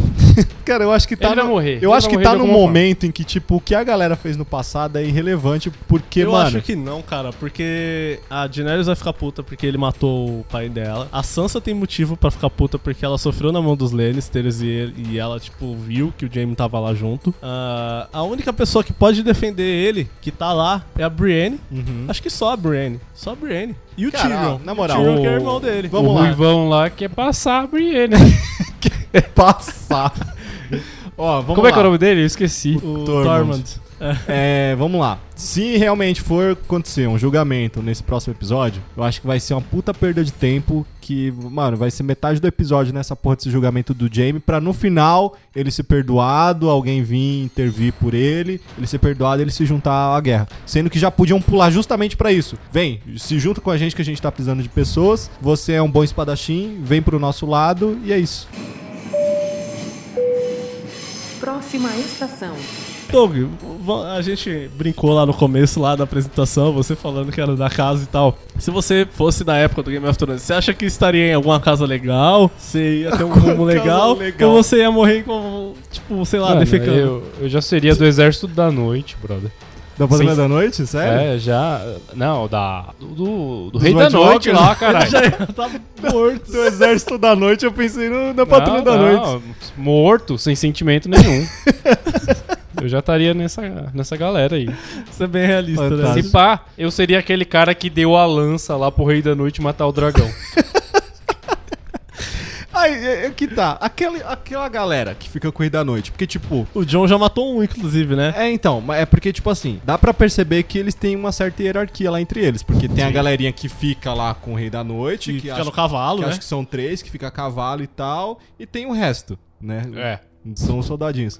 Speaker 2: Cara, eu acho que tá
Speaker 3: Ele vai
Speaker 2: no-
Speaker 3: morrer.
Speaker 2: Eu
Speaker 3: Ele
Speaker 2: acho
Speaker 3: vai
Speaker 2: que
Speaker 3: morrer
Speaker 2: tá
Speaker 3: de
Speaker 2: num
Speaker 3: alguma forma.
Speaker 2: momento em que, tipo, o que a galera fez no passado é irrelevante, porque,
Speaker 4: eu
Speaker 2: mano.
Speaker 4: acho que não, cara, porque a Daenerys vai ficar puta porque ele matou o pai dela. A Sansa tem motivo pra ficar puta porque ela sofreu na mão dos Lannisters e, ele- e ela, tipo, viu que o Jaime tava lá junto. Ah, a única pessoa que pode defender ele, que tá lá, é a Brienne.
Speaker 2: Uhum.
Speaker 4: Acho que só a Brienne. Só a Brienne. E o
Speaker 2: Cara,
Speaker 4: Tyrion.
Speaker 2: na moral,
Speaker 4: O Tyrion que é
Speaker 2: o-
Speaker 4: irmão dele.
Speaker 2: Vamos
Speaker 3: o
Speaker 2: lá.
Speaker 3: Ruivão lá quer passar a Brienne.
Speaker 2: passar. Ó, vamos
Speaker 3: Como é
Speaker 2: lá.
Speaker 3: que é o nome dele? Eu esqueci.
Speaker 2: Tormund.
Speaker 4: O Tormund.
Speaker 2: É, vamos lá. Se realmente for acontecer um julgamento nesse próximo episódio, eu acho que vai ser uma puta perda de tempo. Que, mano, vai ser metade do episódio nessa porra desse julgamento do Jamie. Pra no final ele ser perdoado, alguém vir intervir por ele, ele ser perdoado ele se juntar à guerra. Sendo que já podiam pular justamente pra isso. Vem, se junta com a gente que a gente tá precisando de pessoas. Você é um bom espadachim, vem pro nosso lado e é isso.
Speaker 1: Próxima estação.
Speaker 4: Doug, va- a gente brincou lá no começo lá da apresentação, você falando que era da casa e tal. Se você fosse da época do Game of Thrones, você acha que estaria em alguma casa legal? Você ia ter um rumo legal,
Speaker 2: casa legal.
Speaker 4: Ou você ia morrer como, tipo, sei lá,
Speaker 3: Mano,
Speaker 4: defecando?
Speaker 3: eu, eu já seria do exército da noite, brother.
Speaker 2: Da Fazenda
Speaker 3: Sim.
Speaker 2: da Noite? Sério?
Speaker 3: É, já. Não, da. Do, do, do
Speaker 2: Dos
Speaker 3: Rei da
Speaker 2: White
Speaker 3: Noite
Speaker 2: Walkers.
Speaker 3: lá, caralho.
Speaker 2: é
Speaker 4: Já ia tá morto.
Speaker 2: Do Exército da Noite, eu pensei no- na
Speaker 3: Não,
Speaker 2: Patrulha da Noite.
Speaker 3: não, Morto, sem sentimento nenhum. eu já estaria nessa, nessa galera aí.
Speaker 4: Isso é bem realista,
Speaker 2: Fantástico.
Speaker 4: né?
Speaker 3: Se pá, eu seria aquele cara que deu a lança lá pro Rei da Noite matar o dragão.
Speaker 2: Aí, é, é que tá. Aquele, aquela galera que fica com o Rei da Noite. Porque, tipo.
Speaker 4: O John já matou um, inclusive, né?
Speaker 2: É, então, mas é porque, tipo assim, dá pra perceber que eles têm uma certa hierarquia lá entre eles. Porque tem a galerinha que fica lá com o Rei da Noite,
Speaker 4: Que
Speaker 2: que,
Speaker 4: fica
Speaker 2: acho,
Speaker 4: no cavalo,
Speaker 2: que
Speaker 4: né?
Speaker 2: acho que são três, que fica a cavalo e tal. E tem o resto, né?
Speaker 3: É.
Speaker 2: São os soldadinhos.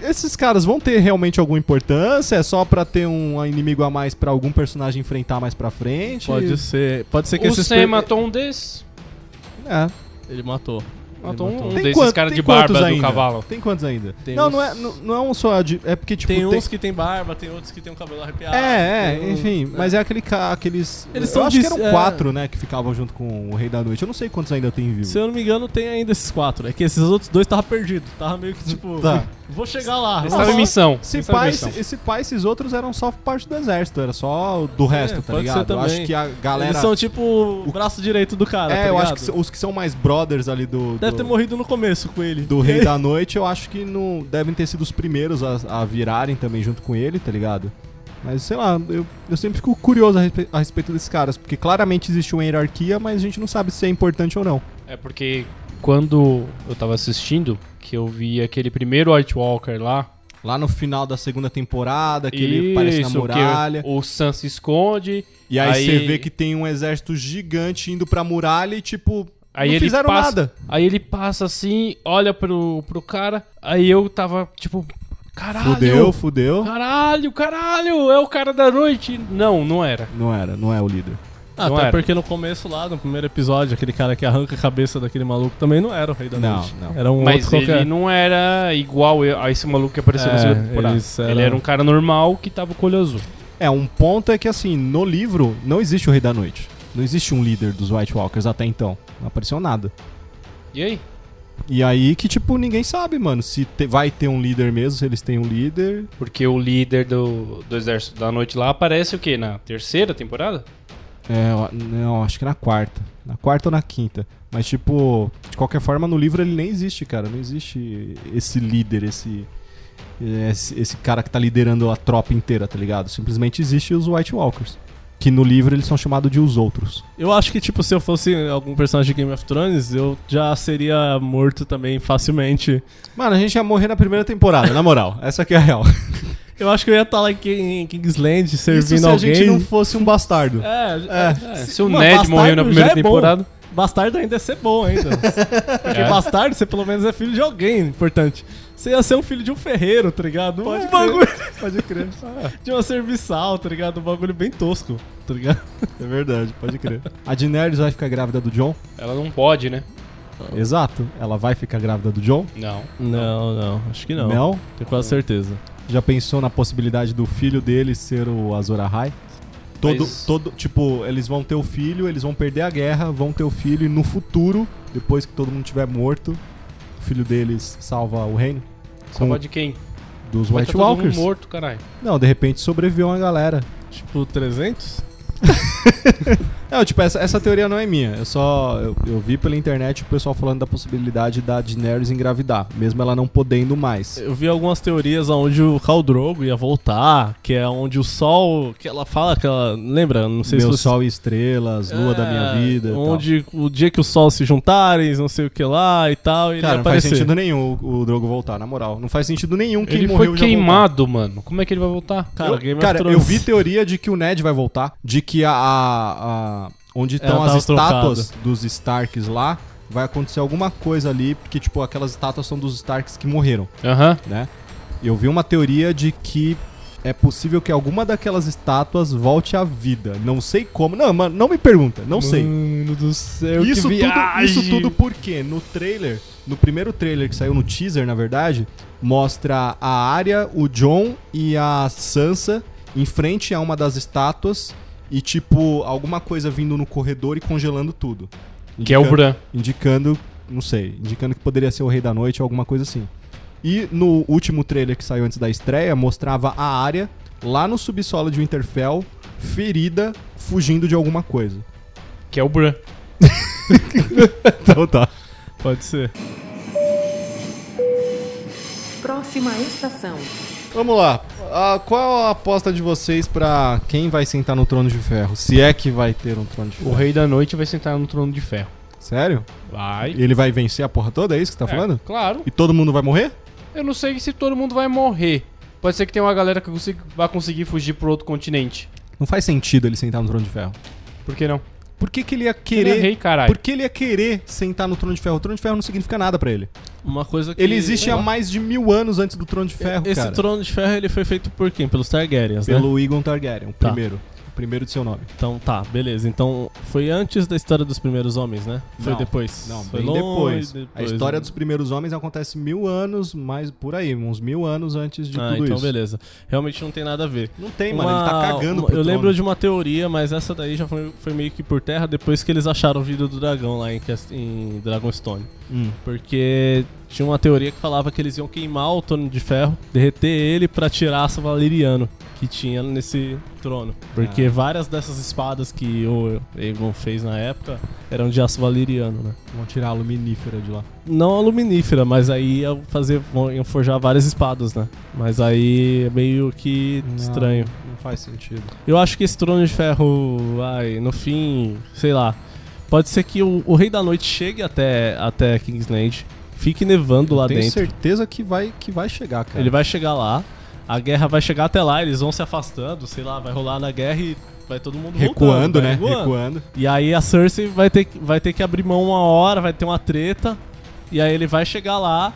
Speaker 2: Esses caras vão ter realmente alguma importância? É só pra ter um inimigo a mais pra algum personagem enfrentar mais pra frente?
Speaker 4: Pode ser. Pode ser que
Speaker 3: O
Speaker 4: esses
Speaker 3: Sam
Speaker 4: per-
Speaker 3: matou um desses.
Speaker 2: É.
Speaker 4: Ele matou.
Speaker 3: Matou
Speaker 4: matou.
Speaker 3: um, um
Speaker 2: Tem
Speaker 3: desses
Speaker 2: quanto-
Speaker 3: caras
Speaker 2: tem
Speaker 3: de barba
Speaker 2: quantos
Speaker 3: do
Speaker 2: ainda?
Speaker 3: cavalo.
Speaker 2: Tem quantos ainda?
Speaker 4: Tem
Speaker 2: não,
Speaker 4: uns-
Speaker 2: não é, não, não é um só de. É porque, tipo.
Speaker 4: tem uns que tem barba, tem outros que tem o cabelo arrepiado.
Speaker 2: É, é,
Speaker 4: tem um-
Speaker 2: enfim, mas é aquele ca- aqueles.
Speaker 4: Eles
Speaker 2: eu
Speaker 4: são
Speaker 2: acho que
Speaker 4: dis-
Speaker 2: eram
Speaker 4: é.
Speaker 2: quatro, né, que ficavam junto com o Rei da Noite. Eu não sei quantos ainda tem vivo.
Speaker 4: Se eu não me engano, tem ainda esses quatro. É que esses outros dois tava perdido. Tava meio que tipo.
Speaker 2: Tá.
Speaker 4: Vou chegar lá.
Speaker 3: Eles
Speaker 4: Vou
Speaker 3: estavam em
Speaker 4: lá.
Speaker 3: missão.
Speaker 2: Se
Speaker 3: eles
Speaker 4: é
Speaker 3: estavam em
Speaker 2: pai,
Speaker 3: missão.
Speaker 2: esse, esse pai, esses outros eram só parte do exército, era só do resto, tá
Speaker 4: É, pode ser
Speaker 2: ligado? Eu acho
Speaker 4: também.
Speaker 2: que a galera.
Speaker 4: Eles são tipo o braço direito do cara.
Speaker 2: é,
Speaker 4: tá
Speaker 2: eu acho
Speaker 4: ligado?
Speaker 2: que os que são mais brothers ali do.
Speaker 4: Deve ter
Speaker 2: do...
Speaker 4: morrido no começo com ele.
Speaker 2: do Rei da Noite, eu acho que não devem ter sido os primeiros a, a virarem também junto com ele, tá ligado? Mas sei lá, eu, eu sempre fico curioso a, respe- a respeito desses caras, porque claramente existe uma hierarquia, mas a gente não sabe se é importante ou não.
Speaker 3: É porque quando eu tava assistindo, que eu vi aquele primeiro White Walker lá.
Speaker 2: Lá no final da segunda temporada, É que ele
Speaker 3: isso,
Speaker 2: aparece na
Speaker 3: que
Speaker 2: muralha.
Speaker 3: o Sam se esconde.
Speaker 2: E aí,
Speaker 3: aí-
Speaker 2: você vê que tem um exército gigante indo pra muralha e, tipo,
Speaker 3: Aí
Speaker 2: não
Speaker 3: ele
Speaker 2: fizeram
Speaker 3: passa,
Speaker 2: nada.
Speaker 3: Aí ele passa assim, olha pro, pro cara. Aí eu tava tipo, caralho.
Speaker 2: Fudeu, fudeu.
Speaker 3: Caralho, caralho, é o cara da noite. Não, não era.
Speaker 2: Não era, não é o líder.
Speaker 4: Ah,
Speaker 3: Não
Speaker 4: até
Speaker 3: era.
Speaker 4: porque no começo lá, no primeiro episódio, aquele cara que arranca a cabeça daquele maluco também não era o rei da
Speaker 2: Não,
Speaker 4: noite.
Speaker 2: não.
Speaker 4: Era um
Speaker 3: Mas
Speaker 4: outro
Speaker 3: ele
Speaker 4: qualquer.
Speaker 3: não era igual eu- a esse maluco que apareceu
Speaker 4: É,
Speaker 3: na segunda temporada.
Speaker 4: eles eram-
Speaker 3: Ele era um cara normal que tava com o olho azul.
Speaker 2: É, um ponto é que assim, no livro não existe o Rei da Noite. Não existe um líder dos White Walkers até então. Não apareceu nada.
Speaker 3: E aí?
Speaker 2: E aí que, tipo, ninguém sabe, mano, se te- vai ter um líder mesmo, se eles têm um líder.
Speaker 3: Porque o líder do, do Exército da Noite lá aparece o quê? Na terceira temporada?
Speaker 2: É, eu- não, acho que na quarta. Na quarta ou na quinta. Mas, tipo, de qualquer forma, no livro ele nem existe, cara. Não existe esse líder, esse. Esse, esse cara que tá liderando a tropa inteira, tá ligado? Simplesmente existe os White Walkers. Que no livro eles são chamados de os outros.
Speaker 4: Eu acho que, tipo, se eu fosse algum personagem de Game of Thrones, eu já seria morto também facilmente.
Speaker 2: Mano, a gente ia morrer na primeira temporada, na moral. Essa aqui é a real.
Speaker 4: Eu acho que eu ia estar lá em King- em Kingsland servindo
Speaker 2: Isso se a
Speaker 4: alguém.
Speaker 2: gente não fosse um bastardo.
Speaker 4: É,
Speaker 3: É,
Speaker 4: é,
Speaker 3: se o
Speaker 4: mano,
Speaker 3: Ned
Speaker 4: bastardo
Speaker 3: morreu na
Speaker 4: já
Speaker 3: primeira
Speaker 4: é bom.
Speaker 3: temporada.
Speaker 4: Bastardo ainda é ser bom ainda. Porque
Speaker 3: É.
Speaker 4: bastardo, você pelo menos é filho de alguém, importante. Você ia ser um filho de um ferreiro, tá ligado? um bagulho
Speaker 2: Pode crer.
Speaker 4: de uma serviçal, tá ligado? Um bagulho bem tosco, tá ligado?
Speaker 2: É verdade, pode crer. A Daenerys vai ficar grávida do John?
Speaker 3: Ela não pode, né?
Speaker 2: Exato. Ela vai ficar grávida do John?
Speaker 3: Não.
Speaker 4: Não, não, acho que não. Tenho quase certeza.
Speaker 2: Já pensou na possibilidade do filho dele ser o Azor Ahai? Todo,
Speaker 3: Mas-
Speaker 2: todo, tipo, eles vão ter o filho, eles vão perder a guerra, vão ter o filho e no futuro, depois que todo mundo tiver morto, o filho deles salva o reino
Speaker 3: Só
Speaker 2: Com-
Speaker 3: pode quem?
Speaker 2: dos
Speaker 3: Vai
Speaker 2: White
Speaker 3: tá todo mundo
Speaker 2: Walkers.
Speaker 3: morto, caralho.
Speaker 2: Não, de repente sobreviveu uma galera.
Speaker 4: Tipo, 300?
Speaker 2: Não, tipo, essa, essa teoria não é minha. Eu só. Eu, eu vi pela internet o pessoal falando da possibilidade da Daenerys engravidar, mesmo ela não podendo mais.
Speaker 4: Eu vi algumas teorias onde o Khal Drogo ia voltar, que é onde o sol, que ela fala que ela lembra, não sei
Speaker 2: Meu
Speaker 4: se você-
Speaker 2: sol e estrelas, lua da minha
Speaker 4: É,
Speaker 2: vida. e tal.
Speaker 4: Onde o dia que o sol se juntarem, não sei o que lá e tal, ele
Speaker 2: Cara, não
Speaker 4: ia aparecer.
Speaker 2: faz sentido nenhum o, o Drogo voltar, na moral. Não faz sentido nenhum quem
Speaker 3: ele
Speaker 2: morreu
Speaker 3: foi
Speaker 2: já voltar.
Speaker 3: queimado, mano. Como é que ele vai voltar?
Speaker 4: Cara,
Speaker 2: eu,
Speaker 4: Game of
Speaker 2: cara,
Speaker 4: Thrones.
Speaker 2: eu vi teoria de que o Ned vai voltar, de que a. a- a- onde estão
Speaker 4: Ela
Speaker 2: as
Speaker 4: tava
Speaker 2: estátuas dos Starks lá, vai acontecer alguma coisa ali, porque, tipo, aquelas estátuas são dos Starks que morreram,
Speaker 3: Aham.
Speaker 2: né? Eu vi uma teoria de que é possível que alguma daquelas estátuas volte à vida. Não sei como. Não, mano, não me pergunta, não sei.
Speaker 3: Mano do céu,
Speaker 2: isso,
Speaker 3: Hum, que
Speaker 2: tudo,
Speaker 3: viagem.
Speaker 2: isso tudo porque no trailer, no primeiro trailer que saiu no teaser, na verdade, mostra a Arya, o John e a Sansa em frente a uma das estátuas e tipo alguma coisa vindo no corredor e congelando tudo.
Speaker 3: Que é o
Speaker 2: Indicando-
Speaker 3: Bran.
Speaker 2: indicando, não sei, indicando que poderia ser o Rei da Noite ou alguma coisa assim. E no último trailer que saiu antes da estreia, mostrava a área lá no subsolo de Winterfell, ferida, fugindo de alguma coisa.
Speaker 3: Que é o Bran.
Speaker 2: Então tá.
Speaker 3: Ah,
Speaker 4: Pode ser.
Speaker 1: Próxima estação.
Speaker 2: Vamos lá. Ah, qual a aposta de vocês pra quem vai sentar no trono de ferro? Se é que vai ter um trono de
Speaker 3: O
Speaker 2: ferro.
Speaker 3: Rei da Noite vai sentar no trono de ferro.
Speaker 2: Sério?
Speaker 3: Vai.
Speaker 2: Ele vai vencer a porra toda? É isso que você tá
Speaker 3: É,
Speaker 2: falando?
Speaker 3: Claro.
Speaker 2: E todo mundo vai morrer?
Speaker 3: Eu não sei se todo mundo vai morrer. Pode ser que tenha uma galera que consiga- vá conseguir fugir pro outro continente.
Speaker 2: Não faz sentido ele sentar no trono de ferro.
Speaker 3: Por que não?
Speaker 2: Por que, que ele ia
Speaker 3: Ele
Speaker 2: querer
Speaker 3: é rei, caralho.
Speaker 2: Por que ele ia querer sentar no Trono de Ferro? O Trono de Ferro não significa nada pra ele.
Speaker 4: Uma coisa que
Speaker 2: Ele existe
Speaker 4: sei
Speaker 2: há
Speaker 4: lá.
Speaker 2: mais de mil anos antes do Trono de Ferro,
Speaker 4: Esse
Speaker 2: cara.
Speaker 4: trono de ferro ele foi feito por quem? Pelos Targaryens, né?
Speaker 2: Pelo Egon Targaryen, o
Speaker 4: Tá.
Speaker 2: primeiro. O primeiro de seu nome.
Speaker 4: Então tá, beleza. Então foi antes da história dos primeiros homens, né? Foi
Speaker 2: Não,
Speaker 4: depois.
Speaker 2: Não,
Speaker 4: foi
Speaker 2: bem
Speaker 4: longe
Speaker 2: depois. A história
Speaker 4: né?
Speaker 2: dos primeiros homens acontece mil anos, mais por aí, uns mil anos antes de
Speaker 4: Ah,
Speaker 2: tudo
Speaker 4: então
Speaker 2: isso.
Speaker 4: beleza. Realmente não tem nada a ver.
Speaker 2: Não tem,
Speaker 4: Uma-
Speaker 2: mano. Ele tá cagando
Speaker 4: uma-
Speaker 2: pro
Speaker 4: Eu
Speaker 2: trono.
Speaker 4: lembro de uma teoria, mas essa daí já foi, foi meio que por terra depois que eles acharam o vidro do dragão lá em, Cas- em Dragonstone.
Speaker 2: Hum.
Speaker 4: Porque tinha uma teoria que falava que eles iam queimar o trono de ferro, derreter ele pra tirar aço valeriano que tinha nesse trono.
Speaker 2: Ah.
Speaker 4: Porque várias dessas espadas que o Egon fez na época eram de aço valeriano, né?
Speaker 2: Vão tirar a luminífera de lá.
Speaker 4: Não aluminífera, mas aí iam fazer, vão- iam forjar várias espadas, né? Mas aí é meio que estranho.
Speaker 2: Não faz sentido.
Speaker 4: Eu acho que esse trono de ferro, ai, no fim, sei lá. Pode ser que o, o Rei da Noite chegue até, até Kingsland, fique nevando lá
Speaker 2: Tenho
Speaker 4: Tá dentro.
Speaker 2: certeza que vai, que vai chegar, cara.
Speaker 4: Ele vai chegar lá, a guerra vai chegar até lá, eles vão se afastando, sei lá, vai rolar na guerra e vai todo mundo voltando,
Speaker 2: Recuando,
Speaker 4: vai
Speaker 2: né?
Speaker 4: recuando.
Speaker 2: Recuando.
Speaker 4: E aí a Cersei vai ter, que- vai ter que abrir mão uma hora, vai ter uma treta, e aí ele vai chegar lá.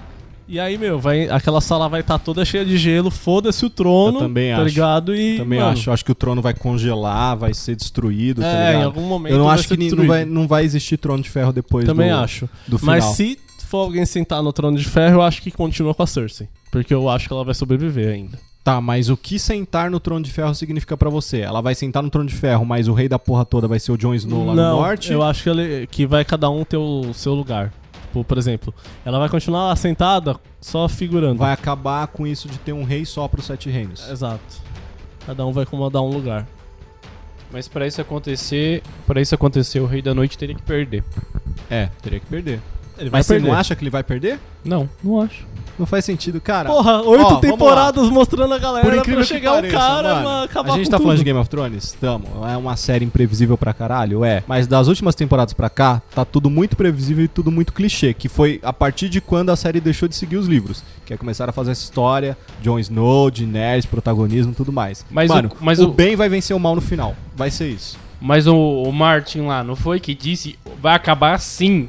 Speaker 4: E aí, meu, vai, aquela sala vai estar toda cheia de gelo, foda-se o trono,
Speaker 2: Eu também
Speaker 4: tá
Speaker 2: acho.
Speaker 4: ligado? E,
Speaker 2: Também
Speaker 4: mano,
Speaker 2: acho. Acho que o trono vai congelar, vai ser destruído, tá
Speaker 4: É,
Speaker 2: ligado?
Speaker 4: em algum momento
Speaker 2: Eu não
Speaker 4: vai
Speaker 2: acho
Speaker 4: ser
Speaker 2: que ni- não
Speaker 4: destruído.
Speaker 2: vai, não vai existir trono de ferro depois
Speaker 4: Também
Speaker 2: do,
Speaker 4: acho.
Speaker 2: do final.
Speaker 4: Mas se for alguém sentar no trono de ferro, eu acho que continua com a Cersei. Porque eu acho que ela vai sobreviver ainda.
Speaker 2: Tá, mas o que sentar no trono de ferro significa pra você? Ela vai sentar no trono de ferro, mas o rei da porra toda vai ser o Jon Snow lá
Speaker 4: Não,
Speaker 2: no norte?
Speaker 4: Eu acho que, ele- que vai cada um ter o seu lugar. Tipo, por exemplo, ela vai continuar lá sentada, só figurando.
Speaker 2: Vai acabar com isso de ter um rei só pros sete reinos.
Speaker 4: Exato. Cada um vai comandar um lugar.
Speaker 3: Mas pra isso acontecer, para isso acontecer, o Rei da Noite teria que perder.
Speaker 2: É, teria que perder.
Speaker 4: Ele vai
Speaker 2: Mas você
Speaker 4: perder.
Speaker 2: não acha que ele vai perder?
Speaker 3: Não, não acho.
Speaker 2: Não faz sentido, cara.
Speaker 4: Porra, oito
Speaker 2: Ó, vamos
Speaker 4: temporadas mostrando a galera
Speaker 2: Por incrível
Speaker 4: pra
Speaker 2: que
Speaker 4: chegar
Speaker 2: pareça,
Speaker 4: um cara, mano,
Speaker 2: A
Speaker 4: acabar
Speaker 2: gente
Speaker 4: com
Speaker 2: tá
Speaker 4: tudo.
Speaker 2: falando de Game of Thrones? Tamo. É uma série imprevisível pra caralho? É. Mas das últimas temporadas pra cá, tá tudo muito previsível e tudo muito clichê. Que foi a partir de quando a série deixou de seguir os livros. Que é começar a fazer essa história, Jon Snow, Daenerys, protagonismo e tudo mais.
Speaker 3: Mas
Speaker 2: Mano,
Speaker 3: o- mas
Speaker 2: o
Speaker 3: o-
Speaker 2: bem vai vencer o mal no final. Vai ser isso.
Speaker 3: Mas o, o Martin lá, não foi que disse vai acabar assim.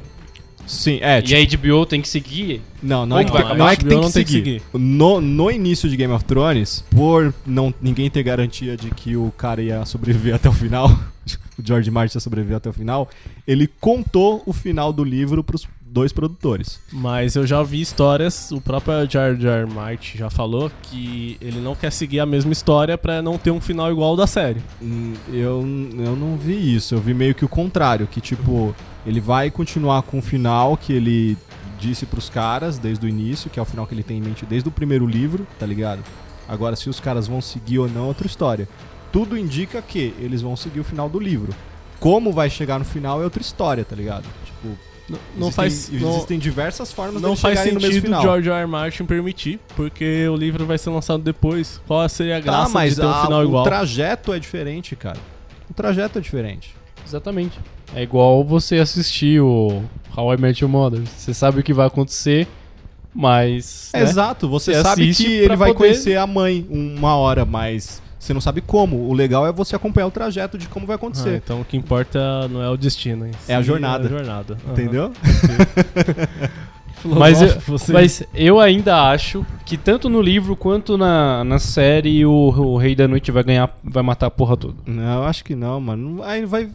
Speaker 2: Sim, é.
Speaker 3: E a HBO tem que seguir.
Speaker 2: Não, não, é que,
Speaker 3: Como
Speaker 2: tem-
Speaker 3: vai?
Speaker 2: não é que tem
Speaker 4: HBO
Speaker 2: que
Speaker 4: não tem que
Speaker 2: seguir. No, no início de Game of Thrones, por não ninguém ter garantia de que o cara ia sobreviver até o final, o George Martin ia sobreviver até o final, ele contou o final do livro pros dois produtores.
Speaker 4: Mas eu já ouvi histórias, o próprio Jar Jar Martin já falou que ele não quer seguir a mesma história pra não ter um final igual ao da série.
Speaker 2: Hum, Eu, eu não vi isso, eu vi meio que o contrário, que tipo, ele vai continuar com o final que ele disse pros caras desde o início, que é o final que ele tem em mente desde o primeiro livro, tá ligado? Agora, se os caras vão seguir ou não, é outra história. Tudo indica que eles vão seguir o final do livro. Como vai chegar no final é outra história, tá ligado? Tipo,
Speaker 4: Não, não
Speaker 2: existem,
Speaker 4: faz. Não,
Speaker 2: existem diversas formas
Speaker 4: não
Speaker 2: de
Speaker 4: faz
Speaker 2: chegarem no mesmo
Speaker 4: sentido
Speaker 2: final.
Speaker 4: George R. R. Martin permitir, porque o livro vai ser lançado depois. Qual seria a
Speaker 2: Tá,
Speaker 4: graça
Speaker 2: mas
Speaker 4: de ter um
Speaker 2: a-
Speaker 4: final
Speaker 2: o
Speaker 4: igual?
Speaker 2: trajeto é diferente, cara. O trajeto é diferente.
Speaker 3: Exatamente. É igual você assistir o How I Met Your Mother. Você sabe o que vai acontecer, mas. né?
Speaker 2: Exato, você,
Speaker 3: Você
Speaker 2: sabe
Speaker 3: assiste
Speaker 2: que
Speaker 3: pra
Speaker 2: ele vai
Speaker 3: poder-
Speaker 2: conhecer a mãe uma hora, mas você não sabe como. O legal é você acompanhar o trajeto de como vai
Speaker 4: Ah,
Speaker 2: acontecer.
Speaker 4: então o que importa não é o destino, hein?
Speaker 2: É a
Speaker 4: Sim,
Speaker 2: jornada.
Speaker 4: É a jornada. Aham.
Speaker 2: Entendeu? é,
Speaker 3: Mas eu,
Speaker 4: Filosófico, você-
Speaker 3: mas eu ainda acho que tanto no livro quanto na, na série o, o Rei da Noite vai ganhar, vai matar a porra toda.
Speaker 2: Não, eu acho que não, mano. Aí vai,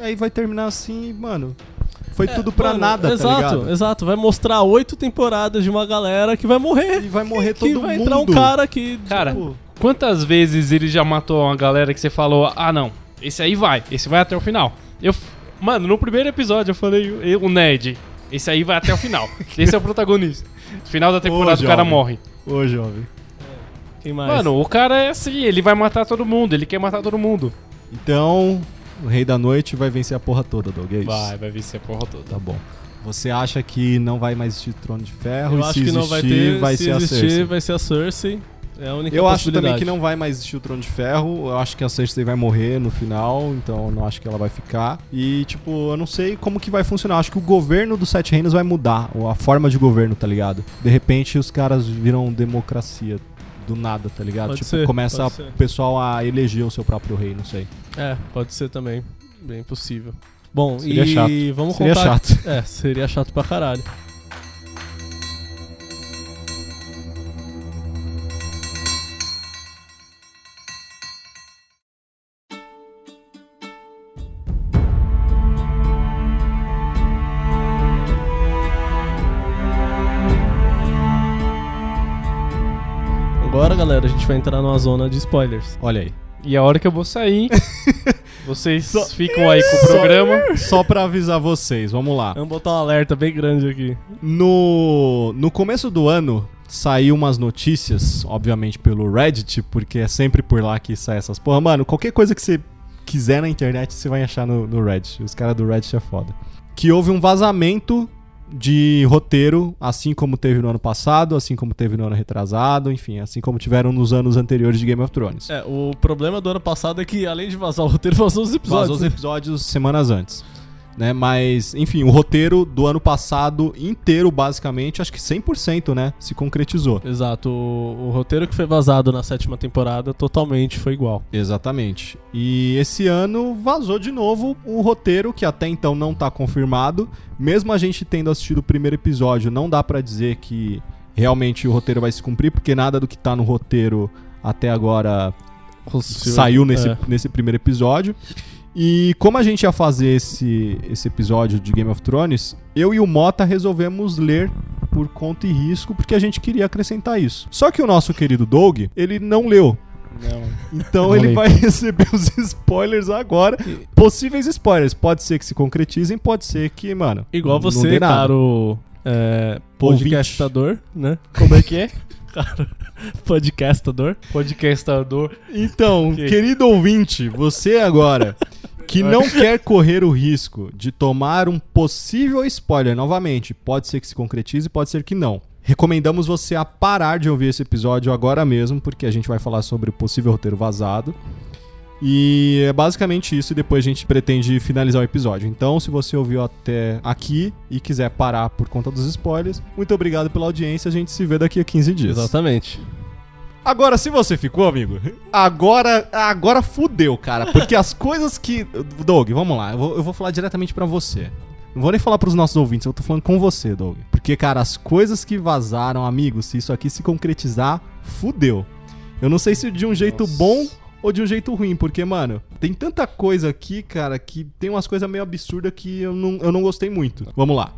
Speaker 2: aí vai terminar assim, mano. Foi tudo pra
Speaker 4: É, Mano,
Speaker 2: nada,
Speaker 4: exato,
Speaker 2: tá ligado?
Speaker 4: Exato, vai mostrar oito temporadas de uma galera que vai morrer.
Speaker 2: E vai morrer
Speaker 4: que
Speaker 2: todo
Speaker 4: vai
Speaker 2: mundo.
Speaker 4: entrar um cara que.
Speaker 3: Cara,
Speaker 2: Tipo-
Speaker 3: quantas vezes ele já matou uma galera que você falou, ah não, esse aí vai, esse vai até o final. Eu, f- mano, no primeiro episódio eu falei, eu- o Ned, esse aí vai até o final. esse é o protagonista. Final da temporada o cara
Speaker 2: jovem.
Speaker 3: morre.
Speaker 2: Ô, jovem.
Speaker 4: Quem mais?
Speaker 3: Mano, o cara é assim, ele vai matar todo mundo, ele quer matar todo mundo.
Speaker 2: Então, o Rei da Noite vai vencer a porra toda, Doug. É isso.
Speaker 3: Vai, vai vencer a porra toda.
Speaker 2: Tá bom. Você acha que não vai mais existir Trono de Ferro?
Speaker 4: eu
Speaker 2: e
Speaker 4: acho
Speaker 2: se
Speaker 4: que
Speaker 2: existir,
Speaker 4: não vai ter.
Speaker 2: vai
Speaker 4: se
Speaker 2: ser
Speaker 4: existir,
Speaker 2: a Cersei.
Speaker 4: vai ser a Cersei. É a única
Speaker 2: Eu acho também
Speaker 4: possibilidade.
Speaker 2: que não vai mais existir o Trono de Ferro. Eu acho que a Cersei vai morrer no final, então eu não acho que ela vai ficar. E, tipo, eu não sei como que vai funcionar. Eu acho que o governo dos Sete Reinos vai mudar, ou a forma de governo, tá ligado? De repente os caras viram democracia do nada, tá ligado?
Speaker 4: Pode
Speaker 2: tipo,
Speaker 4: ser,
Speaker 2: começa
Speaker 4: pode ser.
Speaker 2: o pessoal a eleger o seu próprio rei, não sei.
Speaker 4: É, pode ser também. Bem possível. Bom,
Speaker 2: Seria
Speaker 4: e
Speaker 2: chato.
Speaker 4: vamos
Speaker 2: Seria
Speaker 4: contar.
Speaker 2: chato.
Speaker 4: É, seria chato pra caralho. Agora, galera, a gente vai entrar numa zona de spoilers.
Speaker 2: Olha aí.
Speaker 3: E a hora que eu vou sair, vocês
Speaker 2: Só-
Speaker 3: ficam aí com o programa.
Speaker 2: Só pra avisar vocês, vamos lá.
Speaker 4: Vamos botar um alerta bem grande aqui.
Speaker 2: No, no começo do ano saiu umas notícias, obviamente pelo Reddit, porque é sempre por lá que sai essas porra. Mano, qualquer coisa que você quiser na internet, você vai achar no, no Reddit. Os caras do Reddit é foda. Que houve um vazamento de roteiro, assim como teve no ano passado, assim como teve no ano retrasado, enfim, assim como tiveram nos anos anteriores de Game of Thrones.
Speaker 4: É, o problema do ano passado é que, além de vazar o roteiro, vazou os episódios.
Speaker 2: Vazou os episódios semanas antes. Né? Mas, enfim, o roteiro do ano passado inteiro, basicamente, acho que 100%, né? Se concretizou.
Speaker 4: Exato, o, o roteiro que foi vazado na sétima temporada totalmente foi igual.
Speaker 2: Exatamente. E esse ano vazou de novo o roteiro que até então não tá confirmado. Mesmo a gente tendo assistido o primeiro episódio, não dá pra dizer que realmente o roteiro vai se cumprir, porque nada do que tá no roteiro até agora saiu nesse,
Speaker 4: É.
Speaker 2: nesse primeiro episódio. E como a gente ia fazer esse, esse episódio de Game of Thrones, eu e o Mota resolvemos ler por conta e risco, porque a gente queria acrescentar isso. Só que o nosso querido Doug, ele não leu. Então
Speaker 3: Não
Speaker 2: ele
Speaker 3: li.
Speaker 2: vai receber os spoilers agora. Possíveis spoilers. Pode ser que se concretizem, pode ser que, mano.
Speaker 4: Igual
Speaker 2: não
Speaker 4: você,
Speaker 2: dê nada.
Speaker 4: caro é,
Speaker 2: Ouvinte.
Speaker 4: podcastador, né?
Speaker 3: Como é que é?
Speaker 4: Podcastador.
Speaker 3: Podcastador.
Speaker 2: Então, querido ouvinte, você agora que não quer correr o risco de tomar um possível spoiler novamente, pode ser que se concretize, pode ser que não. Recomendamos você a parar de ouvir esse episódio agora mesmo, porque a gente vai falar sobre o possível roteiro vazado. E é basicamente isso, e depois a gente pretende finalizar o episódio. Então, se você ouviu até aqui e quiser parar por conta dos spoilers, muito obrigado pela audiência, a gente se vê daqui a 15 dias.
Speaker 4: Exatamente.
Speaker 2: Agora, se você ficou, amigo, agora agora fudeu, cara. Porque as coisas que. Doug, vamos lá. Eu vou, eu vou falar diretamente pra você. Não vou nem falar pros nossos ouvintes, eu tô falando com você, Doug. Porque, cara, as coisas que vazaram, amigo, se isso aqui se concretizar, fudeu. Eu não sei se de um jeito
Speaker 3: Nossa.
Speaker 2: bom ou de um jeito ruim, porque, mano, tem tanta coisa aqui, cara, que tem umas coisas meio absurdas que eu não, eu não gostei muito. Vamos lá.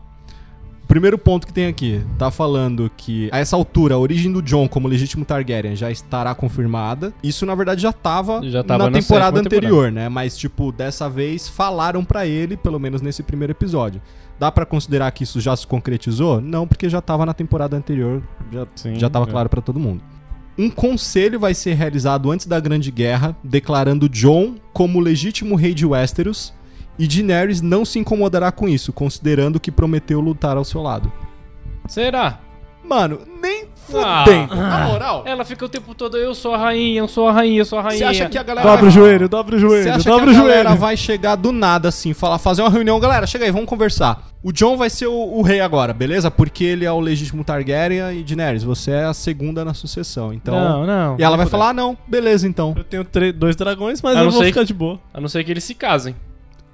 Speaker 2: Primeiro ponto que tem aqui, tá falando que a essa altura a origem do John como legítimo Targaryen já estará confirmada. Isso na verdade já tava,
Speaker 3: Já tava
Speaker 2: na,
Speaker 3: na
Speaker 2: temporada
Speaker 3: sétima
Speaker 2: anterior, né? Mas tipo, dessa vez falaram pra ele, pelo menos nesse primeiro episódio. Dá pra considerar que isso já se concretizou? Não, porque já tava na temporada anterior, já,
Speaker 3: Sim,
Speaker 2: já tava
Speaker 3: é.
Speaker 2: claro pra todo mundo. Um conselho vai ser realizado antes da Grande Guerra, declarando John como legítimo rei de Westeros E Daenerys não se incomodará com isso, considerando que prometeu lutar ao seu lado.
Speaker 3: Será?
Speaker 2: Mano, nem
Speaker 3: Ah. É
Speaker 2: fudendo. Na moral,
Speaker 3: Ela fica o tempo todo, eu sou a rainha, eu sou a rainha, eu sou a rainha.
Speaker 2: você acha que a galera
Speaker 4: Dobra o
Speaker 2: vai...
Speaker 4: joelho, dobra o
Speaker 2: Você
Speaker 4: joelho,
Speaker 2: acha que a
Speaker 4: dobra o
Speaker 2: galera
Speaker 4: joelho.
Speaker 2: vai chegar do nada assim, falar, fazer uma reunião, galera, chega aí, vamos conversar. O John vai ser o, o rei agora, beleza? Porque ele é o legítimo Targaryen e Daenerys, você é a segunda na sucessão. Então,
Speaker 3: Não, não.
Speaker 2: e ela vai
Speaker 3: Por
Speaker 2: falar: "Ah, não, beleza então".
Speaker 4: Eu tenho tre- dois dragões, mas
Speaker 3: A
Speaker 4: eu
Speaker 3: não
Speaker 4: vou
Speaker 3: ser
Speaker 4: ficar
Speaker 3: que-
Speaker 4: de boa.
Speaker 3: A não ser que eles se casem.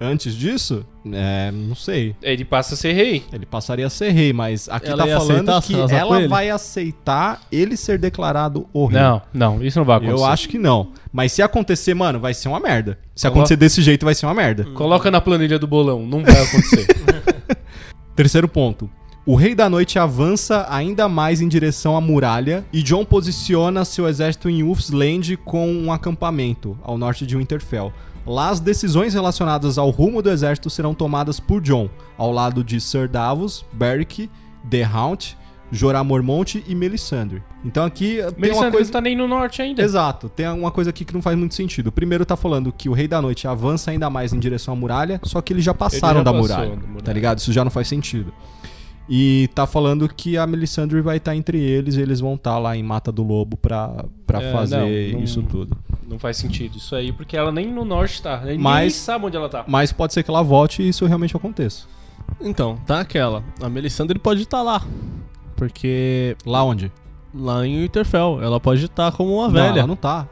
Speaker 2: Antes disso, é, não sei.
Speaker 3: Ele passa a ser rei.
Speaker 2: Ele passaria a ser rei, mas aqui
Speaker 4: Ela
Speaker 2: tá
Speaker 4: ia
Speaker 2: falando
Speaker 4: aceitar
Speaker 2: que
Speaker 4: se casar com
Speaker 2: ela
Speaker 4: ele?
Speaker 2: vai aceitar ele ser declarado o rei.
Speaker 3: Não, não, isso não vai acontecer.
Speaker 2: Eu acho que não. Mas se acontecer, mano, vai ser uma merda. Se
Speaker 4: Então
Speaker 3: Eu
Speaker 2: acontecer desse jeito, vai ser uma merda.
Speaker 3: Coloca na planilha do bolão, não vai acontecer.
Speaker 2: Terceiro ponto. O Rei da Noite avança ainda mais em direção à muralha e John posiciona seu exército em Ulfsland com um acampamento ao norte de Winterfell. Lá as decisões relacionadas ao rumo do exército serão tomadas por John, ao lado de Ser Davos, Beric, The Hound, Jorah Mormont e Melisandre. Então aqui tem uma
Speaker 3: Melisandre
Speaker 2: coisa
Speaker 3: não tá nem no norte ainda.
Speaker 2: Exato, tem uma coisa aqui que não faz muito sentido. O primeiro tá falando que o Rei da Noite avança ainda mais em direção à muralha, só que eles já passaram
Speaker 3: Ele já
Speaker 2: da,
Speaker 3: passou
Speaker 2: muralha,
Speaker 3: da muralha.
Speaker 2: tá ligado? Isso já não faz sentido. E tá falando que a Melisandre vai estar entre eles e eles vão estar lá em Mata do Lobo pra, pra
Speaker 3: É,
Speaker 2: fazer
Speaker 3: não, não-
Speaker 2: isso tudo.
Speaker 3: Não faz sentido isso aí, porque ela nem no norte tá. Nem
Speaker 2: Mas-
Speaker 3: nem sabe onde ela tá.
Speaker 2: Mas pode ser que ela volte e isso realmente aconteça.
Speaker 4: Então, tá aquela. A Melisandre pode estar lá. Porque
Speaker 2: Lá onde?
Speaker 4: lá em Winterfell, ela pode estar como uma
Speaker 2: Não,
Speaker 4: velha.
Speaker 2: ela não tá.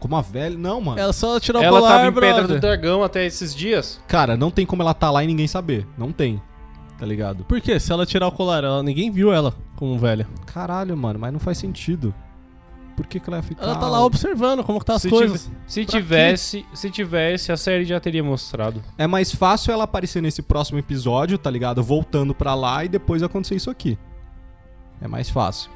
Speaker 2: Como a velha. Não, mano.
Speaker 4: Ela só tirou o
Speaker 3: Ela
Speaker 2: tá
Speaker 4: colar,
Speaker 3: tava em Pedra
Speaker 4: brother.
Speaker 3: do Dragão até esses dias.
Speaker 2: Cara, não tem como ela tá lá e ninguém saber. Não tem. Tá ligado?
Speaker 4: Por quê? Se ela tirar o colar, ela, ninguém viu ela como velha.
Speaker 2: Caralho, mano, mas não faz sentido. Por que, que ela ia ficar.
Speaker 4: Ela tá lá observando como que tá as
Speaker 3: Se
Speaker 4: coisas.
Speaker 3: Se
Speaker 4: Pra
Speaker 3: tivesse, se tivesse, a série já teria mostrado.
Speaker 2: É mais fácil ela aparecer nesse próximo episódio, tá ligado? Voltando pra lá e depois acontecer isso aqui. É mais fácil.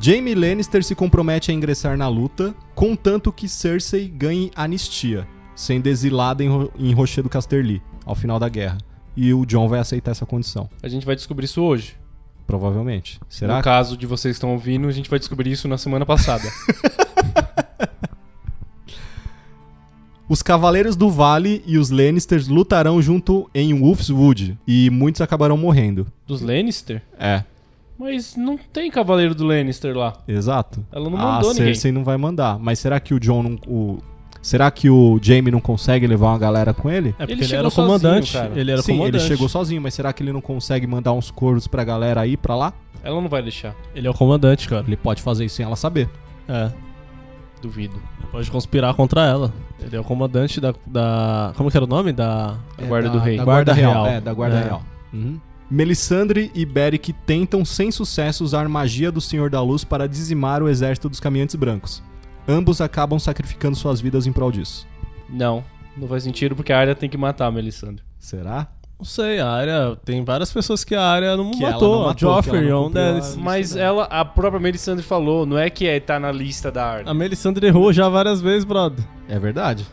Speaker 2: Jaime Lannister se compromete a ingressar na luta, contanto que Cersei ganhe anistia, sendo exilada em, Ro em Rochedo Casterly, ao final da guerra. E o John vai aceitar essa condição,
Speaker 3: A gente vai descobrir isso hoje.
Speaker 2: provavelmente. Será?
Speaker 3: No caso de vocês que estão ouvindo, a gente vai descobrir isso na semana passada.
Speaker 2: Os Cavaleiros do Vale e os Lannisters lutarão junto em Wolfswood, e muitos acabarão morrendo.
Speaker 3: Dos Lannister?
Speaker 2: É,
Speaker 3: Mas não tem Cavaleiro do Lannister lá.
Speaker 2: Exato.
Speaker 3: Ela não mandou
Speaker 2: a Cersei não vai mandar. Mas será que o John não. O... Será que o Jamie não consegue levar uma galera com ele?
Speaker 4: É porque
Speaker 3: Ele
Speaker 4: ele, era o
Speaker 3: chegou
Speaker 4: comandante.
Speaker 3: sozinho, cara.
Speaker 4: ele era o
Speaker 2: Sim,
Speaker 4: comandante.
Speaker 2: ele chegou sozinho, mas será que ele não consegue mandar uns coros pra galera aí pra lá?
Speaker 3: Ela não vai deixar.
Speaker 4: Ele é o comandante, cara.
Speaker 2: Ele pode fazer isso sem ela saber.
Speaker 4: É.
Speaker 3: Duvido.
Speaker 4: Ele pode conspirar contra ela. Ele é o comandante da. da como que era o nome? Da.
Speaker 3: A guarda
Speaker 2: É, da,
Speaker 3: do rei.
Speaker 2: Da guarda,
Speaker 4: Guarda
Speaker 2: real.
Speaker 4: Real.
Speaker 2: É, da guarda
Speaker 4: É.
Speaker 2: real. Uhum. Melisandre e Beric tentam sem sucesso usar magia do Senhor da Luz para dizimar o exército dos caminhantes brancos. Ambos acabam sacrificando suas vidas em prol disso.
Speaker 3: Não. Não faz sentido porque a área tem que matar a Melisandre.
Speaker 2: Será?
Speaker 4: Não sei, a área. Tem várias pessoas que a área não
Speaker 2: Que ela
Speaker 4: matou.
Speaker 2: não matou, que
Speaker 4: Joffrey,
Speaker 2: ela não
Speaker 4: onde é
Speaker 2: cumpriu
Speaker 4: esse-
Speaker 2: Isso
Speaker 3: Mas
Speaker 2: não.
Speaker 3: ela, a própria Melisandre falou, não é que é, tá na lista da área.
Speaker 4: A Melisandre errou já várias vezes, brother.
Speaker 2: É verdade.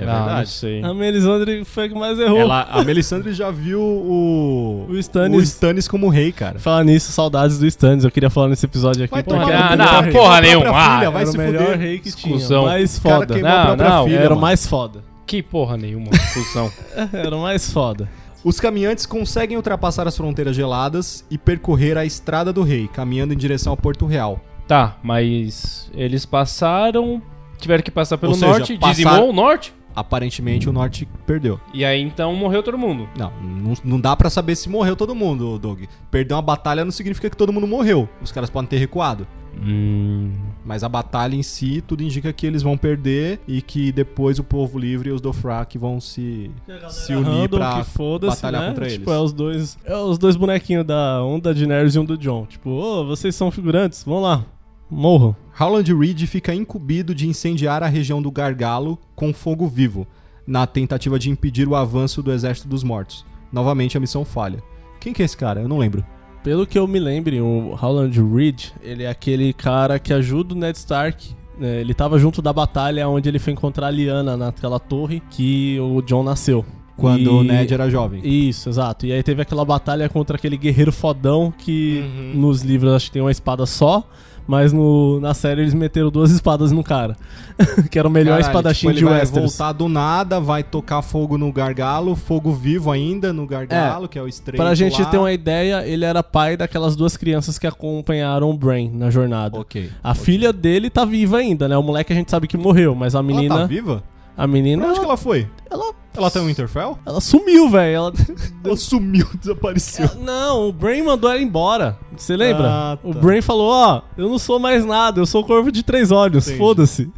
Speaker 2: É
Speaker 3: não, Não
Speaker 2: verdade.
Speaker 3: sei.
Speaker 4: A Melisandre foi a que mais errou.
Speaker 2: Ela, a Melisandre já viu o.
Speaker 4: O Stannis.
Speaker 2: o Stannis como rei, cara. Então,
Speaker 4: Falar nisso, saudades do Stannis. Eu queria falar nesse episódio aqui.
Speaker 2: Vai
Speaker 4: porque
Speaker 2: tomar
Speaker 4: era
Speaker 3: Ah,
Speaker 4: o
Speaker 3: não,
Speaker 4: melhor
Speaker 3: não,
Speaker 4: rei.
Speaker 3: porra
Speaker 2: Queimou a
Speaker 3: nenhuma.
Speaker 2: própria
Speaker 3: Ah,
Speaker 2: Filha, vai
Speaker 4: Era é o
Speaker 2: se
Speaker 4: melhor
Speaker 2: fuder.
Speaker 4: rei que tinha.
Speaker 3: Exclusão.
Speaker 4: o Mais
Speaker 2: O cara
Speaker 4: foda.
Speaker 2: queimou a
Speaker 3: Não,
Speaker 2: própria
Speaker 3: não,
Speaker 2: filha,
Speaker 4: Era o
Speaker 2: mano.
Speaker 4: mais foda.
Speaker 2: Ah.
Speaker 3: Que porra nenhuma, fusão.
Speaker 4: Era o mais foda.
Speaker 2: Os caminhantes conseguem ultrapassar as fronteiras geladas e percorrer a estrada do rei, caminhando em direção ao Porto Real.
Speaker 3: Tá, mas eles passaram, tiveram que passar pelo
Speaker 2: Ou seja,
Speaker 3: norte,
Speaker 2: passar-
Speaker 3: dizimou o norte,
Speaker 2: Aparentemente o norte perdeu.
Speaker 3: e aí então morreu todo mundo.
Speaker 2: Não, não, não dá pra saber se morreu todo mundo, Doug. Perder uma batalha não significa que todo mundo morreu. Os caras podem ter recuado.
Speaker 3: Hum,
Speaker 2: Mas a batalha em si, tudo indica que eles vão perder e que depois o povo livre e os Dothraki vão se, se unir
Speaker 4: Randall,
Speaker 2: pra
Speaker 4: que foda-se,
Speaker 2: batalhar
Speaker 4: né?
Speaker 2: contra eles.
Speaker 4: Tipo, é os dois, é os dois bonequinhos da um da Daenerys e um do John. Tipo, ô, vocês são figurantes, vão lá, morram.
Speaker 2: Howland Reed fica incumbido de incendiar a região do Gargalo com fogo vivo, na tentativa de impedir o avanço do Exército dos Mortos. Novamente a missão falha. Quem que é esse cara? Eu não lembro.
Speaker 4: Pelo que eu me lembre, o Howland Reed, ele é aquele cara que ajuda o Ned Stark. né? ele tava junto da batalha onde ele foi encontrar a Lyanna naquela torre que o John nasceu.
Speaker 2: Quando
Speaker 4: E-
Speaker 2: o Ned era jovem.
Speaker 4: Isso, exato. E aí teve aquela batalha contra aquele guerreiro fodão que
Speaker 2: Uhum.
Speaker 4: nos livros acho que tem uma espada só, mas no, na série eles meteram duas espadas no cara. que era o melhor
Speaker 2: Caralho,
Speaker 4: espadachim
Speaker 2: tipo, ele
Speaker 4: de
Speaker 2: vai
Speaker 4: Westeros.
Speaker 2: voltar do nada, vai tocar fogo no gargalo, fogo vivo ainda no gargalo, que é o estreito
Speaker 4: Pra gente
Speaker 2: lá.
Speaker 4: ter uma ideia, ele era pai daquelas duas crianças que acompanharam o Brain na jornada.
Speaker 2: Ok.
Speaker 4: A filha dele tá viva ainda, né? O moleque a gente sabe que morreu, mas a menina.
Speaker 2: Ela tá viva?
Speaker 4: a menina.
Speaker 2: Pra onde que ela foi?
Speaker 4: ela,
Speaker 2: Ela tá no Winterfell?
Speaker 4: ela sumiu, velho. Ela
Speaker 2: Ela sumiu, desapareceu.
Speaker 4: Ela- Não, o Brain mandou ela embora. Você lembra?
Speaker 2: Ah, tá.
Speaker 4: O Brain falou: Ó, eu não sou mais nada, eu sou o corvo de três olhos,
Speaker 2: Entendi.
Speaker 4: foda-se.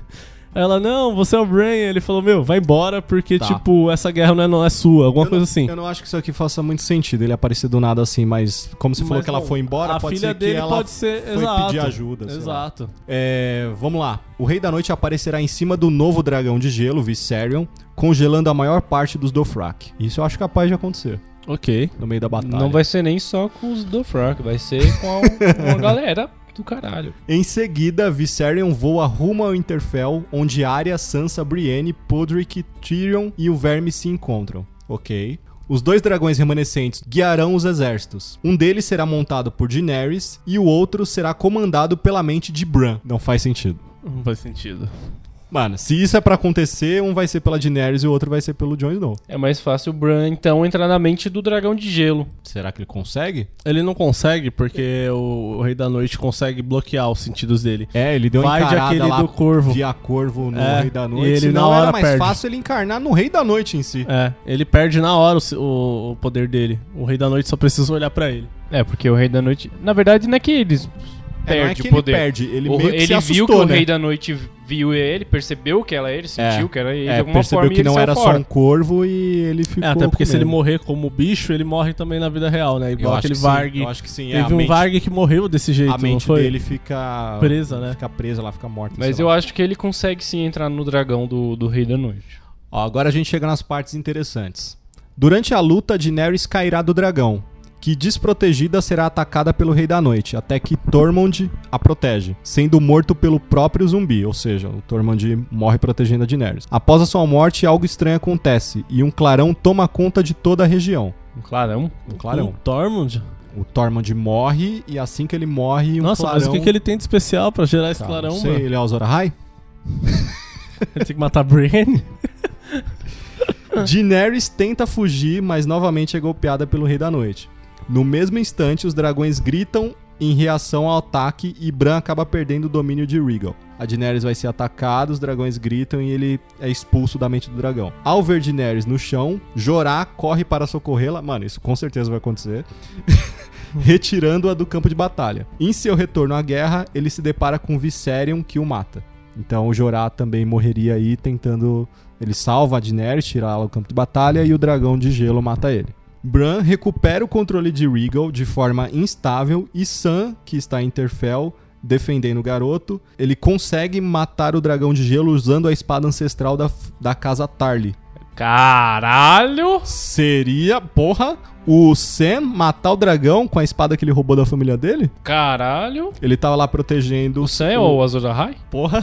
Speaker 4: Aí Ela, não, você é o Brain. Ele falou: Meu, vai embora porque,
Speaker 2: Tá.
Speaker 4: tipo, essa guerra não é, não é sua, alguma
Speaker 2: eu não,
Speaker 4: coisa assim.
Speaker 2: Eu não acho que isso aqui faça muito sentido, ele aparecer do nada assim, mas como você falou
Speaker 4: Mas
Speaker 2: que ela
Speaker 4: não,
Speaker 2: foi embora,
Speaker 4: a
Speaker 2: pode
Speaker 4: filha
Speaker 2: ser
Speaker 4: dele
Speaker 2: que ela
Speaker 4: pode ser,
Speaker 2: foi
Speaker 4: exato,
Speaker 2: pedir ajuda. sei lá.
Speaker 4: Exato.
Speaker 2: É, vamos lá. O Rei da Noite aparecerá em cima do novo dragão de gelo, Viserion, congelando a maior parte dos Dofrak. Isso eu acho capaz de acontecer
Speaker 4: Ok.
Speaker 2: no meio da batalha.
Speaker 3: Não vai ser nem só com os Dofrak, vai ser com a, com a galera do caralho.
Speaker 2: Em seguida, Viserion voa rumo ao Interfell, onde Arya, Sansa, Brienne, Podrick, Tyrion e o Verme se encontram. Ok. Os dois dragões remanescentes guiarão os exércitos. Um deles será montado por Daenerys e o outro será comandado pela mente de Bran. Não faz sentido.
Speaker 4: Não faz sentido.
Speaker 2: Mano, se isso é pra acontecer, um vai ser pela Daenerys e o outro vai ser pelo Jon Snow.
Speaker 3: É mais fácil o Bran, então, entrar na mente do dragão de gelo.
Speaker 2: Será que ele consegue?
Speaker 4: Ele não consegue porque o, o Rei da Noite consegue bloquear os sentidos dele.
Speaker 2: É, ele deu uma
Speaker 4: Vai de
Speaker 2: encarada
Speaker 4: aquele
Speaker 2: lá
Speaker 4: do corvo.
Speaker 2: via corvo no
Speaker 4: É,
Speaker 2: Rei da
Speaker 4: e
Speaker 2: Noite.
Speaker 4: ele
Speaker 2: Senão
Speaker 4: na hora
Speaker 2: era mais
Speaker 4: perde.
Speaker 2: fácil ele encarnar no Rei da Noite em si.
Speaker 4: É, ele perde na hora o se- o- o poder dele. O Rei da Noite só precisa olhar pra ele.
Speaker 3: É, porque o Rei da Noite. Na verdade, não é que eles
Speaker 2: É, não é
Speaker 3: perde
Speaker 2: que
Speaker 3: o poder.
Speaker 2: ele perde, ele
Speaker 3: O-
Speaker 2: meio que
Speaker 3: ele
Speaker 2: se assustou,
Speaker 3: viu que o
Speaker 2: né?
Speaker 3: Rei da Noite viu ele, percebeu que era ele, sentiu que era ele de
Speaker 2: É,
Speaker 3: alguma
Speaker 2: percebeu
Speaker 3: forma e
Speaker 2: que
Speaker 3: ele
Speaker 2: não
Speaker 3: saiu
Speaker 2: era só
Speaker 3: fora.
Speaker 2: um corvo e ele ficou
Speaker 4: É, até porque
Speaker 2: com
Speaker 4: se ele
Speaker 2: medo.
Speaker 4: morrer como bicho, ele morre também na vida real,
Speaker 2: Eu
Speaker 4: né? Igual
Speaker 2: acho
Speaker 4: aquele
Speaker 2: que sim,
Speaker 4: Varg.
Speaker 2: Eu acho que sim, é,
Speaker 4: Teve
Speaker 2: a
Speaker 4: um
Speaker 2: mente,
Speaker 4: Varg que morreu desse jeito,
Speaker 2: a
Speaker 4: não
Speaker 2: mente
Speaker 4: foi?
Speaker 2: dele fica
Speaker 4: Presa, né?
Speaker 2: Fica presa lá, fica morta.
Speaker 3: Mas
Speaker 2: sei
Speaker 3: eu
Speaker 2: lá.
Speaker 3: acho que ele consegue sim entrar no dragão do, do Rei da Noite.
Speaker 2: Ó, agora a gente chega nas partes interessantes. Durante a luta, Daenerys cairá do dragão, que desprotegida será atacada pelo Rei da Noite, até que Tormund a protege, sendo morto pelo próprio zumbi, ou seja, o Tormund morre protegendo a Daenerys. Após a sua morte, algo estranho acontece e um clarão toma conta de toda a região.
Speaker 3: Um clarão.
Speaker 2: Um clarão.
Speaker 4: O Tormund?
Speaker 2: O Tormund morre e assim que ele morre, um
Speaker 4: Nossa,
Speaker 2: clarão...
Speaker 4: mas o que, que ele tem de especial pra gerar esse clarão,
Speaker 2: Sei,
Speaker 4: mano?
Speaker 2: ele é o Azor Ahai?
Speaker 4: Ele tem que matar a Brienne?
Speaker 2: Daenerys tenta fugir, mas novamente é golpeada pelo Rei da Noite. No mesmo instante, os dragões gritam em reação ao ataque e Bran acaba perdendo o domínio de Regal. A Daenerys vai ser atacada, os dragões gritam e ele é expulso da mente do dragão. Ao ver Daenerys no chão, Jorah corre para socorrê-la. Mano, isso com certeza vai acontecer. Retirando-a do campo de batalha. Em seu retorno à guerra, ele se depara com Viserion que o mata. Então o Jorah também morreria aí tentando ele salva a Daenerys, tira ela do campo de batalha e o dragão de gelo mata ele. Bran recupera o controle de Regal de forma instável e Sam, que está em Interfell defendendo o garoto, ele consegue matar o dragão de gelo usando a espada ancestral da, da casa Tarly.
Speaker 3: Caralho!
Speaker 2: Seria, porra, o Sam matar o dragão com a espada que ele roubou da família dele?
Speaker 3: Caralho!
Speaker 2: Ele tava lá protegendo
Speaker 3: O Sam ou o Azor Ahai?
Speaker 2: Porra,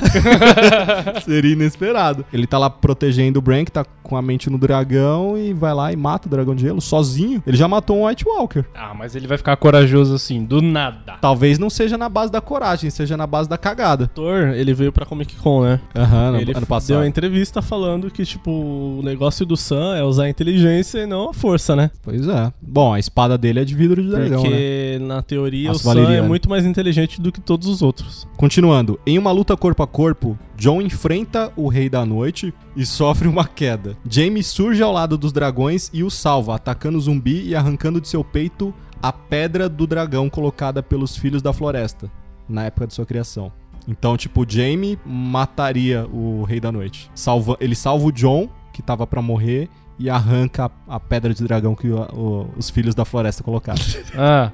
Speaker 2: seria inesperado. Ele tá lá protegendo o Bran, que tá com a mente no dragão, e vai lá e mata o dragão de gelo sozinho. Ele já matou um White Walker.
Speaker 3: Ah, mas ele vai ficar corajoso assim, do nada.
Speaker 2: Talvez não seja na base da coragem, seja na base da cagada.
Speaker 4: O Thor, ele veio pra Comic Con, né?
Speaker 2: Aham,
Speaker 4: ele
Speaker 2: no ano passado.
Speaker 4: deu uma entrevista falando que, tipo, o negócio do Sam é usar a inteligência e não a força, né?
Speaker 2: Pois é. Bom, a espada dele é de vidro de dragão, né?
Speaker 4: Porque, na teoria,
Speaker 2: Nossa,
Speaker 4: o Sam é
Speaker 2: valeriana.
Speaker 4: muito mais inteligente do que todos os outros.
Speaker 2: Continuando, em uma luta corpo a corpo, John enfrenta o Rei da Noite e sofre uma queda. Jaime surge ao lado dos dragões e o salva, atacando o zumbi e arrancando de seu peito a pedra do dragão colocada pelos filhos da floresta na época de sua criação. Então, tipo, Jaime mataria o Rei da Noite. Salva, ele salva o John, que tava pra morrer, e arranca a, a pedra de dragão que o- o- os filhos da floresta colocaram.
Speaker 3: Ah,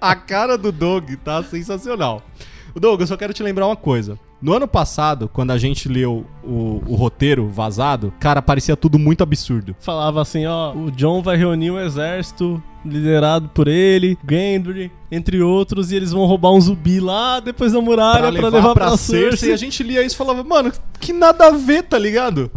Speaker 2: A cara do Doug tá sensacional. Doug, eu só quero te lembrar uma coisa. No ano passado, quando a gente leu o, o roteiro vazado, cara, parecia tudo muito absurdo.
Speaker 4: Falava assim, ó, o John vai reunir um exército liderado por ele, Gendry, entre outros, e eles vão roubar um zumbi lá depois da muralha é pra levar, pra,
Speaker 2: Cersei,
Speaker 4: Cersei.
Speaker 2: e a gente lia isso e falava, mano, que nada a ver, tá ligado?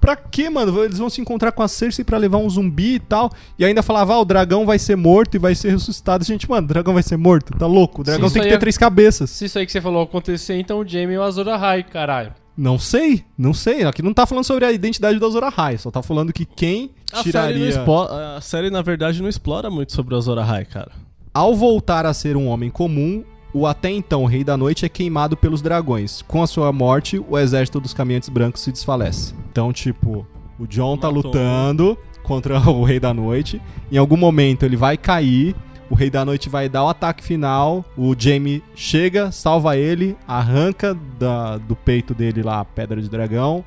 Speaker 2: Pra quê, mano? Eles vão se encontrar com a Cersei pra levar um zumbi e tal. E ainda falava, ah, o dragão vai ser morto e vai ser ressuscitado. Gente, mano, o dragão vai ser morto? Tá louco? O dragão
Speaker 3: Sim,
Speaker 2: tem que
Speaker 3: isso aí
Speaker 2: ter
Speaker 3: é-
Speaker 2: três cabeças.
Speaker 3: Se isso aí que você falou acontecer, então o Jamie é o Azor Ahai, caralho.
Speaker 2: Não sei, não sei. Aqui não tá falando sobre a identidade da Azor Ahai, só tá falando que quem
Speaker 4: A série, não
Speaker 2: tiraria...
Speaker 4: expo- a série, na verdade, não explora muito sobre o Azor Ahai, cara.
Speaker 2: Ao voltar a ser um homem comum, o até então Rei da Noite é queimado pelos dragões. Com a sua morte, o exército dos caminhantes brancos se desfalece. Então, tipo, o John tá
Speaker 4: Matou.
Speaker 2: lutando contra o Rei da Noite. Em algum momento ele vai cair. O Rei da Noite vai dar o ataque final. O Jaime chega, salva ele, arranca da- do peito dele lá a pedra de dragão.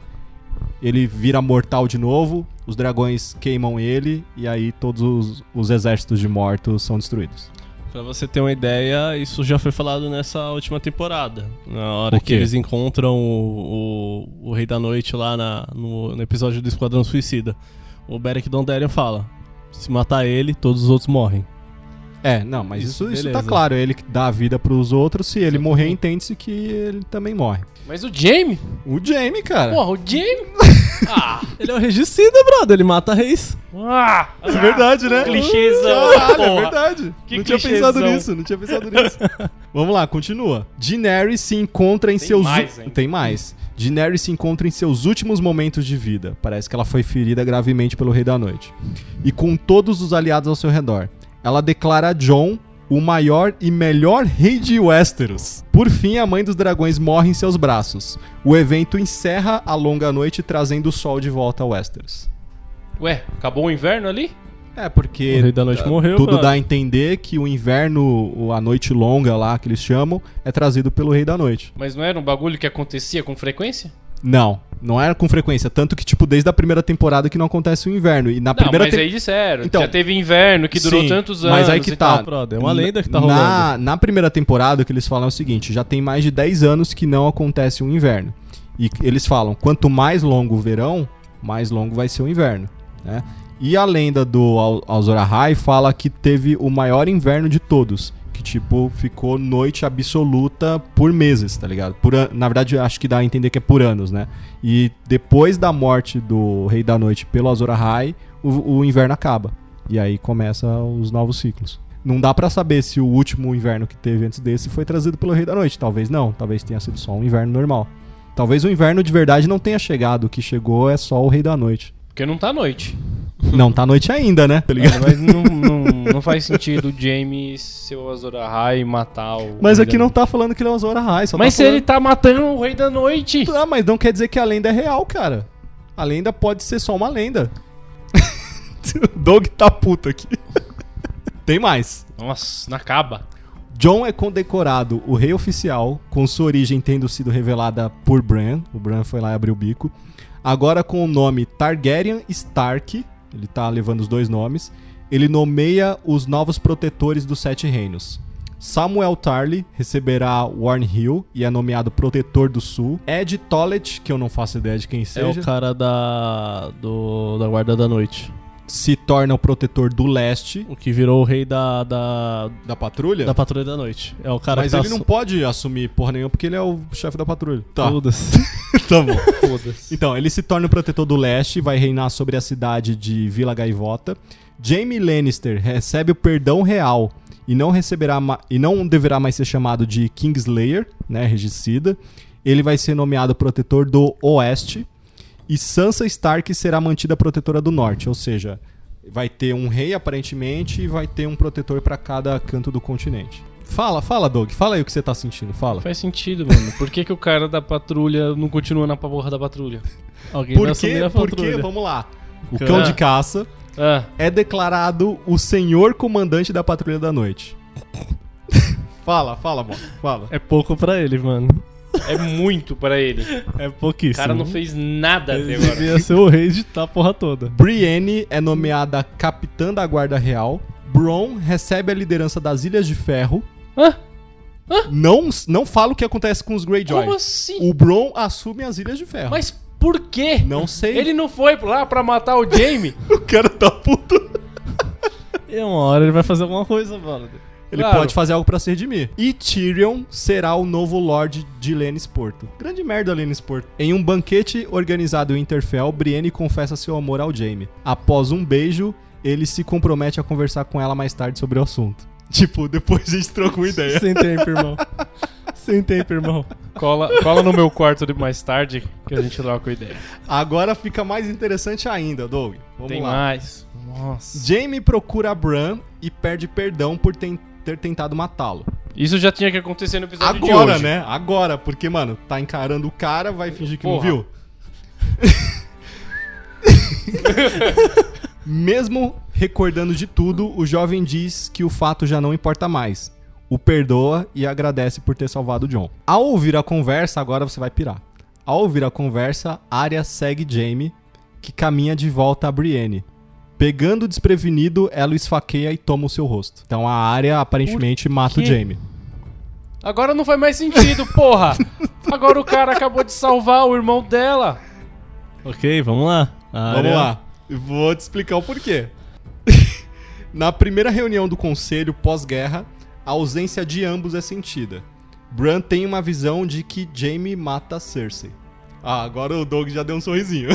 Speaker 2: Ele vira mortal de novo. Os dragões queimam ele. E aí todos os- os exércitos de mortos são destruídos.
Speaker 4: Pra você ter uma ideia, isso já foi falado nessa última temporada. Na hora
Speaker 2: O
Speaker 4: que
Speaker 2: quê?
Speaker 4: eles encontram o, o, o Rei da Noite lá na- no, no episódio do Esquadrão Suicida. O Beric Dondarrion fala: se matar ele, todos os outros morrem.
Speaker 2: É, não, mas isso,
Speaker 4: Isso,
Speaker 2: isso tá
Speaker 4: beleza.
Speaker 2: claro. Ele que dá a vida pros outros. Se ele morrer, entende-se que ele também morre.
Speaker 3: Mas o Jamie?
Speaker 2: O Jamie, cara.
Speaker 3: Porra, o Jamie? ah!
Speaker 4: Ele é o regicida, brother. Ele mata reis.
Speaker 3: ah, ah.
Speaker 2: É verdade, né?
Speaker 3: Clichêzão,
Speaker 2: Caralho, é
Speaker 3: porra.
Speaker 2: verdade.
Speaker 3: Que
Speaker 2: não tinha
Speaker 3: clichêzão.
Speaker 2: pensado nisso, não tinha pensado nisso. Vamos lá, continua. Daenerys se encontra em
Speaker 3: Tem
Speaker 2: seus...
Speaker 3: mais, hein?
Speaker 2: Tem mais. Daenerys se encontra em seus últimos momentos de vida. Parece que ela foi ferida gravemente pelo Rei da Noite. E com todos os aliados ao seu redor. Ela declara a Jon o maior e melhor rei de Westeros. Por fim, a mãe dos dragões morre em seus braços. O evento encerra a longa noite, trazendo o sol de volta a Westeros.
Speaker 3: Ué, acabou o inverno ali?
Speaker 2: É,
Speaker 4: O
Speaker 2: porque
Speaker 4: Rei da Noite morreu.
Speaker 2: tudo
Speaker 4: brother.
Speaker 2: dá a entender que o inverno, ou a noite longa lá que eles chamam, é trazido pelo Rei da Noite.
Speaker 3: Mas não era um bagulho que acontecia com frequência?
Speaker 2: Não, não era com frequência. Tanto que, tipo, desde a primeira temporada que não acontece o inverno. E na
Speaker 3: Não,
Speaker 2: primeira
Speaker 3: mas
Speaker 2: tem-
Speaker 3: aí disseram.
Speaker 2: Então-
Speaker 3: já teve inverno que durou
Speaker 2: Sim,
Speaker 3: tantos anos.
Speaker 2: mas aí que
Speaker 3: e
Speaker 2: tá.
Speaker 3: tal.
Speaker 4: Ah, brother, é uma
Speaker 2: Na-
Speaker 4: lenda que tá rolando.
Speaker 2: na, na primeira temporada, o que eles falam é o seguinte: já tem mais de 10 anos que não acontece um inverno. E eles falam: quanto mais longo o verão, mais longo vai ser o inverno. Né? E a lenda do Al- Azor Ahai fala que teve o maior inverno de todos. Que, tipo, ficou noite absoluta por meses, tá ligado? Por an- Na verdade, eu acho que dá a entender que é por anos, né? E depois da morte do Rei da Noite pelo Azor Ahai, o, o inverno acaba. E aí começa os novos ciclos. Não dá pra saber se o último inverno que teve antes desse foi trazido pelo Rei da Noite. Talvez não. Talvez tenha sido só um inverno normal. Talvez o inverno de verdade não tenha chegado. O que chegou é só o Rei da Noite.
Speaker 3: Porque não tá noite.
Speaker 2: Não tá noite ainda, né? Tá ligado?
Speaker 3: mas não, não, não faz sentido o Jamie ser o Azor Ahai e matar o.
Speaker 2: Mas
Speaker 3: o
Speaker 2: aqui
Speaker 3: Rei da
Speaker 2: não tá falando que ele é o Azor Ahai. Só
Speaker 3: Mas
Speaker 2: tá
Speaker 3: se
Speaker 2: falando...
Speaker 3: ele tá matando o Rei da Noite.
Speaker 2: Ah, mas não quer dizer que a lenda é real, cara. A lenda pode ser só uma lenda. o Doug tá puto aqui. Tem mais.
Speaker 3: Nossa, não acaba.
Speaker 2: John é condecorado o rei oficial, com sua origem tendo sido revelada por Bran. O Bran foi lá e abriu o bico. Agora com o nome Targaryen Stark, ele tá levando os dois nomes, ele nomeia os novos protetores dos Sete Reinos. Samuel Tarly receberá Warnhill e é nomeado Protetor do Sul. Ed Tollett, que eu não faço ideia de quem
Speaker 4: É
Speaker 2: seja,
Speaker 4: o cara da, do, da Guarda da Noite.
Speaker 2: se torna o Protetor do Leste
Speaker 4: O que virou o rei da, da,
Speaker 2: da Patrulha.
Speaker 4: da Patrulha da Noite. É o cara
Speaker 2: Mas
Speaker 4: que tá
Speaker 2: ele não pode assumir porra nenhuma porque ele é o chefe da patrulha. Tá,
Speaker 4: Todas.
Speaker 2: tá bom.
Speaker 3: Foda-se.
Speaker 2: Então, ele se torna o protetor do leste e vai reinar sobre a cidade de Vila Gaivota. Jaime Lannister recebe o perdão real e não receberá ma- e não deverá mais ser chamado de Kingslayer, né, regicida. Ele vai ser nomeado protetor do oeste e Sansa Stark será mantida protetora do norte, ou seja, vai ter um rei aparentemente e vai ter um protetor pra cada canto do continente. Fala, fala, Doug, fala aí o que você tá sentindo, fala.
Speaker 3: Faz sentido, mano. Por que, que o cara da patrulha não continua na porra da patrulha?
Speaker 4: Alguém vai
Speaker 2: Por
Speaker 4: assumir
Speaker 2: quê?
Speaker 4: tá a
Speaker 2: Por quê?
Speaker 4: patrulha.
Speaker 2: Vamos lá. O
Speaker 3: Cara.
Speaker 2: cão de caça
Speaker 3: Ah,
Speaker 2: é declarado o senhor comandante da Patrulha da Noite. fala, fala, mano, fala.
Speaker 4: É pouco pra ele, mano.
Speaker 3: é muito pra ele.
Speaker 4: É
Speaker 3: O
Speaker 4: pouquíssimo.
Speaker 3: cara não fez nada até
Speaker 4: Ele
Speaker 3: agora.
Speaker 4: devia ser o rei de tá a porra toda.
Speaker 2: Brienne é nomeada capitã da Guarda Real. Bron recebe a liderança das Ilhas de Ferro.
Speaker 3: Hã?
Speaker 2: Não, não fala o que acontece com os Greyjoy.
Speaker 3: Como assim?
Speaker 2: O Bron assume as Ilhas de Ferro.
Speaker 3: Mas por quê?
Speaker 2: Não sei.
Speaker 3: Ele não foi lá pra matar o Jamie?
Speaker 2: O cara tá puto.
Speaker 4: E uma hora ele vai fazer alguma coisa, brother.
Speaker 2: Ele
Speaker 3: Claro.
Speaker 2: pode fazer algo pra se redimir. E Tyrion será o novo Lorde de Lennisporto. Grande merda, Lennisporto. Em um banquete organizado em Interfell, Brienne confessa seu amor ao Jaime. Após um beijo, ele se compromete a conversar com ela mais tarde sobre o assunto. Tipo, depois a gente trocou uma ideia.
Speaker 4: Sem tempo, irmão. Sem tempo, irmão.
Speaker 3: Cola, cola no meu quarto de mais tarde que a gente troca ideia.
Speaker 2: Agora fica mais interessante ainda, Doug. Vamos
Speaker 3: Tem
Speaker 2: lá.
Speaker 3: mais. Nossa.
Speaker 2: Jamie procura Bran e pede perdão por ten- ter tentado matá-lo.
Speaker 3: Isso já tinha que acontecer no episódio de
Speaker 2: Agora,
Speaker 3: hoje.
Speaker 2: né? Agora, porque, mano, tá encarando o cara, vai fingir que não
Speaker 3: Porra.
Speaker 2: viu. Mesmo recordando de tudo, o jovem diz que o fato já não importa mais. O perdoa e agradece por ter salvado o John. Ao ouvir a conversa, agora você vai pirar. Ao ouvir a conversa, Arya segue Jaime, que caminha de volta a Brienne. Pegando o desprevenido, ela o esfaqueia e toma o seu rosto. Então a Arya aparentemente mata o
Speaker 3: quê?
Speaker 2: Jaime.
Speaker 3: Agora não faz mais sentido, porra. Agora o cara acabou de salvar o irmão dela.
Speaker 4: Ok, vamos lá. A
Speaker 2: Vamos
Speaker 4: área-
Speaker 2: lá. Eu Vou te explicar o porquê. Na primeira reunião do conselho pós-guerra, a ausência de ambos é sentida. Bran tem uma visão de que Jaime mata Cersei. Ah, agora o Doug já deu um sorrisinho.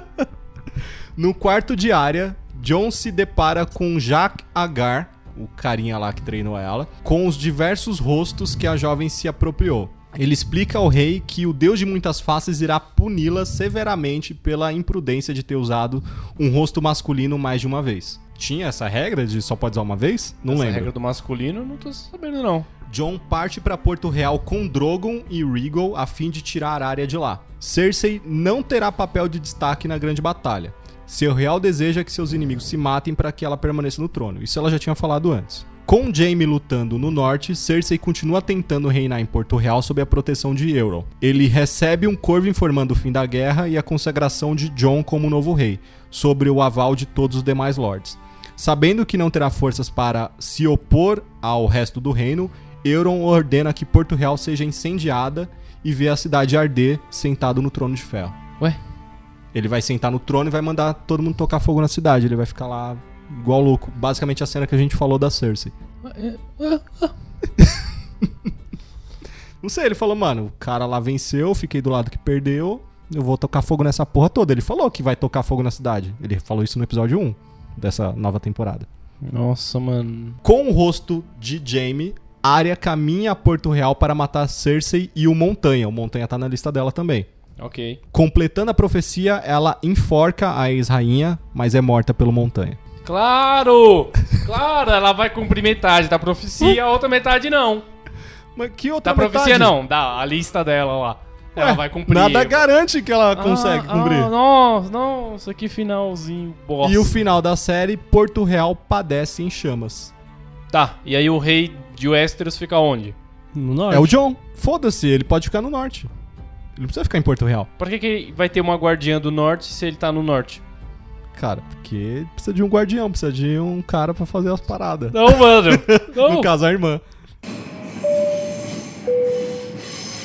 Speaker 2: no quarto de área, John se depara com Jacques Agar, o carinha lá que treinou ela, com os diversos rostos que a jovem se apropriou. Ele explica ao rei que o deus de muitas faces irá puni-la severamente pela imprudência de ter usado um rosto masculino mais de uma vez. Tinha essa regra de só pode usar uma vez? Não
Speaker 3: Essa
Speaker 2: lembro.
Speaker 3: regra do masculino, eu não tô sabendo não.
Speaker 2: John parte para Porto Real com Drogon e Regal a fim de tirar a área de lá. Cersei não terá papel de destaque na grande batalha. Seu real desejo é que seus inimigos se matem para que ela permaneça no trono. Isso ela já tinha falado antes. Com Jaime lutando no norte, Cersei continua tentando reinar em Porto Real sob a proteção de Euron. Ele recebe um corvo informando o fim da guerra e a consagração de John como novo rei, sobre o aval de todos os demais lords. Sabendo que não terá forças para se opor ao resto do reino, Euron ordena que Porto Real seja incendiada e vê a cidade arder sentado no trono de ferro.
Speaker 3: Ué?
Speaker 2: Ele vai sentar no trono e vai mandar todo mundo tocar fogo na cidade. Ele vai ficar lá igual louco. Basicamente a cena que a gente falou da Cersei. Não sei, ele falou, mano, o cara lá venceu, fiquei do lado que perdeu, eu vou tocar fogo nessa porra toda. Ele falou que vai tocar fogo na cidade. Ele falou isso no episódio 1 dessa nova temporada.
Speaker 3: Nossa, mano.
Speaker 2: Com o rosto de Jaime, Arya caminha a Porto Real para matar Cersei e o Montanha. O Montanha tá na lista dela também.
Speaker 3: Ok.
Speaker 2: Completando a profecia, ela enforca a ex-rainha, mas é morta pelo Montanha.
Speaker 3: Claro! Claro, ela vai cumprir metade da profecia, a outra metade não.
Speaker 2: Mas que outra
Speaker 3: Da Tá profecia
Speaker 2: metade?
Speaker 3: não, da a lista dela lá. Ela
Speaker 2: Ué,
Speaker 3: vai cumprir.
Speaker 2: Nada garante que ela consegue
Speaker 3: Ah,
Speaker 2: cumprir.
Speaker 3: Ah, nossa, nossa, que finalzinho bosta.
Speaker 2: e o final da série, Porto Real padece em chamas.
Speaker 3: Tá, e aí o rei de Westeros fica onde?
Speaker 4: No norte.
Speaker 2: É o John. Foda-se, ele pode ficar no norte. Ele não precisa ficar em Porto Real.
Speaker 3: Por que, que vai ter uma guardiã do norte se ele tá no norte?
Speaker 2: Cara, porque precisa de um guardião, precisa de um cara pra fazer as paradas.
Speaker 3: Não, mano. Não.
Speaker 2: No caso, a irmã.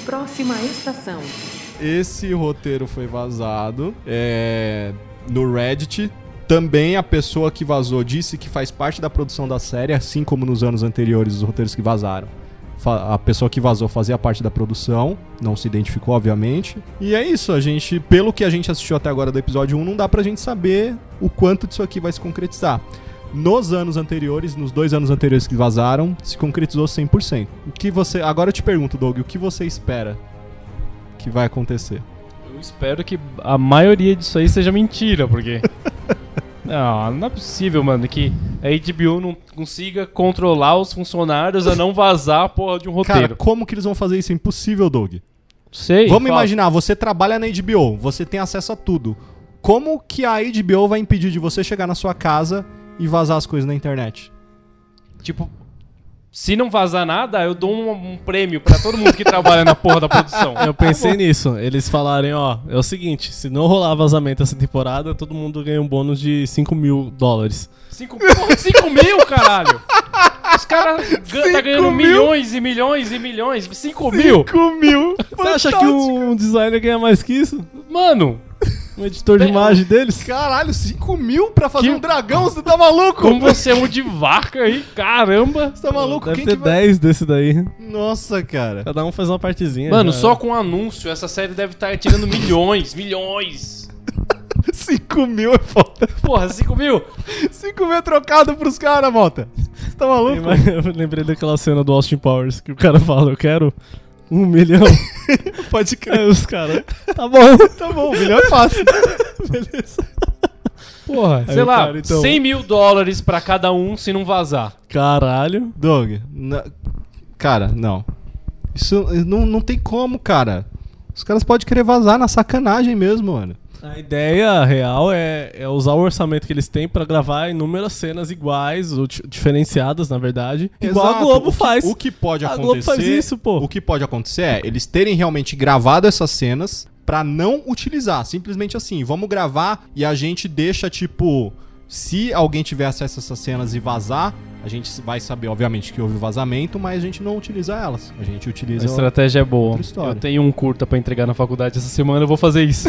Speaker 1: Próxima estação.
Speaker 2: Esse roteiro foi vazado é, no Reddit. Também a pessoa que vazou disse que faz parte da produção da série, assim como nos anos anteriores os roteiros que vazaram. Fa- A pessoa que vazou fazia parte da produção, não se identificou, obviamente. E é isso, a gente, pelo que a gente assistiu até agora do episódio 1, não dá pra gente saber o quanto disso aqui vai se concretizar. Nos anos anteriores, nos dois anos anteriores que vazaram, se concretizou 100%. O que você. Agora eu te pergunto, Doug, o que você espera que vai acontecer.
Speaker 3: Eu espero que a maioria disso aí seja mentira, porque. Não, não é possível, mano, que a HBO não consiga controlar os funcionários a não vazar a porra de um
Speaker 2: Cara,
Speaker 3: roteiro.
Speaker 2: como que eles vão fazer isso? É Impossível, Doug.
Speaker 3: Sei.
Speaker 2: Vamos
Speaker 3: fala.
Speaker 2: imaginar, você trabalha na HBO, você tem acesso a tudo. Como que a HBO vai impedir de você chegar na sua casa e vazar as coisas na internet?
Speaker 3: Tipo, se não vazar nada, eu dou um, um prêmio pra todo mundo que trabalha na porra da produção.
Speaker 4: Eu
Speaker 2: Tá
Speaker 4: pensei nisso. Eles falarem, ó, é o seguinte, se não rolar vazamento essa temporada, todo mundo ganha um bônus de 5 mil dólares.
Speaker 3: 5 mil, caralho! Os caras gan tá ganhando milhões e milhões e milhões. 5 mil?
Speaker 2: Comiu!
Speaker 4: Você acha que um designer ganha mais que isso?
Speaker 3: Mano,
Speaker 4: um editor de
Speaker 3: Pe-
Speaker 2: tá
Speaker 4: imagem deles.
Speaker 2: Caralho, 5 mil pra fazer
Speaker 3: Que-
Speaker 2: um dragão? Você tá maluco?
Speaker 3: Como você é um de vaca aí, caramba!
Speaker 2: Você tá maluco?
Speaker 4: Deve
Speaker 2: Quem
Speaker 4: ter
Speaker 2: que vai...
Speaker 4: 10 desse daí.
Speaker 2: Nossa, cara.
Speaker 4: Cada um faz uma partezinha.
Speaker 3: Mano,
Speaker 4: já.
Speaker 3: só com anúncio, essa série deve estar tirando milhões, milhões!
Speaker 2: 5 mil é foda.
Speaker 3: Porra, 5 mil?
Speaker 2: 5 mil é trocado pros caras, Mota. Você tá maluco?
Speaker 4: Eu lembrei daquela cena do Austin Powers que o cara fala, eu quero um milhão.
Speaker 2: Pode crer.
Speaker 4: Aí os caras, tá bom.
Speaker 2: Tá bom, o milhão é fácil.
Speaker 4: Porra,
Speaker 3: Sei lá,
Speaker 4: então,
Speaker 3: 100 mil dólares pra cada um se não vazar.
Speaker 4: Caralho.
Speaker 2: Doug, na- cara, não. Isso não, não tem como, cara. Os caras podem querer vazar na sacanagem mesmo, mano.
Speaker 4: A ideia real é, é usar o orçamento que eles têm pra gravar inúmeras cenas iguais, ou di- diferenciadas, na verdade. Igual a
Speaker 2: Exato.
Speaker 4: Globo
Speaker 2: O que-
Speaker 4: faz.
Speaker 2: O que pode
Speaker 4: A
Speaker 2: acontecer?
Speaker 4: Globo faz isso, pô.
Speaker 2: O que pode acontecer é eles terem realmente gravado essas cenas pra não utilizar, simplesmente assim, vamos gravar e a gente deixa tipo se alguém tiver acesso a essas cenas e vazar, a gente vai saber obviamente que houve vazamento, mas a gente não utiliza elas. A gente utiliza
Speaker 3: estratégia é boa.
Speaker 2: outra história.
Speaker 3: Eu tenho um curta pra entregar na faculdade essa semana, eu vou fazer isso.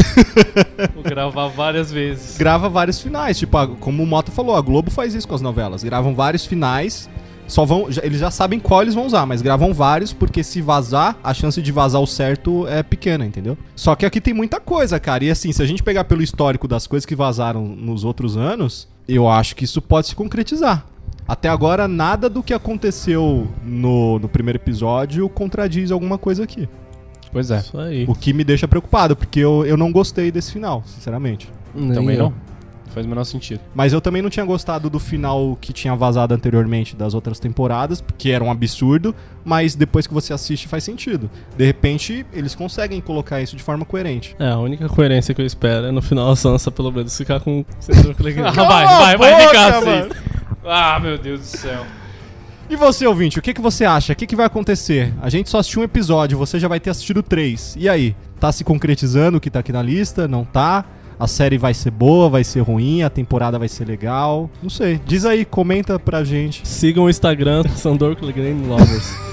Speaker 3: vou gravar várias vezes.
Speaker 2: grava vários finais. Tipo, a- como o Mota falou, a Globo faz isso com as novelas. Gravam vários finais. Só vão. já- eles já sabem qual eles vão usar, mas gravam vários, porque se vazar, a chance de vazar o certo é pequena, entendeu? Só que aqui tem muita coisa, cara. E assim, se a gente pegar pelo histórico das coisas que vazaram nos outros anos, eu acho que isso pode se concretizar. Até agora, nada do que aconteceu no, no primeiro episódio contradiz alguma coisa aqui.
Speaker 3: Pois é.
Speaker 4: Isso aí.
Speaker 2: O que me deixa preocupado, porque eu, eu não gostei desse final, sinceramente.
Speaker 3: Hum, Também não. Faz o menor sentido.
Speaker 2: Mas eu também não tinha gostado do final que tinha vazado anteriormente das outras temporadas, que era um absurdo, mas depois que você assiste faz sentido. De repente, eles conseguem colocar isso de forma coerente.
Speaker 4: É, a única coerência que eu espero é no final a Sansa, pelo menos, ficar com. Não,
Speaker 3: Ah, vai,
Speaker 2: Cala a
Speaker 3: vai, vai
Speaker 2: boca,
Speaker 3: ficar assim.
Speaker 2: mano.
Speaker 3: Ah, meu Deus do céu.
Speaker 2: E você, ouvinte, o que, que você acha? O que, que vai acontecer? A gente só assistiu um episódio, você já vai ter assistido três. E aí? Tá se concretizando o que tá aqui na lista? Não tá? A série vai ser boa, vai ser ruim, a temporada vai ser legal? Não sei. Diz aí, comenta pra gente.
Speaker 4: Sigam o Instagram, Sandor Clegane Lovers.